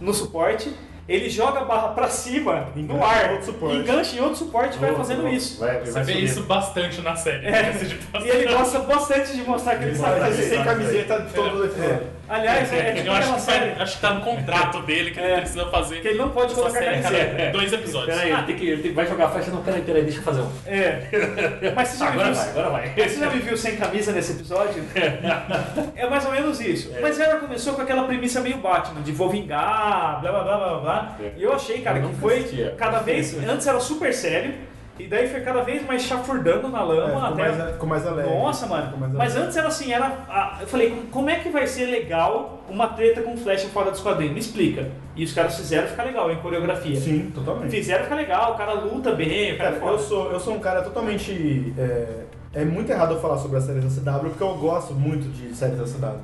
no suporte, ele joga a barra pra cima, no
Engancha
ar,
em outro suporte.
engancha em outro suporte e vai fazendo isso.
Vai, vai
Você vê
subindo.
isso bastante na série.
É.
né? Esse tipo-
E ele gosta bastante de mostrar que ele sabe
Mas
fazer
ele
isso.
sem camiseta todo episódio.
Aliás, é, é tipo
Eu acho
aquela
que,
série
foi- acho que tá no contrato dele que ele
É.
precisa fazer.
que ele não pode
essa
colocar
série a
camiseta.
cada dois episódios. Ah,
Peraí, ele, Ah, tem que, ele tem- vai jogar a faixa. Não, peraí, peraí, deixa eu fazer um.
É. Mas você já me
Agora
viu,
vai, agora vai.
Você já me viu sem camisa nesse episódio? É mais ou menos isso. Mas ela começou com aquela premissa meio Batman, de vou vingar, blá blá blá blá blá.
É.
E eu achei, cara,
Eu
que
nunca
foi
assistia.
cada vez. Antes era super sério, e daí foi cada vez mais chafurdando na lama
É, ficou,
até.
mais, ficou mais alegre.
Nossa, mano.
Ficou mais
Mas
alegre.
antes era assim, era. a- Eu falei, como é que vai ser legal uma treta com flecha fora dos quadrinhos? Me explica. E os caras fizeram ficar legal em coreografia.
Sim, totalmente.
Fizeram ficar legal, o cara luta bem, o cara,
Cara,
é
eu
foda.
sou, eu sou um cara totalmente. É, é muito errado eu falar sobre as séries da CW, porque eu gosto muito de séries da CW.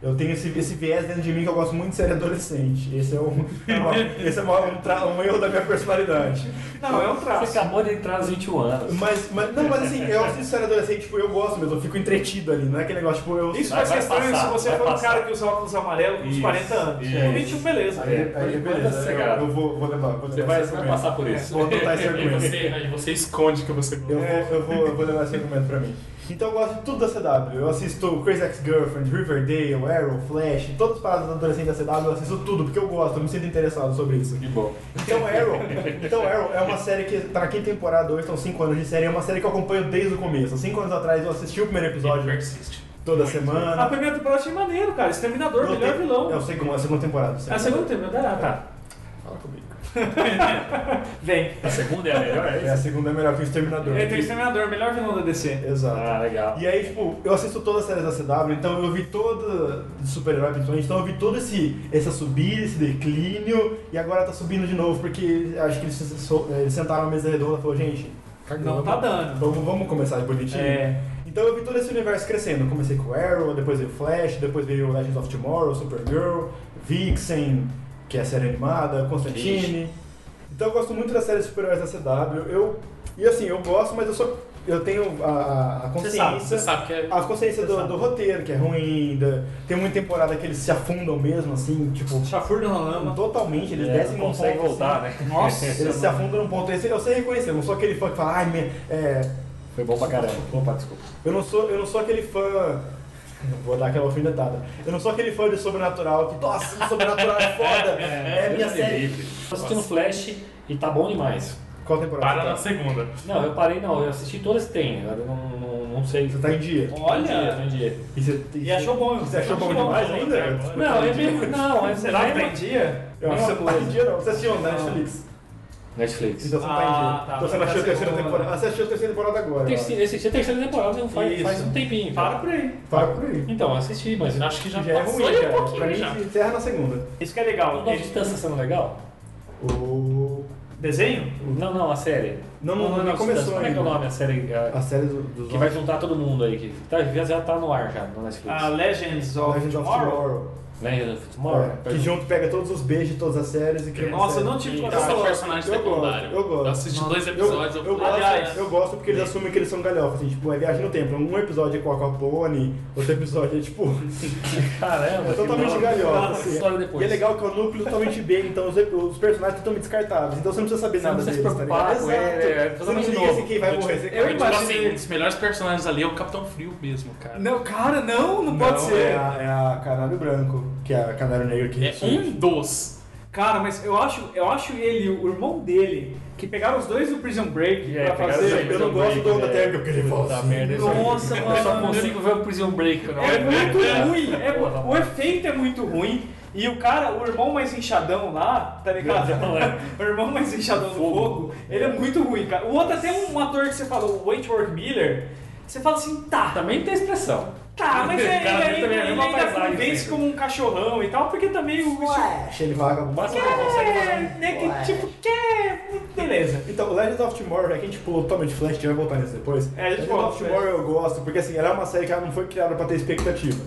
Eu tenho esse, esse viés dentro de mim que eu gosto muito de série adolescente. Esse é um, é uma- esse é uma- um, tra- um erro da minha personalidade.
Não, é um traço.
Você acabou de entrar aos 21 anos.
Mas, mas, não, mas assim, eu assisto série adolescente, tipo, eu gosto mesmo, eu fico entretido ali, não é aquele negócio, tipo, eu.
Isso vai,
Vai-
ser
vai
estranho
passar,
se você
vai
for um
passar.
cara que usa óculos amarelos com uns
Isso,
40 anos.
isso.
Com 21, beleza.
Aí, aí beleza, eu, eu vou, vou levar. Vou
Você
levar
vai,
esse
você vai
argumento.
passar por isso.
Vou adotar esse
Aí
argumento.
você, aí você esconde que você é
Eu
gosta.
vou, eu, vou, eu vou levar esse argumento pra mim. Então eu gosto de tudo da CW. Eu assisto Crazy Ex-Girlfriend, Riverdale, Arrow, Flash, todas as paradas da adolescente da CW, eu assisto tudo, porque eu gosto, eu me sinto interessado sobre isso.
Que bom.
Então Arrow, então, Arrow é uma série que tá na quinta temporada, hoje estão 5 anos de série, é uma série que eu acompanho desde o começo. Cinco anos atrás eu assisti o primeiro episódio
persiste.
toda
Muito.
A
semana.
primeira temporada eu achei maneiro, cara. Exterminador,
Não,
melhor
tem-
vilão.
É o segundo, a segunda temporada.
A segunda temporada, ah, tá.
Fala comigo.
Vem.
A segunda é a melhor, é
É,
isso?
a segunda é melhor que o Exterminador.
Entre o Exterminador, melhor vilão da DC.
Exato.
Ah, legal.
E aí, tipo, eu assisto todas as séries da CW, então eu vi toda de super-herói principalmente, então eu vi todo esse essa subida, esse declínio, e agora tá subindo de novo, porque acho que eles, se- so- eh, eles sentaram na mesa redonda e falou, gente,
Não tá dando.
vamos, vamos começar de bonitinho.
É.
Então eu vi todo esse universo crescendo. Eu Comecei com Arrow, depois veio Flash, depois veio Legends of Tomorrow, Supergirl, Vixen, que é a série animada, Constantine. Então eu gosto muito da série de super-heróis da CW. Eu, e assim, eu gosto, mas eu sou. Eu tenho a- a, a
Você
consciência.
sabe, você sabe que é.
A consciência do, do roteiro, que é ruim, da- tem muita temporada que eles se afundam mesmo, assim, tipo,
Chafurda na lama.
totalmente, eles
É,
descem
não
num
consegue
ponto,
voltar,
assim,
né?
Nossa.
Eles se afundam num ponto, esse eu sei reconhecer, eu não sou aquele fã que fala, ai, me- é,
Foi bom pra caramba. Opa, desculpa.
eu não sou, eu não sou aquele fã. Vou dar aquela alfinetada. Eu não sou aquele fã de sobrenatural que, nossa, o sobrenatural é foda. É, minha
Deus me
série.
livre. Tô assistindo Flash e tá bom demais.
Qual temporada?
Para na
você
segunda.
Não, eu parei não, eu assisti todas que tem, eu não, não, não sei.
tá? Você tá em dia.
Olha.
Tô em dia, tô em dia.
E, você,
E achou bom.
Você achou bom demais ainda?
Não, é meio... Não, é...
Será que tá em dia?
Eu acho que você não tá em dia, não. Você assistiu na Netflix.
Netflix.
Então você não tá em
Ah,
dia.
tá.
Então você não
Tá
achou a terceira
segunda.
temporada. Ah, Você achou a terceira temporada agora. eu acho.
Terceira- Eu assisti é a terceira temporada não faz,
Isso.
faz um tempinho.
Para
cara.
por aí.
Para por aí.
Então, eu assisti, mas eu
Acho que já,
Já é
passou
ruim,
de um
cara.
pouquinho
Pra mim,
já.
encerra na segunda.
Isso que é legal.
Nova
Ele-
Distância sendo legal?
O...
Desenho?
Não, não, a série.
Não, não, não,
Nova
começou
Distância. Como é que é o
ainda. Ah,
nome? A série a-
A série do- dos
que vai juntar todo mundo aí. Que tá, já- já tá no ar já, no Netflix. Né,
A Ah,
Ah.
Legends of
Legends of
Tomorrow?
Tomorrow.
Legend of Tomorrow.
É, Que junto pega todos os beijos de todas as séries e cria uma
Nossa, eu
série.
não tive
Então,
coragem.
é um personagem
eu gosto,
secundário.
eu gosto.
assisti
Nossa,
dois
Eu,
episódios.
eu, gosto,
Aliás,
eu gosto porque eles assumem que eles são galhofa, assim, tipo, é viagem no tempo. Um episódio é Coca Pony, outro episódio é tipo.
Caramba,
É
que
totalmente
bom.
galhofa.
Fala essa
Assim.
história depois.
E é legal que é o núcleo totalmente B, então os, os personagens são totalmente descartáveis. Então você não precisa saber
Você não
nada
precisa se
deles, tá
preocupar
ligado?
com ele, é
Exato. Você não
totalmente
liga se
novo.
quem vai morrer. Você
eu
Eu
imagino-
assim, um dos melhores personagens ali é o Capitão Frio mesmo, cara.
Não, cara, não, não, pode
Não,
ser.
É a, é a Canário Branco, que é a Canário Negro que
É um dos.
Cara, mas eu acho, eu acho ele, o irmão dele, que pegaram os dois do Prison Break
É,
pra
pegaram
Eu,
os
fazer.
dois.
eu não gosto do Onda Térmica porque ele fala
né? Puta
assim.
merda, isso aí.
Nossa,
Eu só
mano.
consigo ver o Prison Break. Não.
É muito
É.
ruim. é- o efeito é muito ruim. E o cara, o irmão mais inchadão lá, tá ligado?
Não, é.
O irmão mais inchadão do
Fogo.
fogo, ele é muito ruim, cara. O outro até um ator que você falou, o Wentworth Miller, você fala assim, tá,
Também tem expressão.
tá, mas é,
O cara
ele,
também é
ele, ele
uma
ainda
paisagem,
convence
né?
como um cachorrão e tal, porque também o...
Flash, ele vaga.
O máximo que ele consegue
É,
fazer.
né, que tipo, que é, beleza.
Então, o Legends of Tomorrow, já que a gente pulou totalmente Flash, a gente vai voltar nisso depois.
É, a gente
Legends
volta,
of Tomorrow eu gosto, porque assim, ela é uma série que ela não foi criada pra ter expectativa.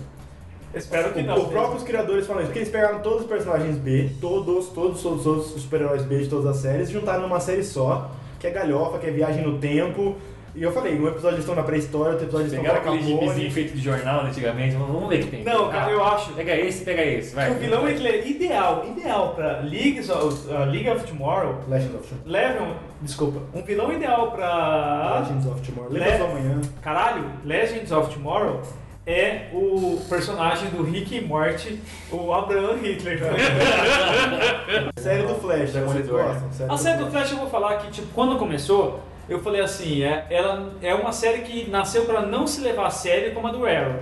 Espero que
O-
não.
né?
Os próprios criadores falam isso, porque eles pegaram todos os personagens B, todos, todos, todos, todos os super-heróis B de todas as séries, e juntaram numa série só, que é galhofa, que é viagem no tempo. E eu falei, um episódio eles estão na pré-história, outro episódio eles estão
Pegaram
na
aquele gibizinho
Capone.
feito de jornal né, antigamente. Vamos vamos ver o que tem.
Não, cara,
Ah,
eu acho que
Pega esse, pega esse. Vai. Ah,
o vilão ele é ideal, ideal pra Leagues of, a League of Tomorrow,
Legends of Tomorrow.
leve um, desculpa, um vilão ideal pra...
Legends of Tomorrow.
Le-
Lembra do amanhã?
Caralho, Legends of Tomorrow é o personagem do Rick e Morty, o Abraham Hitler.
Série do Flash, vocês
Demolidor,
gostam?
A série do Flash eu vou falar Ah, que, tipo, quando começou, eu falei assim, é, ela é uma série que nasceu pra não se levar a sério como a do Arrow.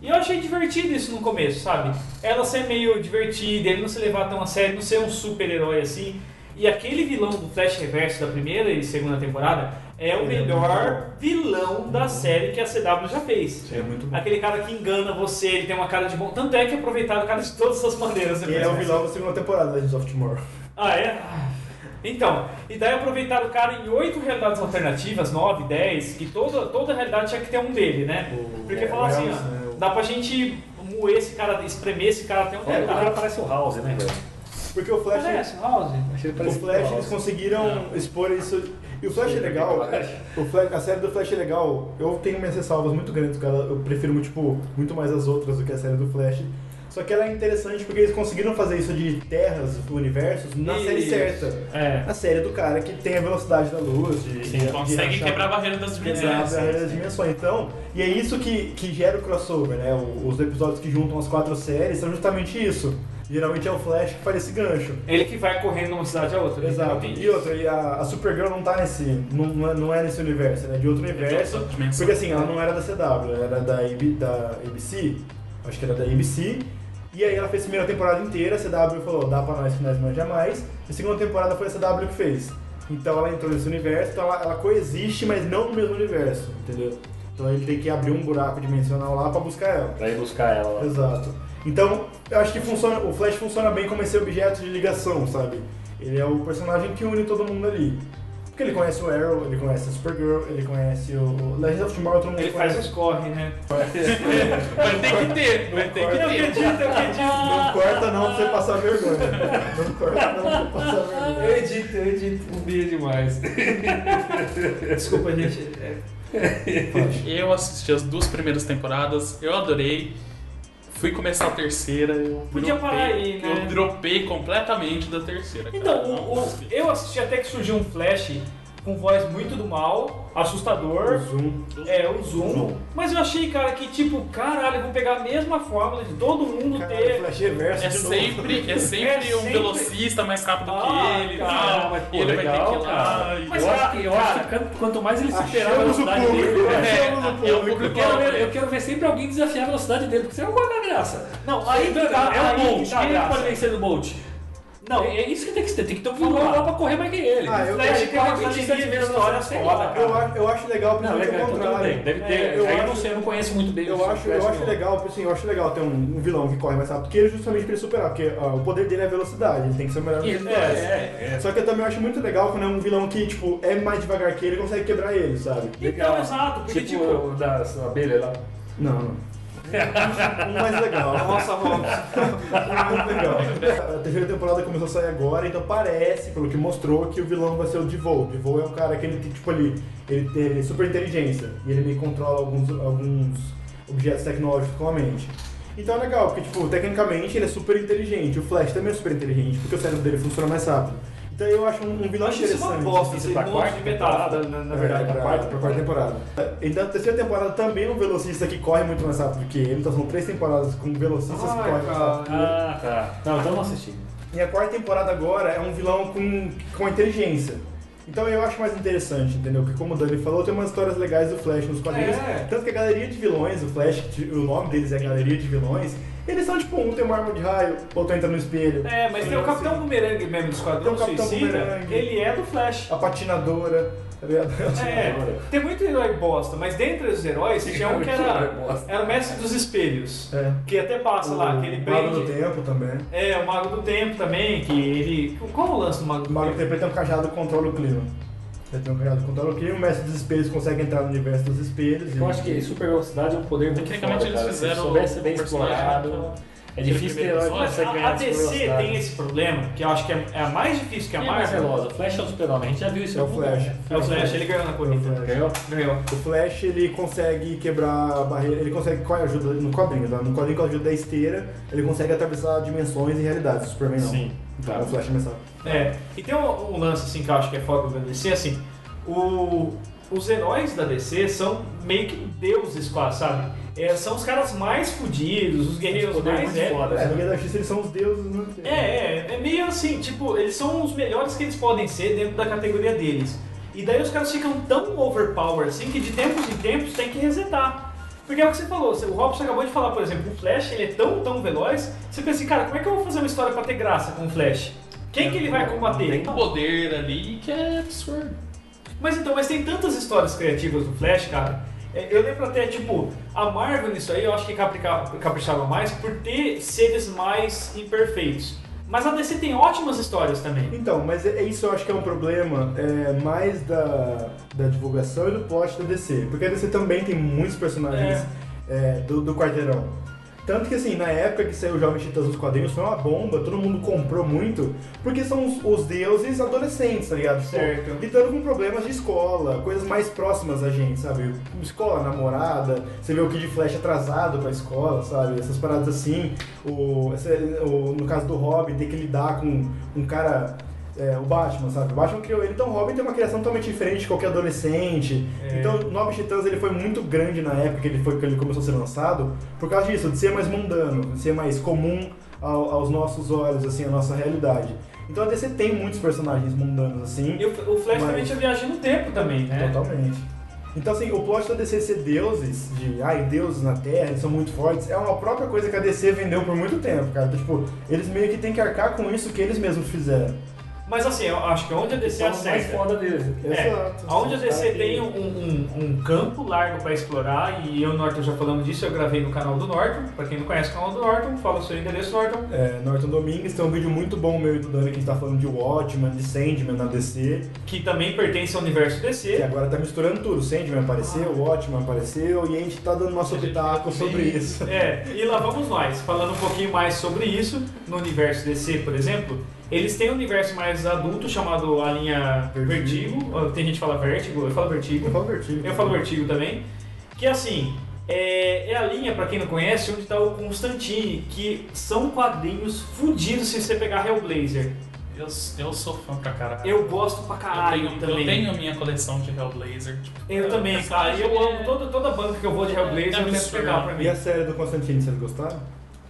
E eu achei divertido isso no começo, sabe? Ela ser meio divertida, ele não se levar tão a sério, não ser um super-herói assim. E aquele vilão do Flash Reverso da primeira e segunda temporada é o
Ele é
melhor vilão da série que a CW já fez.
É muito bom.
Aquele cara que engana você, ele tem uma cara de bom. Tanto é que aproveitaram o cara de todas as maneiras. né,
Ele
depois
é o
disso.
vilão da segunda temporada, Legends of Tomorrow.
Ah, é? Então, e daí aproveitaram o cara em oito realidades alternativas, nove, dez, que toda, toda realidade tinha que ter um dele, né?
O-
Porque
é,
falar assim,
Wells, né,
ó,
o-
dá pra gente moer esse cara, espremer esse cara até um
É, o cara
realidade.
parece o House, né, velho?
Porque é o Flash,
Parece, House.
Achei ele
o
parecido com
Flash eles
House.
conseguiram expor isso. E o Flash é legal. O Flash, a série do Flash é legal. Eu tenho minhas ressalvas muito grandes, cara. Eu prefiro tipo, muito mais as outras do que a série do Flash. Só que ela é interessante porque eles conseguiram fazer isso de terras, universos, na série
Isso.
certa.
É.
A série do cara que tem a velocidade da luz. De, de- de
Consegue
achar-
quebrar a barreira das
Exato, é a
dimensões.
realidade dimensão. Então, e é isso que, que gera o crossover, né? O- Os episódios que juntam as quatro séries são justamente isso. Geralmente é o Flash que faz esse gancho.
Ele que vai correndo de uma cidade a outra. né?
Exato.
literalmente.
E outra, e a, a Supergirl não tá nesse. Não, não é- não é nesse universo, né? De outro universo.
outra dimensão.
Porque assim, ela não era da CW, ela era da, AB, da ABC. Acho que era da ABC. E aí ela fez a primeira temporada inteira, a CW falou, dá pra nós que nós manja mais. E a segunda temporada foi a CW que fez. Então ela entrou nesse universo, então ela, ela coexiste, mas não no mesmo universo, entendeu? Então ele tem que abrir um buraco dimensional lá pra buscar ela.
Pra ir buscar ela. lá.
Exato. Então, eu acho que funciona, o Flash funciona bem como esse objeto de ligação, sabe? Ele é o personagem que une todo mundo ali. Porque ele conhece o Arrow, ele conhece a Supergirl, ele conhece o o Legends of Tomorrow, todo mundo
Ele faz
conhece.
os corre, né?
Vai ter que ter, vai ter que
Eu
ter.
acredito, eu
um
acredito.
Não corta não pra você passar vergonha. Não corta não pra você passar vergonha.
edito, eu edito. Um dia demais.
é Desculpa, gente. É,
Eu assisti as duas primeiras temporadas, eu adorei. Fui começar a terceira, eu
Podia
dropei-
parar aí, né?
Eu dropei completamente da terceira. cara.
Então,
Não
o- o-
consegui.
eu assisti até que surgiu um flash com voz muito do mal, assustador.
Zoom.
É, o Zoom.
Zoom.
Mas eu achei, cara, que tipo, caralho, vão pegar a mesma fórmula de todo mundo
Cara,
ter.
Flash reverso
É
de novo.
sempre, é sempre
É
um
sempre-
velocista mais rápido
Ah,
que ele e
cara,
tal.
mas, pô,
ele vai
legal,
ter que ir lá.
cara.
e-
Mas,
eu
cara,
acho que, eu acho que quanto- quanto mais ele superar a
Achamos o
velocidade dele, né? um
público,
eu acho-
um
É,
achamos o
é o
público.
público.
eu quero, ver, eu quero ver sempre alguém desafiar a velocidade dele, porque senão vai dar graça.
Não, aí que tá,
é o
aí
Bolt.
que tá a
Quem é que pode
graça.
vencer do Bolt?
Não,
é, é isso que tem que ter. Tem que ter um vilão lá pra correr mais que ele.
Ah, eu-
Flash
eu-
tem uma
eu- eu-
franquia de
eu-
história
sei
foda,
lá,
Eu,
cara.
acho- eu acho legal,
Não,
principalmente
legal,
o
então tudo
é contrário.
bem. Deve ter.
É, eu
aí eu
acho-
não sei, eu não conheço muito bem.
Eu
o
acho,
Flash,
eu acho
não.
legal, tipo assim, eu acho legal ter um, um vilão que corre mais rápido que ele é justamente pra ele superar, porque ó, o poder dele é a velocidade, ele tem que ser o melhor.
É, é, é.
Só que eu também acho muito legal quando é um vilão que, tipo, é mais devagar que ele e consegue quebrar ele, sabe?
Então, exato, porque
Tipo,
tipo.
o da da abelha lá.
Não. Um mais legal. Nossa, Robson. Um mais legal. A terceira temporada começou a sair agora, então parece, pelo que mostrou, que o vilão vai ser o Devol. Devol é um cara que ele tem, tipo, ali, ele tem ele é super inteligência. E ele meio que controla alguns, alguns objetos tecnológicos com a mente. Então é legal, porque, tipo, tecnicamente ele é super inteligente. O Flash também é super inteligente, porque o cérebro dele funciona mais rápido. Então eu acho um, um
Eu
vilão
acho isso é
interessante.
uma bosta,
Isso
é
esse
pra
monte de
quarta
metáfora. É,
temporada,
Na verdade, pra quarta, pra quarta temporada. Então, a terceira temporada também é um velocista que corre muito mais rápido que ele. Então, são três temporadas com velocistas que correm mais rápido. que ele.
Ah, tá. Não, então eu não assisti.
E a quarta temporada agora é um vilão com, com inteligência. Então, eu acho mais interessante, entendeu? Porque, como o Dani falou, tem umas histórias legais do Flash nos quadrinhos.
É.
Tanto que a galeria de vilões, o Flash, o nome deles é Galeria de Vilões, eles são tipo: um tem uma arma de raio, outro entra no espelho.
É, mas tem o
Assim,
Capitão Bumerangue mesmo do Esquadrão
Tem o Capitão
Suicida,
Boomerang.
ele é do Flash.
A patinadora, tá ligado?
É, tem muito herói bosta, mas dentre os heróis tinha um que era, era o mestre dos espelhos.
É.
Que até passa lá, que ele
O Mago do
prende.
Tempo também.
É, o Mago do Tempo também, que ele. Qual o lance do Mago
O
do
Mago
Tempo?
Tempo tem um cajado que controla o clima. Ele tem um cajado que controla o clima, o mestre dos espelhos consegue entrar no universo dos espelhos.
Eu
e-
acho que super velocidade é um poder muito
Tecnicamente,
foda,
eles
cara.
fizeram
Se soubesse bem
o personagem,
explorado,
então,
é difícil ter herói que
primeiro
Mas
consegue
a,
ganhar
a
essa
DC
velocidade.
tem esse problema, que eu acho que é, é a mais difícil que a
Quem é mais
Marvel.
veloz? O Flash é o super-homem? A gente já viu isso. em
É o
algum
Flash. é
lugar.
É o Flash, ele ganhou na corrida.
Ganhou?
Ganhou.
O Flash ele consegue quebrar a barreira, ele consegue com a ajuda no quadrinho, tá? No quadrinho com a ajuda da esteira, ele consegue atravessar dimensões e realidades. O Superman não. um
Sim. tá.
O Flash é mais rápido.
É. E tem um, um lance assim que eu acho que é foda do DC, assim. O, os heróis da DC são meio que deuses quase, sabe? É, são os caras mais fodidos, os guerreiros
poderes
mais
muito
é,
fodas,
É,
né?
porque da Justiça eles são os deuses, né?
é, é, é meio assim, tipo, eles são os melhores que eles podem ser dentro da categoria deles. E daí os caras ficam tão overpowered assim que de tempos em tempos tem que resetar. Porque é o que você falou, o Robson acabou de falar, por exemplo, o Flash ele é tão, tão veloz, você pensa assim, cara, como é que eu vou fazer uma história pra ter graça com o Flash? Quem que ele vai combater?
Tem um poder ali que é absurdo.
Mas então, mas tem tantas histórias criativas do Flash, cara. É, Eu lembro até, tipo, a Marvel nisso aí eu acho que caprica- caprichava mais por ter seres mais imperfeitos. Mas a DC tem ótimas histórias também.
Então, mas é é isso eu acho que é um problema é, mais da, da divulgação e do plot da DC. Porque a DC também tem muitos personagens é, do, do quarteirão. Tanto que assim, na época que saiu o Jovem Titãs nos quadrinhos, foi uma bomba, todo mundo comprou muito, porque são os, os deuses adolescentes, tá ligado? Tipo,
Certo.
Lidando com problemas de escola, coisas mais próximas a gente, sabe? Escola, namorada, você vê o Kid Flash atrasado pra escola, sabe? Essas paradas assim. O, essa- o- no caso do Robin, tem que lidar com um cara. é, o Batman, sabe? O Batman criou ele, então o Robin tem uma criação totalmente diferente de qualquer adolescente.
É.
Então, Novos Titãs ele foi muito grande na época que ele, foi, que ele começou a ser lançado, por causa disso, de ser mais mundano, de ser mais comum ao- aos nossos olhos, assim, à nossa realidade. Então a DC tem muitos personagens mundanos, assim.
E o, o Flash
Mas-
também tinha viagem no tempo também, né?
Totalmente. Então, assim, o plot da DC ser deuses, de ai, deuses na Terra, eles são muito fortes, é uma própria coisa que a DC vendeu por muito tempo, cara. Então, tipo, eles meio que têm que arcar com isso que eles mesmos fizeram.
Mas assim, eu acho que onde a DC
São os Então, é mais
acerta,
foda deles.
É,
Exato.
onde a DC
Tá,
tem um, um- um campo largo pra explorar, e eu e o Norton já falamos disso, eu gravei no canal do Norton, pra quem não conhece o canal do Norton, fala o seu endereço, Norton.
É, Norton Domingues tem um vídeo muito bom meu e do Dani que a gente tá falando de Watchmen, de Sandman na DC,
que também pertence ao universo DC.
que agora tá misturando tudo. Sandman apareceu, Watchmen apareceu, e a gente tá dando nosso pitaco sobre isso.
É, e lá vamos nós, falando um pouquinho mais sobre isso, no universo DC, por exemplo, eles têm um universo mais adulto chamado a linha Vertigo,
Vertigo.
ó, tem gente que fala Vertigo, eu falo
Eu
Vertigo,
falo vertigo.
eu falo Vertigo também, que assim, é, é a linha, pra quem não conhece, onde tá o Constantine, que são quadrinhos fudidos se você pegar Hellblazer.
Eu, eu sou fã pra caralho.
Eu gosto pra
É. Eu
caralho
tenho, eu
também.
tenho minha coleção de Hellblazer. tipo,
Eu também, cara, eu amo toda, toda banca que eu vou de Hellblazer,
É
eu tento
absurdo.
pegar pra mim.
E a série do Constantine, vocês gostaram?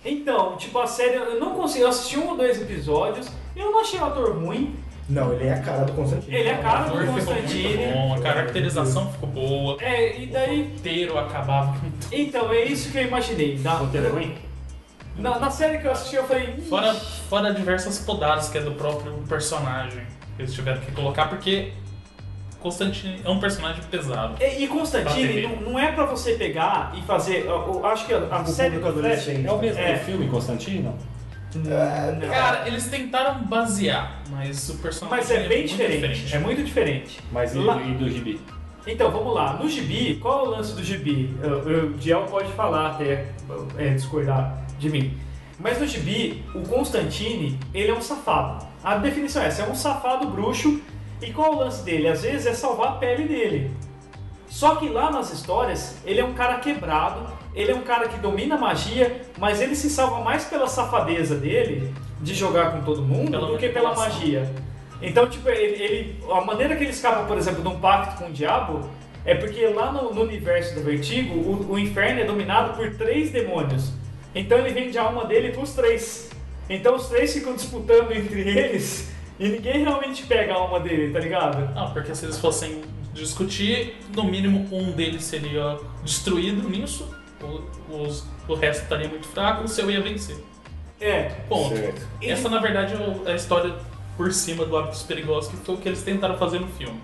Então, tipo, a série, eu não consegui, eu assisti um ou dois episódios, eu não achei o ator ruim,
Não, ele é a cara do Constantine.
ele é a
O
cara
ator
do
ficou muito
Constantine.
bom, a caracterização ficou boa.
É, e daí,
O roteiro acabava com
então, é isso que eu imaginei. Na,
Roteiro ruim?
na, na série que eu assisti, eu falei, "Ih,
é Fora, fora diversas podadas que é do próprio personagem que eles tiveram que colocar, porque Constantine é um personagem pesado.
E, e
Pra
Constantine
TV.
não, não é pra você pegar e fazer, eu, eu acho que a, a
O
série
público
do Flash...
adolescente.
É o mesmo
É.
do filme, Constantino?
É,
Não.
Cara, eles tentaram basear, mas o
É.
personagem
mas é bem
muito
diferente, é muito diferente.
Mas e,
Lá-
e do Gibi?
Então, vamos lá. No gibi, qual é o lance do gibi? Eu- eu- O Diel pode falar até é, discordar de mim. Mas no gibi, o Constantine, ele é um safado. A definição é essa, é um safado bruxo. E qual é o lance dele? Às vezes é salvar a pele dele. Só que lá nas histórias, ele é um cara quebrado, ele é um cara que domina a magia, mas ele se salva mais pela safadeza dele, de jogar com todo mundo,
Pela
do que pela
manipulação.
magia. Então, tipo, ele, ele- a maneira que ele escapa, por exemplo, de um pacto com o diabo, é porque lá no, no universo do Vertigo, o, o inferno é dominado por três demônios. Então ele vende a alma dele pros três. Então os três ficam disputando entre eles e ninguém realmente pega a alma dele, tá ligado?
Não, Ah, porque se eles fossem discutir, no mínimo um deles seria destruído nisso, o, os- o resto estaria muito fraco, o seu ia vencer.
É,
Ponto.
Certo.
Essa, na verdade, é o- é a história por cima do Hábitos Perigosos, que foi o que eles tentaram fazer no filme.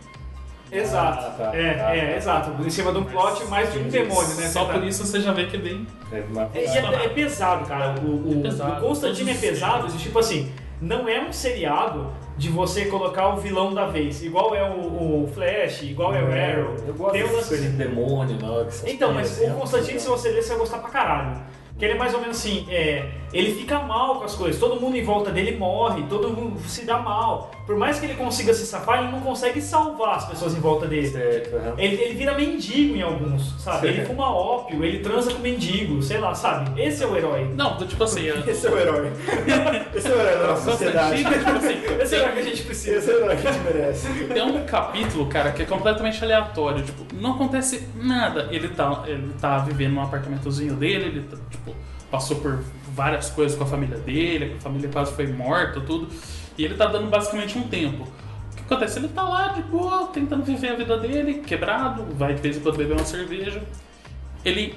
Exato.
Ah, tá,
é,
tá,
é,
tá.
exato. Em cima de um plot, mais de um demônio, né?
Só
Você
por
tá-
isso você já vê que é bem
É uma-
É, e é, é pesado, cara. O, o,
É pesado.
o Constantine é
Todos os
pesado, de, tipo assim, não é um seriado de você colocar o vilão da vez. Igual é o, o Flash, igual é o Arrow.
Eu gosto
Tem o lance-
dessas
assim.
coisas de demônio, né? não.
Então, mas o Constantine, se você ler, você vai gostar pra caralho. Que ele é mais ou menos assim, é, ele fica mal com as coisas, todo mundo em volta dele morre, todo mundo se dá mal. Por mais que ele consiga se safar, ele não consegue salvar as pessoas em volta dele.
Certo, aham.
Ele, ele vira mendigo em alguns, sabe? Ele
Certo.
fuma ópio, ele transa com mendigo, sei lá, sabe? Esse é o herói.
Não, do- tipo assim, a-
Esse é o herói. Esse é o herói da nossa sociedade.
Constantine, tipo assim,
Esse é o herói que a gente
Esse
precisa.
é o herói que a gente merece.
tem um capítulo, cara, que é completamente aleatório. Tipo, não acontece nada. Ele tá, ele tá vivendo num apartamentozinho dele, ele tá, tipo, passou por várias coisas com a família dele, a família quase foi morta, tudo. E ele tá dando basicamente um tempo. O que acontece? Ele tá lá de boa, tentando viver a vida dele, quebrado, vai de vez em quando beber uma cerveja. Ele,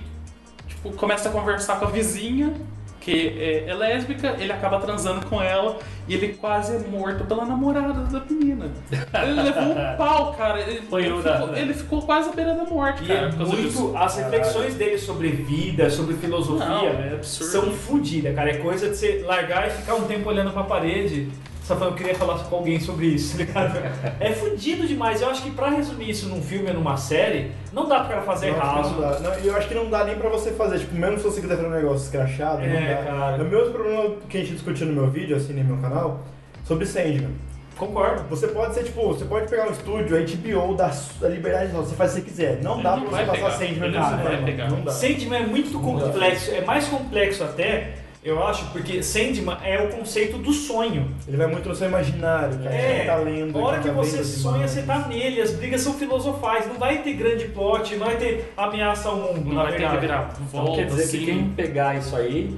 tipo, começa a conversar com a vizinha, que é, é lésbica, ele acaba transando com ela e ele quase é morto pela namorada da menina. Ele levou um pau, cara. Ele,
Foi
ele
o da-
ficou, ele ficou quase à beira da morte,
E
cara,
é
por causa disso.
muito, as reflexões dele sobre vida, sobre filosofia,
Não, é absurdo.
são fodidas, cara. É coisa de você largar e ficar um tempo olhando pra parede. Só falando, eu queria falar com alguém sobre isso, tá ligado? É fudido demais. Eu acho que pra resumir isso num filme ou numa série, não dá pro cara fazer
Não, acho que
raso.
não dá. Não, E eu acho que não dá nem pra você fazer, tipo, mesmo se você quiser fazer um negócio escrachado,
É,
não dá.
cara.
O mesmo problema que a gente discutiu no meu vídeo, assim, no meu canal, sobre Sandman.
Concordo.
Você pode ser, tipo, você pode pegar um estúdio, a HBO, dá su- a liberdade, você faz o que você quiser. Não
Ele
dá
não
pra
vai
você
pegar.
passar Sandman
Ele
cara.
não vai
Não,
pegar.
Não dá.
Sandman é muito complexo, é mais complexo até, eu acho, porque Sandman é o conceito do sonho.
Ele vai muito no seu imaginário, cara.
É,
Você tá lendo.
a hora que
tá
você
vendo as
sonha,
imagens.
você tá nele, as brigas são filosofais, não vai ter grande plot, não vai ter ameaça ao mundo,
Não
na
vai ter
verdade.
reviravolta,
Então quer dizer
assim.
que quem pegar isso aí,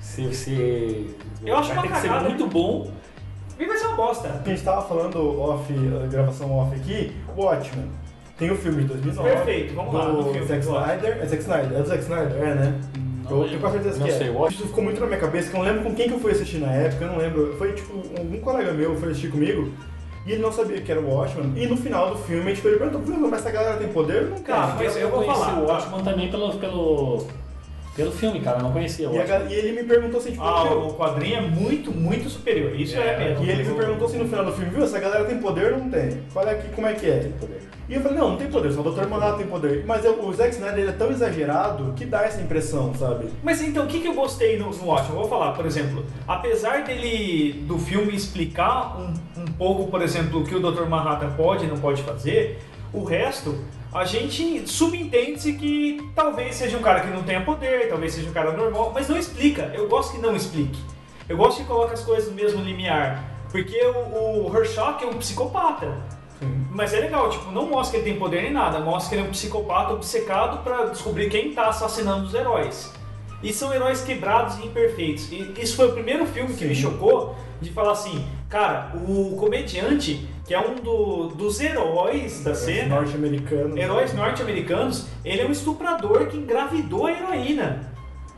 se você.
Eu acho uma
tem que ser
cagada.
muito bom.
E vai ser uma bosta.
A gente tava falando off, eh, gravação off aqui, Watchmen. Tem o filme de 2009.
Perfeito, vamos lá, no
Do
filme,
Zack
vamos lá.
Snyder. É Zack Snyder? É do Zack Snyder? É, né?
Não
Eu
lembro.
tenho quase certeza
Não
que
sei,
é.
eu acho.
Isso ficou muito na minha cabeça, que eu não lembro com quem que eu fui assistir na época, eu não lembro. Foi tipo, algum colega meu foi assistir comigo e ele não sabia que era o Watchmen. E no final do filme, tipo, ele perguntou, "Pô, mas essa galera tem poder? Não quero.
Cara, mas eu vou
conheci
falar,
o
tá?
Watchman também pelo, pelo, pelo filme, cara. Eu não conhecia o
E, a
Watchman.
ga- e ele me perguntou assim, tipo,
Ah,
"Viu?"
o quadrinho é muito, muito superior, isso é, mesmo.
e ele me perguntou assim no final do filme, viu, essa galera tem poder ou não tem? Olha aqui como é que é. E eu falei, não, não tem poder, só o Dr. Manhattan tem poder. Mas eu- o Zack Snyder ele é tão exagerado que dá essa impressão, sabe?
Mas então, o que, que eu gostei no, no Watchmen? Vou falar, por exemplo, apesar dele do filme explicar um, um pouco, por exemplo, o que o Dr. Manhattan pode e não pode fazer, o resto, a gente subentende-se que talvez seja um cara que não tenha poder, talvez seja um cara normal, mas não explica. Eu gosto que não explique. Eu gosto que coloque as coisas no mesmo limiar. Porque o, o Hershock é um psicopata. Mas é legal, tipo, não mostra que ele tem poder nem nada, mostra que ele é um psicopata obcecado pra descobrir quem tá assassinando os heróis. E são heróis quebrados e imperfeitos. E isso foi o primeiro filme que me chocou de falar assim, cara, o comediante, que é um do- dos heróis da cena,
Norte-americano.
heróis norte-americanos, ele é um estuprador que engravidou a heroína.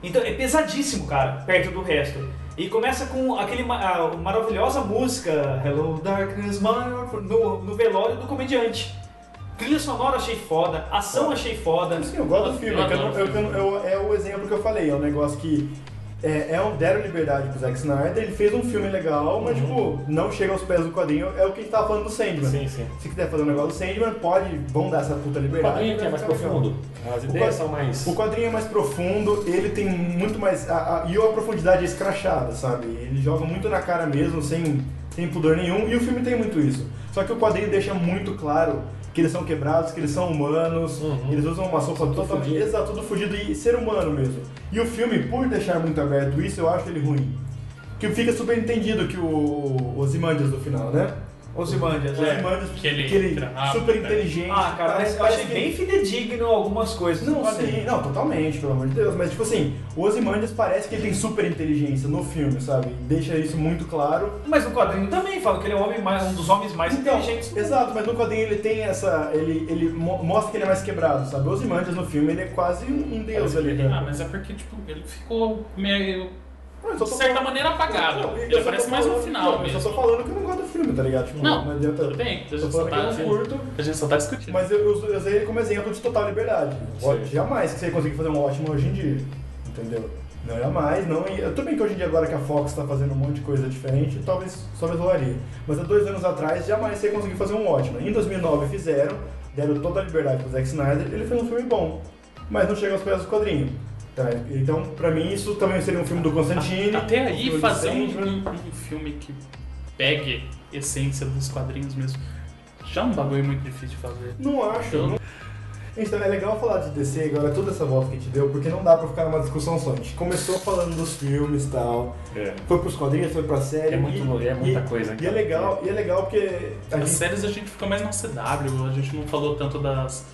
Então é pesadíssimo, cara, perto do resto. E começa com aquele ma- a maravilhosa música Hello Darkness, my old- no, no velório do comediante. Trilha sonora achei foda, ação achei foda.
Sim, eu gosto do filme.
Eu
é que eu não-
adoro
eu- eu- eu- é o exemplo que eu falei, é um negócio que é, é um, deram liberdade pro Zack Snyder, ele fez um filme legal, mas tipo, não chega aos pés do quadrinho, é o que a gente tava falando do Sandman.
Sim, sim.
Se quiser fazer um negócio do Sandman, pode, vão dar essa puta
O
liberdade.
quadrinho aqui é
vai
mais
ficar legal.
profundo. As
O
ideias
quad-
são mais.
O quadrinho é mais profundo, ele tem muito mais. a- a- e a profundidade é escrachada, sabe? Ele joga muito na cara mesmo, sem, sem pudor nenhum, e o filme tem muito isso. Só que o quadrinho deixa muito claro que eles são quebrados, que eles são humanos,
Uhum.
eles usam uma sopa totalmente.
fudido.
Exato, tudo fugido e ser humano mesmo. E o filme, por deixar muito aberto isso, eu acho ele ruim. Que fica super entendido que o Osimandias do final, né?
Ozymandias,
Os
é.
Imandias,
que ele entra rápido,
super
né?
inteligente.
Ah, cara, mas eu achei
que-
bem fidedigno algumas coisas.
não,
no quadrinho.
sim, não, totalmente, pelo amor de Deus. Mas, tipo assim, o Ozymandias parece que ele tem super inteligência no filme, sabe? Deixa isso muito claro. Então,
Mas no quadrinho também fala que ele é um, homem mais- um dos homens mais inteligentes do
Exato, mas no quadrinho ele tem essa... Ele, ele mo- mostra que ele é mais quebrado, sabe? O Ozymandias no filme, ele é quase um um deus ali. né?
Ah, mas é porque, tipo, ele ficou meio,
Não, eu só
de
tô
certa
falando-
maneira, apagado.
Não, eu só
Ele
tô
aparece mais no
falando-
final
não, Eu
mesmo.
só tô falando que eu não gosto do filme, tá ligado? Tipo,
Não,
adianta...
Tudo bem, a
Eu tô
gente só
falando
tá,
que assim, eu não curto,
a gente só tá discutindo.
mas eu, eu eu usei ele como exemplo de total liberdade. Ó,
Sim.
Jamais que você ia conseguir fazer um ótimo hoje em dia, entendeu? Não jamais, não. E tudo bem que hoje em dia, agora que a Fox tá fazendo um monte de coisa diferente, talvez talvez rolaria. Mas há dois anos atrás, jamais você ia conseguir fazer um ótimo. Em 2009 fizeram, deram toda a liberdade pro Zack Snyder, ele fez um filme bom, mas não chega aos pés do quadrinho. Tá, então, pra mim, isso também seria um filme do Constantine.
Até
um filme
aí,
do
fazer um,
Sandman.
um- um filme que pegue essência dos quadrinhos mesmo já é um bagulho muito difícil de fazer.
Não acho.
Então-
Não... Então, é legal falar de DC agora, toda essa volta que a gente deu, porque não dá pra ficar numa discussão só. A gente começou falando dos filmes e tal,
É.
foi pros quadrinhos, foi pra série.
É, muito,
e,
é muita
e-
né,
coisa.
E é legal, e é legal porque a
As
gente
séries a gente fica mais na CW, a gente não falou tanto das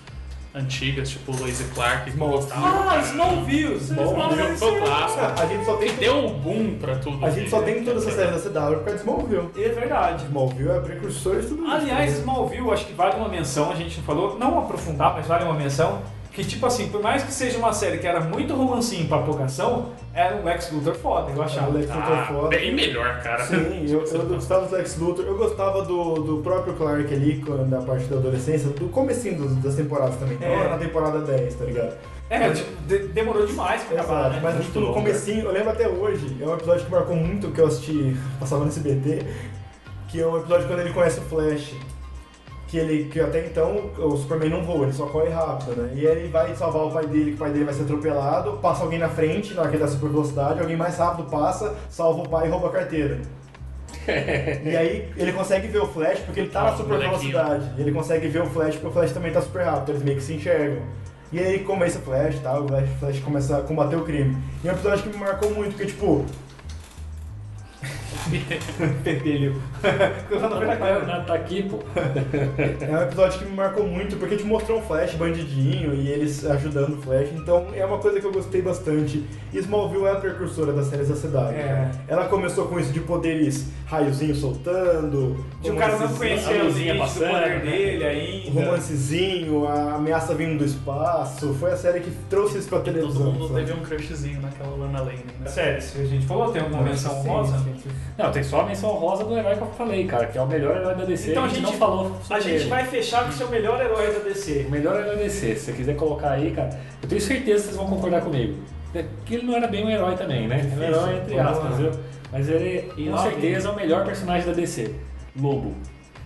antigas, tipo Lois e Clark, que eu
Smallville.
gostava.
Ah, Snowville! Snowville
Smallville é foi o clássico.
Ah, A gente só
Que
tem,
deu o boom pra tudo.
a gente só tem toda essa série da CW por causa de Smallville.
É verdade.
Smallville é precursor de tudo isso.
Aliás,
né?
Smallville, acho que vale uma menção, a gente não falou, não aprofundar, mas vale uma menção, que tipo assim, por mais que seja uma série que era muito romancinho pra apocação, era um Lex Luthor foda, eu
o
achava.
Lex Luthor é
Ah,
foda.
bem melhor, cara.
Sim, eu, eu gostava do Lex Luthor, eu gostava do, do próprio Clark ali, quando- da parte da adolescência, do comecinho dos- das temporadas também, não
É.
era na temporada 10, tá ligado?
É, tipo, de- demorou demais pra acabar,
Exato,
né?
mas tipo, no comecinho, eu lembro até hoje, é um episódio que marcou muito, que eu assisti, passava no SBT, que é um episódio quando ele conhece o Flash. Que ele, que até então o Superman não voa, ele só corre rápido, né? E aí ele vai salvar o pai dele, que o pai dele vai ser atropelado, passa alguém na frente, na hora que ele dá super velocidade, alguém mais rápido passa, salva o pai e rouba a carteira. e aí ele consegue ver o Flash porque ele tá
Ah,
na super
molequinho.
velocidade. E ele consegue ver o Flash porque o Flash também tá super rápido, eles meio que se enxergam. E aí começa o Flash e tal, o Flash, Flash começa a combater o crime. E é um episódio que me marcou muito, porque tipo,
Pepelho. Eu não vejo a câmera.
Tá aqui, pô.
é um episódio que me marcou muito, porque te mostrou o Flash bandidinho e eles ajudando o Flash. Então é uma coisa que eu gostei bastante. E Smallville é a precursora das séries da cidade.
É.
né? Ela começou com isso de poderes raiozinho soltando,
De um cara não
romancezinho-
conhecer
a
os
luzinha
limites do
passando,
poder
né?
dele
O
ainda.
romancezinho, a ameaça vindo do espaço, foi a série que trouxe isso pra televisão.
Todo mundo
sabe?
teve um crushzinho naquela Lana Lane, né?
Sério, se a gente falou, tem alguma
Acho
menção
que sim,
rosa?
sim.
Não, tem só a menção rosa do herói que eu falei, cara, que é o melhor herói da DC.
Então
a gente não falou.
A
sobre
gente
ele.
vai fechar com o seu melhor herói da DC.
O melhor herói da DC, se você quiser colocar aí, cara, eu tenho certeza que vocês vão concordar comigo. É Que ele não era bem um herói também, né? Ele é um herói entre
Vamos
aspas,
lá.
viu? Mas ele, com
lá,
certeza, é o melhor personagem da DC. Lobo.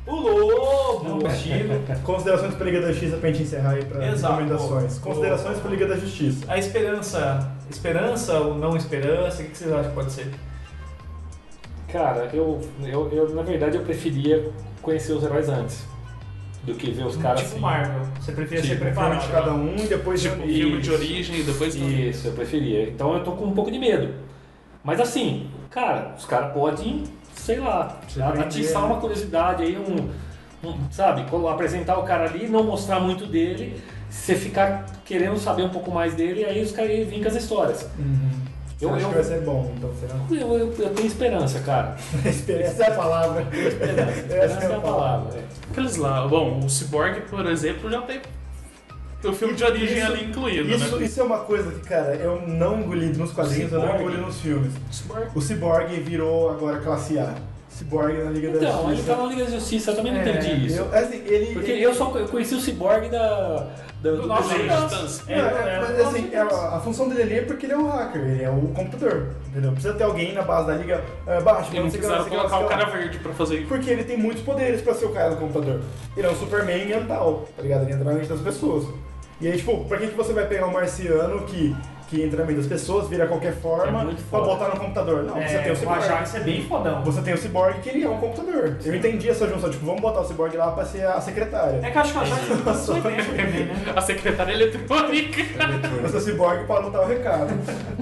O
um
Lobo, o Chino.
Considerações pela Liga da Justiça pra gente encerrar aí pra
Exato.
recomendações. Considerações pela Liga da Justiça.
A esperança. Esperança ou não esperança? O que que vocês acham que pode ser?
Cara, eu, eu, eu, na verdade, eu preferia conhecer os heróis antes do que ver os caras
tipo
assim.
Marvel. Você preferia
Tipo,
ser
Prepara de
preparado. né?
cada um e depois
Tipo,
reunir.
filme de origem e depois...
Isso, eu preferia. Então eu tô com um pouco de medo. Mas assim, cara, os caras podem, sei lá, atiçar uma curiosidade aí, um, um, sabe, colo- apresentar o cara ali, não mostrar muito dele, você ficar querendo saber um pouco mais dele, aí os caras vêm com as histórias.
Eu
Eu,
Uhum. acho
eu,
que vai ser bom, então será?
eu, eu- eu tenho esperança, cara.
Essa é a palavra. Essa
Esperança é a palavra. é.
Aqueles lá, bom, o Cyborg, por exemplo, já tem o filme de origem
Isso-
ali incluído,
Isso,
né?
isso é uma coisa que, cara, eu não engoli nos quadrinhos, eu não
Ciborgue.
engoli nos filmes.
Cyborg.
O Cyborg virou agora classe A. Cyborg na Liga da
Então, ele
Justiça.
tá na Liga da Justiça, eu também não
É,
entendi isso.
Eu, assim, ele,
Porque
ele-
eu só eu conheci o cyborg da, da, do
nosso
desenho.
universo.
Não, é, mas, assim, é, a função dele ali é porque ele é um hacker, ele é o computador, entendeu? Precisa ter alguém na base da liga ah, baixo,
E não
sei o que lá,
precisaram
sei o que lá,
colocar
sei
o
o que lá.
cara verde pra fazer isso.
Porque ele tem muitos poderes pra ser o cara do computador. Ele é um Superman mental, tá ligado? Ele entra na mente das pessoas. E aí, tipo, pra que que você vai pegar um marciano que, que entra na mente das pessoas, vira qualquer forma,
É muito
pra
foda.
botar no computador? Não, você tem o
eu achava que
Cyborg.
isso é bem fodão.
Você tem o Cyborg que ele é um computador. Eu entendi essa junção, tipo, vamos botar o Cyborg lá pra ser a secretária.
É que eu acho que eu achava que isso não foi ideia
é
pra mim, né?
A secretária eletrônica.
Mas o Cyborg pra anotar o recado.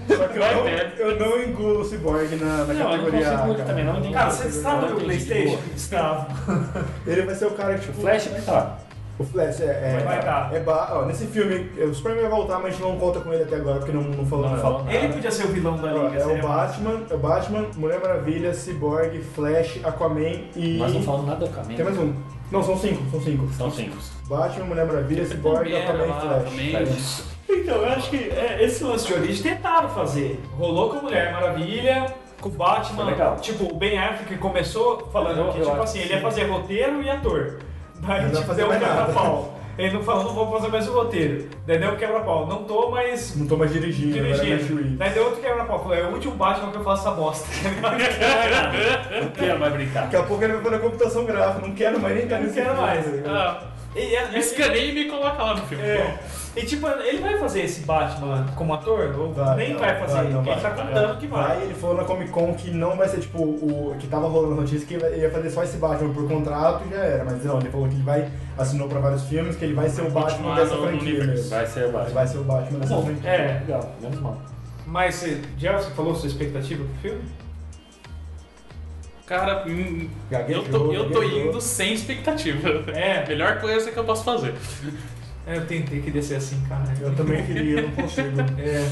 Só que eu
Vai
não,
ver.
eu não engulo o Cyborg na, na
Não, eu não
categoria
consigo
A,
muito
cara.
também, não entendi.
Cara, você destrava
Não
meu
entendi,
Playstation?
boa.
Destravo.
Ele vai ser o cara que, tipo,
O Flash vai tá.
o Flash é... é
Vai dar.
é ba- ó, nesse filme, é, o Superman vai voltar, mas a gente não conta com ele até agora, porque não, não falou
Não
nada.
fala nada.
Ele podia ser o vilão da
Ó,
liga.
É o
seria massa.
Batman, é o Batman, Mulher Maravilha, Cyborg, Flash, Aquaman e...
Nós não falamos nada do Então, caminho.
Tem mais um. Não, são cinco, são cinco.
São cinco.
Batman, Mulher Maravilha, Cyborg, Aquaman
é,
e Flash.
Então, eu acho que é, esse lance de origem tentaram fazer. Rolou com a Mulher Maravilha, com o Batman.
Foi legal.
Tipo, o Ben Affleck começou falando
Eu-
que,
eu
tipo
acho
assim,
que
ele ia
sim.
fazer roteiro e ator. Daí,
Não vai
tipo,
fazer
deu um
mais nada.
quebra-pau. Ele não falou, não vou fazer mais o roteiro. Daí deu um quebra-pau. Não tô mais
Não tô mais dirigindo, agora é Matt
dirigindo.
Reeves.
Daí deu outro quebra-pau. Falou, é o último Batman que eu faço essa bosta.
É,
Ele vai brincar.
Daqui a pouco ele vai fazer computação gráfica, não quero mais nem estar
Não
nesse É.
quero
filme.
mais.
Ah,
E, e- e-
escaneia e me coloca lá no filme.
É. E tipo, ele vai fazer esse Batman como ator? Ou
Vai,
nem
não,
vai fazer?
vai, não
ele
vai.
tá contando que vai.
Aí ele falou na Comic Con que não vai ser tipo o que tava rolando a notícia que ele ia fazer só esse Batman por contrato e já era, mas não, ele falou que ele vai, assinou pra vários filmes, que ele vai ser o Batman
continuar
dessa
no- no
franquia.
universo.
mesmo.
Vai ser o
Ele
Batman.
vai ser o Batman dessa
Bom,
franquia.
é.
Legal, menos mal.
Mas você- já você falou sua expectativa pro filme?
Cara, hum,
Gaguejou,
eu tô, eu tô
gaguejou.
indo sem expectativa. É a
É,
melhor coisa que eu posso fazer.
eu tentei que descer assim, cara.
Eu também queria, eu não consigo.
É,
Eu- né?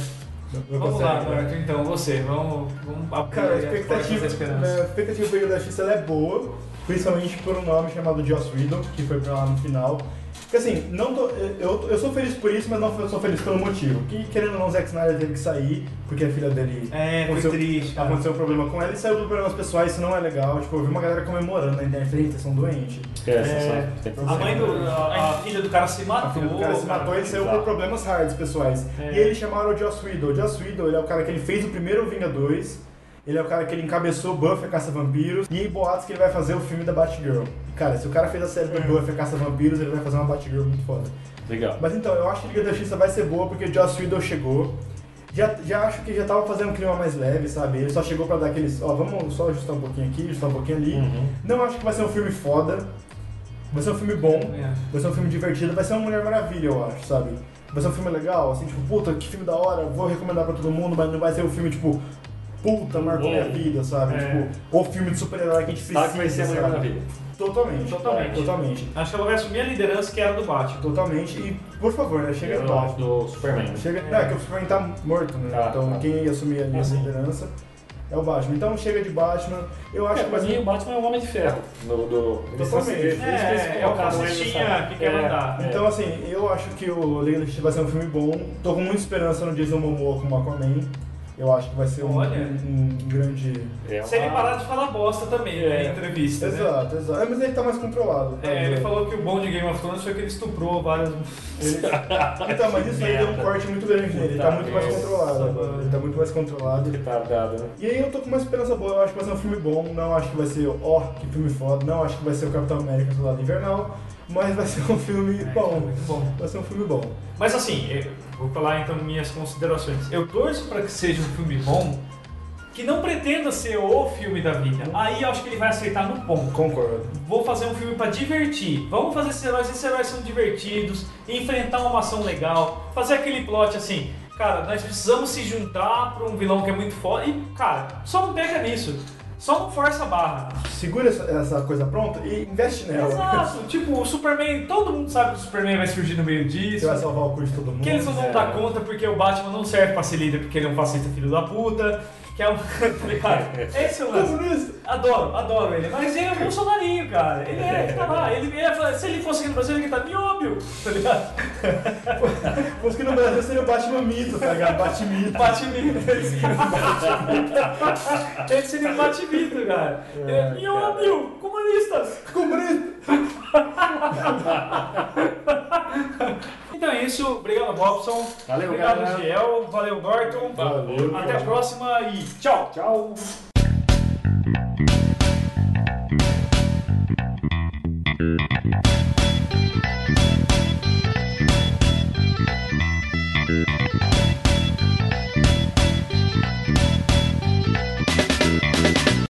eu
vamos
consigo,
lá,
cara.
Norton, então, você, vamos, vamos abrir
Cara, a
as portas
expectativa, né?
da
a expectativa do Liga da Justiça ela é boa, principalmente por um nome chamado Joss Whedon, que foi pra lá no final. Porque assim, não tô- eu, eu sou feliz por isso, mas não sou feliz pelo motivo. Que querendo ou não, o Zack Snyder teve que sair, porque a filha dele
É, foi
Aconteceu-
triste, cara.
aconteceu um problema com ela e saiu por problemas pessoais, isso não é legal. Tipo, eu vi uma galera comemorando na internet, falei, "Eita, são doentes.
É, é, só, tem
A mãe do. A, a filha do cara se matou.
A filha do cara se matou e saiu por problemas hards pessoais.
É.
E eles chamaram o Joss Whedon. O Joss Whedon ele é o cara que ele fez o primeiro Vingadores. Ele é o cara que ele encabeçou Buffy a Caça Vampiros. E boatos que ele vai fazer o filme da Batgirl. E, Cara, se o cara fez a série do Buffy a Caça Vampiros, ele vai fazer uma Batgirl muito foda.
Legal.
Mas então, eu acho que Liga da Justiça vai ser boa porque o Joss Whedon chegou. Já, já acho que já tava fazendo um clima mais leve, sabe? Ele só chegou pra dar aqueles, ó, vamos só ajustar um pouquinho aqui, ajustar um pouquinho ali.
Uhum.
Não acho que vai ser um filme foda. Vai ser um
É.
filme bom. Vai ser um filme divertido, vai ser uma Mulher Maravilha, eu acho, sabe? Vai ser um filme legal, assim, tipo, puta, que filme da hora, vou recomendar pra todo mundo, mas não vai ser um filme, tipo, puta, marcou minha
Uou.
vida, sabe?
É.
Tipo, o filme de super-herói que a gente precisa.
Sabe que vai ser a Mulher
sabe?
Maravilha.
Totalmente. é,
Totalmente.
Totalmente.
Acho que ela vai assumir a liderança que era do Batman.
Totalmente. E, por favor, né, chega
Eu
de
não acho
baixo.
do Superman.
Chega...
É.
Não, é que o Superman tá morto, né?
Tá,
então,
tá.
quem ia assumir ali
Ah,
essa
sim.
liderança é o Batman. Então, chega de Batman. Eu acho
É,
que
pra
vai
mim,
ser...
o Batman é um homem de ferro. No, do, eles
Totalmente.
conseguiram- eles
É, é o
colocaram ele
fascistinha
nessa-
que quer
É,
mandar.
é.
Então, assim, eu acho que o Liga da Justiça vai ser um filme bom. Tô com muita esperança no Jason Momoa como Aquaman. Eu acho que vai ser um,
Olha.
um grande...
É
Se ele
uma-
parar de falar bosta também, né?
É.
Em entrevista, né?
Exato, exato. É, mas ele tá mais controlado. tá?
É, ele falou que o bom de Game of Thrones foi que ele estuprou várias.
Ele- Então, mas isso aí deu um corte muito grande nele. Ele tá muito mais
Nossa,
controlado.
mano.
Ele tá muito mais controlado.
Retardado, né?
E aí eu tô com uma esperança boa, eu acho que vai ser um filme bom, não acho que vai ser, ó, que filme foda, não acho que vai ser o Capitão América do lado invernal, mas vai ser um filme bom.
É, muito bom.
Vai ser um filme bom.
Mas assim, eu vou falar então minhas considerações. Eu torço pra que seja um filme bom, que não pretenda ser o filme da vida.
Uhum.
Aí eu acho que ele vai aceitar no ponto.
Concordo.
Vou fazer um filme pra divertir. Vamos fazer esses heróis, esses heróis são divertidos, enfrentar uma ação legal, fazer aquele plot assim. Cara, nós precisamos se juntar pra um vilão que é muito foda. E, cara, só não pega nisso. Só não força a barra.
Segura essa, essa coisa pronta e investe nela.
Exato. Tipo, o Superman, todo mundo sabe que o Superman vai surgir no meio
Você
disso.
vai salvar o curso de todo mundo.
Que eles não vão dar conta porque o Batman não serve pra ser líder, porque ele é um fascista filho da puta. Que é um. tá ligado? Esse é o lance.
Comunista.
Adoro, adoro ele. Mas ele é um bolsonarinho, cara. Ele é, ele tá lá. Ele, ele é- se ele fosse aqui no Brasil, ele ia gritar miúbio, tá ligado?
Pois que no Brasil seria o Batman mito, tá ligado? Batmito.
Batimito. Ele seria um batimito, cara. Ele é miúbio, comunistas.
Comunista.
Então é isso. Obrigado, Robson.
Valeu,
Obrigado,
galera.
Giel. Valeu, Norton.
Valeu.
Até a próxima e tchau.
Tchau.